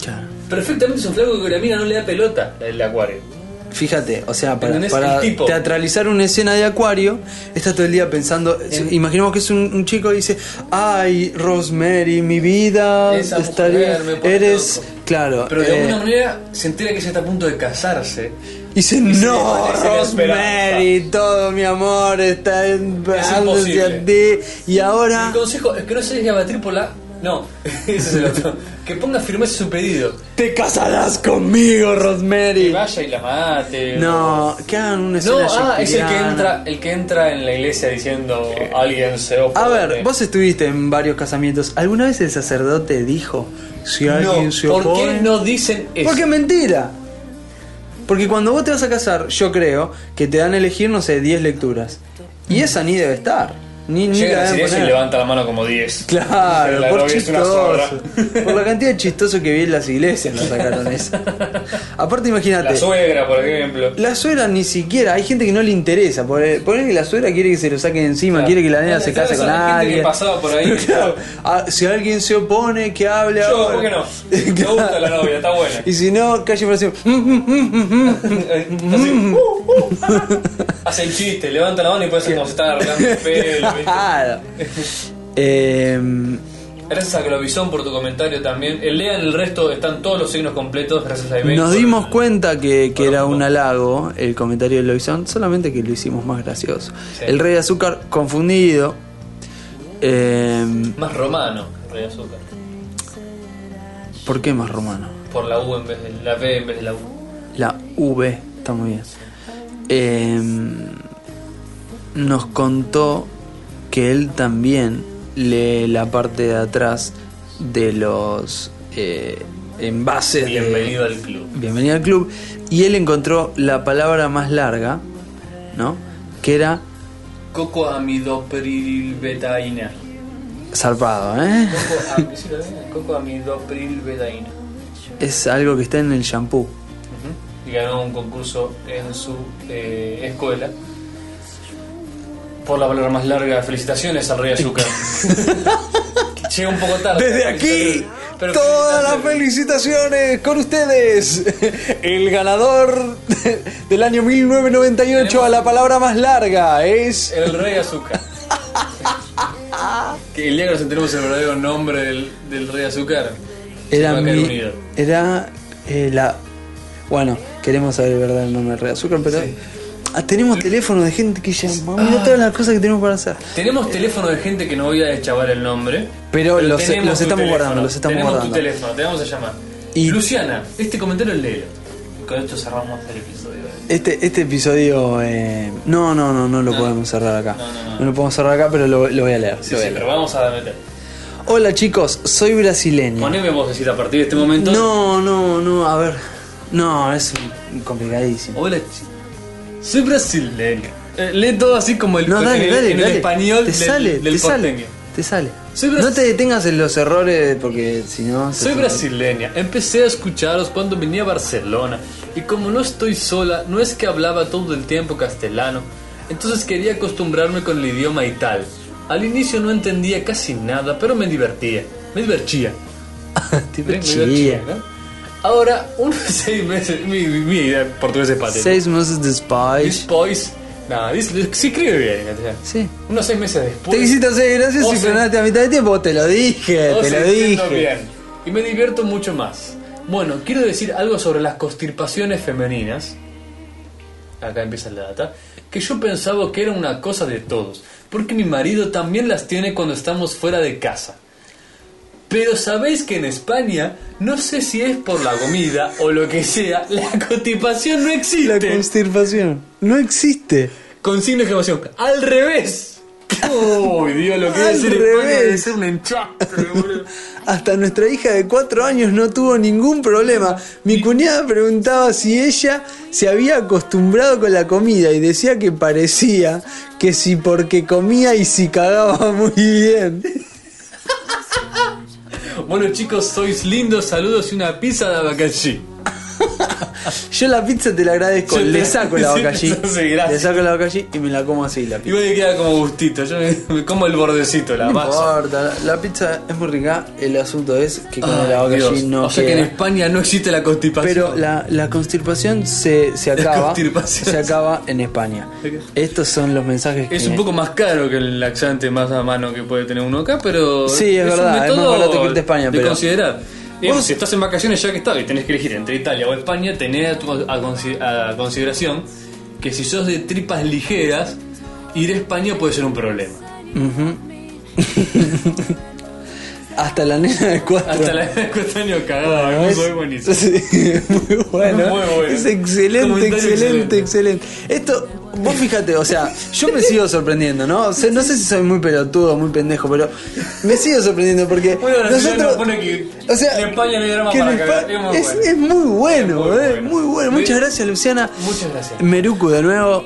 Claro.
Perfectamente es un flaco que la mina no le da pelota, el acuario.
Fíjate, o sea, para,
¿Entendés?
para
El tipo.
teatralizar una escena de Acuario, está todo el día pensando.
En-
Imaginemos que es un, un chico y dice: Ay, Rosemary, mi vida
Esa mujer
estaría.
me pone
Eres.
loco".
Claro.
Pero de
eh,
alguna manera se entera que ella está a punto de casarse.
y dice:
se (laughs)
No,
desvanece la
Rosemary, todo mi amor está en
Es imposible".
hacia ti. Y
El
ahora.
consejo es que no se deje abatir por la No, (laughs) ese es el otro. Que ponga firmeza su pedido.
¡Te casarás conmigo,
Que
Rosemary!
vaya y la mate.
No, que hagan una
No,
escena
ah, es el que
shakespeariana.
entra, el que entra en la iglesia diciendo alguien se opone.
A ver, vos estuviste en varios casamientos. ¿Alguna vez el sacerdote dijo si alguien
no,
se
¿por
opone?
qué no dicen eso?
Porque es mentira. Porque cuando vos te vas a casar, yo creo que te dan a elegir, no sé, 10 lecturas. Y esa ni debe estar. Ni, ni
Llega
la
a decir
deben
eso y
poner.
levanta la mano como 10. (laughs)
Claro,
La
por
novia es una
chistoso.
zorra.
Por la cantidad de chistoso que vi en las iglesias nos sacaron esa. Aparte,
(laughs) La
imagínate.
suegra, por ejemplo.
La suegra ni siquiera, hay gente que no le interesa. Poner que la suegra quiere que se lo saquen encima,
Claro.
quiere que la nena
Claro,
se case
claro,
con
esa gente que
alguien.
pasaba por ahí.
(laughs) Pero claro, ah, si alguien se opone, que hable
Yo,
ahora.
¿por
(laughs)
qué no? Me
Claro.
gusta la novia, está buena.
Y si no, calle por encima. Mm, mm, mm, mm, mm.
Eh, así, uh,
(laughs)
uh, hace el chiste, levanta la mano y parece como se está arreglando el
(laughs)
pelo. ¿viste?
Claro. Em,
Gracias a Globizón por tu comentario también. El lean el resto, están todos los signos completos. Gracias a eBay.
nos
por-
dimos cuenta que, que
por
era
un
un
montón.
halago el comentario de Loison, solamente que lo hicimos más gracioso.
Sí.
El rey de azúcar confundido. Em,
Más romano, Rey Azúcar.
¿Por qué más romano?
Por la U en vez de la B en vez de la U.
La V, está muy bien. Em, nos contó que él también lee la parte de atrás de los eh, envases. de-
Bienvenido al club.
Bienvenido al club. Y él encontró la palabra más larga, ¿no? Que era
Coco amidoperilbetaína.
zarpado, ¿eh?
Coco, am- ¿sí lo ven? Coco amidoperilbetaína.
Es algo que está en el shampoo.
Ujú. y ganó un concurso en su eh, escuela por la palabra más larga. Felicitaciones al Rey
(laughs)
Azúcar. Llega un poco tarde.
Desde aquí,
Pero
todas las
felicitaciones.
felicitaciones con ustedes. (laughs) El ganador (laughs) del año 1998 a la palabra más larga es...
El Rey
(laughs)
Azúcar. que el día que nos enteremos el verdadero nombre del, del Rey Azúcar, se va
Era
a caer
mi-
unido.
Era eh, la... Bueno, queremos saber el verdadero nombre del Rey Azúcar, pero... Ah, tenemos teléfono de gente que llama.
Ah.
Mira todas las cosas que tenemos para hacer.
Tenemos teléfono de gente que no voy a deschavar el nombre.
Pero los- e-
tenemos
los
tu
estamos guardando, los estamos
tenemos
guardando.
tu teléfono, te vamos a llamar.
Y-
Luciana, este comentario léelo. Y Con esto cerramos el episodio.
Este, este episodio... eh, No, no, no, no lo podemos cerrar acá. No,
No, no, no.
lo podemos cerrar acá, pero lo, lo voy a leer.
Sí,
lo voy a
sí,
leer.
pero vamos a meter.
Hola chicos, soy brasileño.
Poneme vos decir a partir de este momento.
Mm. No, no, no, a ver. No, es un- complicadísimo.
Hola, chi- soy brasileño. Eh, lee todo así como el,
No,
en
dale,
el-
dale,
en el
dale.
español
te
del,
sale,
del
te sale,
porteño.
te sale.
Soy
No
brasi-
te detengas en los errores porque si no. se
Soy
te- (laughs)
brasileña, empecé a escucharos cuando venía a Barcelona y como no estoy sola, no es que hablaba todo el tiempo castellano, entonces quería acostumbrarme con el idioma y tal. Al inicio no entendía casi nada, pero me divertía, me divertía.
Te
Me
chía.
divertía, ¿no? Ahora, unos (laughs) seis meses, mi, mi, mi idea en portugués es patética.
Seis meses después.
Después, nada, dice- se escribe bien en castellano.
Sí.
Unos seis meses después.
Te quisiste hacer gracias
O
y
se-
frenaste a mitad de tiempo. Te lo dije,
Todo
te
se
lo
entiendo
dije.
bien. Y me divierto mucho más. Bueno, quiero decir algo sobre las constipaciones femeninas. Acá empieza la data. Que yo pensaba que era una cosa de todos. Porque mi marido también las tiene cuando estamos fuera de casa. Pero sabéis que en España, no sé si es por la comida o lo que sea, la constipación no
La
existe.
constipación no existe.
Con signo de exclamación. ¡Al
(laughs)
revés! Uy, Dios, lo que
Al
debe ser España debe
revés.
ser un enchastre, boludo.
Hasta nuestra hija de cuatro años no tuvo ningún problema. Mi cuñada preguntaba si ella se había acostumbrado con la comida y decía que parecía que si porque comía y si cagaba (laughs) muy bien.
Bueno chicos, sois lindos, saludos y una pizza de abacaxi.
Yo la pizza te la agradezco,
Yo te-
le saco la
sí,
boca allí.
sí, gracias.
Le saco la boca allí y me la como así la
Y
pizza.
voy a quedar como gustito, yo me, me como el bordecito, la
No
masa.
importa, la, la pizza es muy rica, el asunto es que con la boca
Ay, Dios.
allí no
o sea que
queda.
en España no existe la constipación.
Pero la, la constipación se, se acaba
constipación.
se acaba en España. Estos son los mensajes que
Es un poco más caro que el laxante más a mano que puede tener uno acá, pero
Sí, es verdad, es más barato que irte a España,
de
pero-
considerar. Digamos,
Vos-
si estás en vacaciones ya que estás y tenés que elegir entre Italia o España, tenés a, tu- a consi- a consideración que si sos de tripas ligeras, ir a España puede ser un problema.
Hasta la nena de cuatro.
Hasta la (laughs) edad de cuatro años cagada,
Ah,
es muy buenísimo.
Sí, muy bueno.
Muy bueno.
Es excelente,
Comentario
excelente,
excelente.
excelente.
Esto, vos fíjate, o sea, yo me sigo sorprendiendo, ¿no? O sea, no sé si soy muy pelotudo, muy pendejo, pero me sigo sorprendiendo porque
Bueno, la señora
nosotros...
nos pone que
o sea,
en España no hay drama
que en
para
Espa-
cagar, es muy
es,
bueno.
es muy bueno,
Es muy
eh,
bueno.
muy bueno.
Me-
Muchas gracias, Luciana.
Muchas gracias.
Meruku, de nuevo,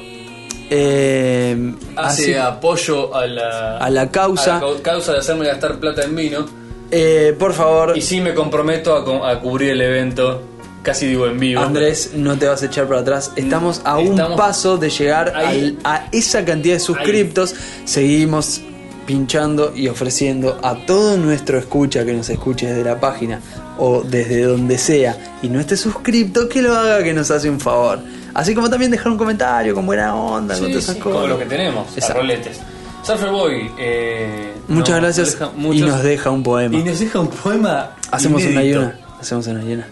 eh,
Hace
así-
apoyo a la,
A la causa.
a la cau- causa de hacerme gastar plata en vino.
eh, por favor,
Y sí me comprometo a, co- a cubrir el evento, casi digo en vivo.
Andrés, no te vas a echar para atrás. Estamos a un
Mm, Estamos
paso de llegar
ahí.
al- a esa cantidad de suscriptos. Seguimos pinchando y ofreciendo a todo nuestro escucha que nos escuche desde la página o desde donde sea y no esté suscripto, que lo haga que nos hace un favor. Así como también dejar un comentario con buena onda, con
Sí,
todas esas
sí,
cosas.
como lo que tenemos, a
Exacto.
roletes. Surfer Boy, eh,
Muchas
nos
gracias
deja
y
muchos-
nos deja un poema.
y nos deja un poema.
Hacemos una
inédito.
llena. Hacemos una llena.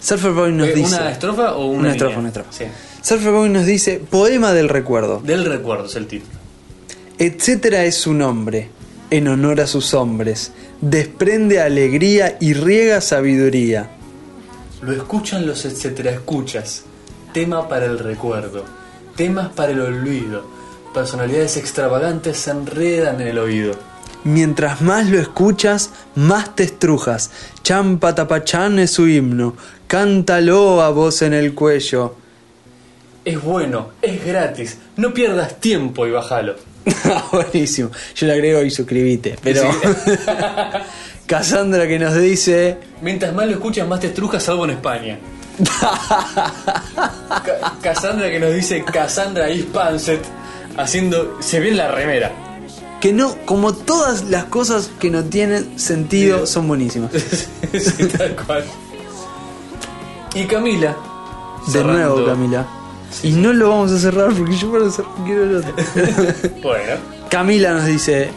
Surfer Boy nos
Eh,
dice.
¿Una estrofa o una
Una estrofa,
línea?
una estrofa.
Sí.
Surfer Boy nos dice, poema del recuerdo,
Del recuerdo es el título.
etcétera es su nombre, en honor a sus hombres, desprende alegría y riega sabiduría.
Lo escuchan los etcétera escuchas. Tema para el recuerdo. Temas para el olvido. Personalidades extravagantes se enredan en el oído.
Mientras más lo escuchas, más te estrujas. Champa tapachán es su himno, cántalo a voz en el cuello. (laughs)
Es bueno, es gratis. No pierdas tiempo y bájalo.
Ah, Buenísimo, yo le agrego y suscribite, pero... (laughs) Cassandra que nos dice...
Mientras más lo escuchas, más te estrujas, salvo en España. Ca- Cassandra que nos dice Cassandra is Pancet haciendo. Se ve en la remera. (laughs)
Que no, como todas las cosas que no tienen sentido son buenísimas.
Sí, tal cual. Y Camila.
De nuevo,
cerrando.
Camila. Y no lo vamos a cerrar porque yo para cerrar quiero el otro.
(laughs) Bueno,
Camila nos dice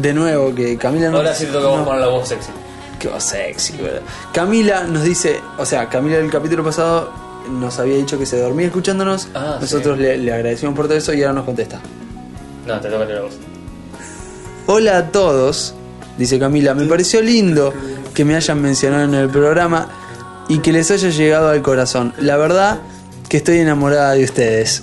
de nuevo que Camila nos
ahora sí te toca vos
no,
poner la voz sexy.
Qué voz sexy, boludo. Camila nos dice, o sea, Camila del capítulo pasado nos había dicho que se dormía escuchándonos.
Ah,
Nosotros
sí.
le, le agradecimos por todo eso y ahora nos contesta.
No, te toca la voz.
Hola a todos, dice Camila, me pareció lindo que me hayan mencionado en el programa y que les haya llegado al corazón. La verdad que estoy enamorada
(laughs)
de ustedes.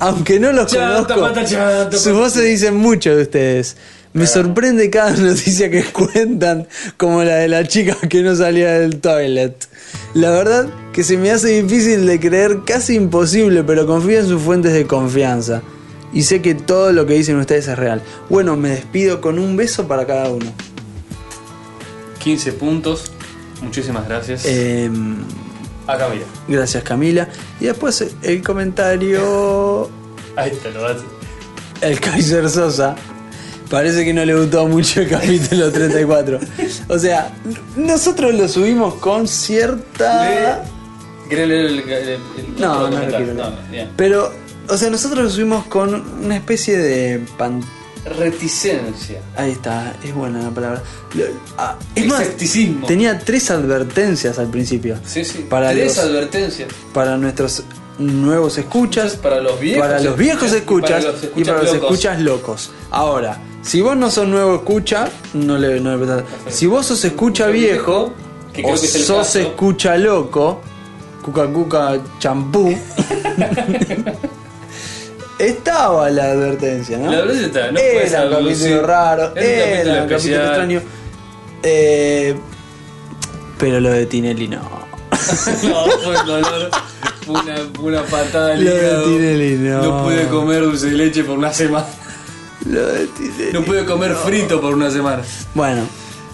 Aunque no los
Chanta,
conozco,
pata, chanta,
sus
pata.
voces dicen mucho de ustedes. Me sorprende cada (laughs) noticia que cuentan, como la de la chica que no salía del toilet. La verdad que se me hace difícil de creer, casi imposible, pero confío en sus fuentes de confianza. Y sé que todo lo que dicen ustedes es real. Bueno, me despido con un beso para cada uno.
15 puntos. Muchísimas gracias.
Em,
A Camila.
gracias Camila. Y después el comentario...
Ahí te lo das.
El Kaiser Sosa. Parece que no le gustó mucho el capítulo 34. O sea, nosotros lo subimos con cierta.
¿Querés leer el, el- el- el
Ah. No, no lo
comentario?
quiero.
No,
leer.
bien.
Pero, o sea, nosotros lo subimos con una especie de pan.
Reticencia.
Ahí está, es buena la palabra. Lo- ah, es más,
Exacticismo.
tenía tres advertencias al principio.
Sí, sí.
Para
Tres
los- (laughs)
advertencias.
Para nuestros nuevos escuchas.
Para los viejos
Para los viejos escuchas. Y para los
locos.
escuchas locos. Ahora, si vos no sos nuevo escucha, no le, no le prestás- Si vos sos escucha
Escucha
viejo,
viejo, que
o
creo que es el
sos
caso.
escucha loco, cuca cuca
(laughs)
champú. Estaba la advertencia, ¿no?
La advertencia está, no puedes
era un capítulo
abducir. Era
raro,
un
era
capítulo
un capítulo
especial.
extraño. Eh, pero lo de Tinelli no.
(laughs) No, fue un dolor. Fue Una, una patada al
Lo de
hígado.
Tinelli, no.
pude comer dulce de leche por una
(laughs)
semana.
Lo de Tinelli.
No pude comer frito por una semana.
Bueno,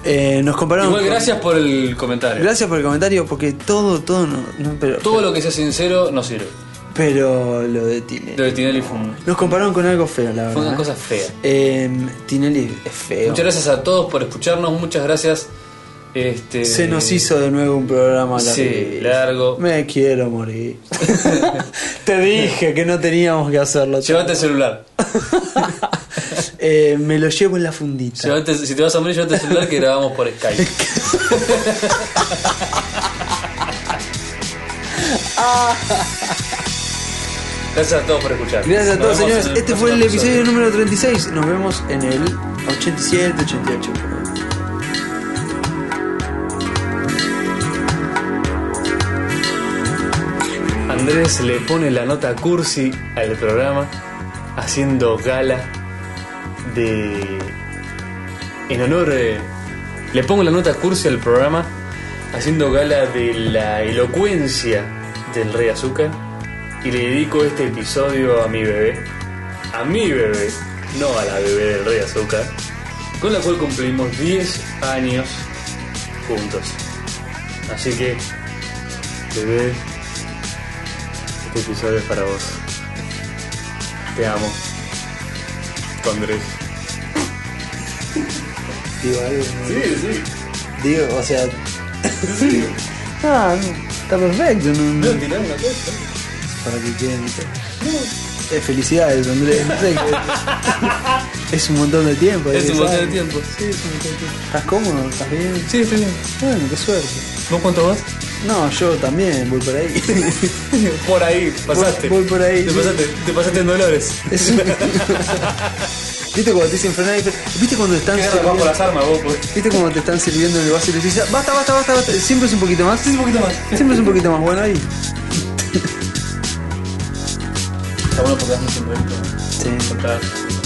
eh, nos compararon.
Igual,
con-
gracias por el comentario.
Gracias por el comentario, porque todo, todo no. no, pero,
Todo lo que sea sincero no sirve.
pero lo de Tinelli.
Lo de Tinelli fue, un-
Nos compararon con algo feo, la verdad.
fue una
¿eh?
cosa fea.
Em, Tinelli es feo.
Muchas gracias a todos por escucharnos. Muchas gracias. Este,
Se nos hizo de nuevo un programa largo.
Sí, largo.
Me
(laughs)
quiero morir. Te dije que no teníamos que hacerlo.
Llévate el celular.
(laughs) Eh, me lo llevo en la fundita.
Llévate- si te vas a morir, llévate el celular que grabamos por
(laughs)
Skype. Gracias a todos por escuchar.
Gracias a
Nos
todos,
vemos
señores.
en
Este fue el
próximo
episodio número 36. Nos vemos en el 87, 88. por favor.
Andrés le pone la nota cursi al programa, haciendo gala de. En honor. eh, le pongo la nota cursi al programa, haciendo gala de la elocuencia del Rey Azúcar, y le dedico este episodio a mi bebé. A mi bebé, no a la bebé del Rey Azúcar, con la cual cumplimos 10 años juntos. Así que, bebé, este episodio es para vos. Te amo. Tu Andrés.
Digo, algo, ¿no?
sí.
Digo, o sea,
(laughs) Ah, está perfecto. no- no-
para que queden.
Eh, felicidades,
(laughs)
Andrés. no sé qué- es un montón de tiempo.
Es un
¿sabes?
montón de tiempo.
¿Estás cómodo? ¿Estás bien?
Sí, estoy bien.
Bueno, qué suerte.
¿Vos cuánto vas?
No, yo también voy por
(laughs)
ahí.
Por ahí, pasaste.
Voy- voy por ahí,
Te
sí.
pasaste, te pasaste en Dolores.
Es un- ¿Viste cuando te dicen frenar y fre- ¿Viste cuando están
Agarra
sirviendo-
bajo las armas vos, pues.
¿Viste cuando te están sirviendo el vaso y les dices, basta, basta, basta, basta? Siempre es un poquito más.
un poquito más.
Siempre es un poquito más. Bueno, ahí.
Está bueno porque haces siempre esto.
Sí.
Cortás.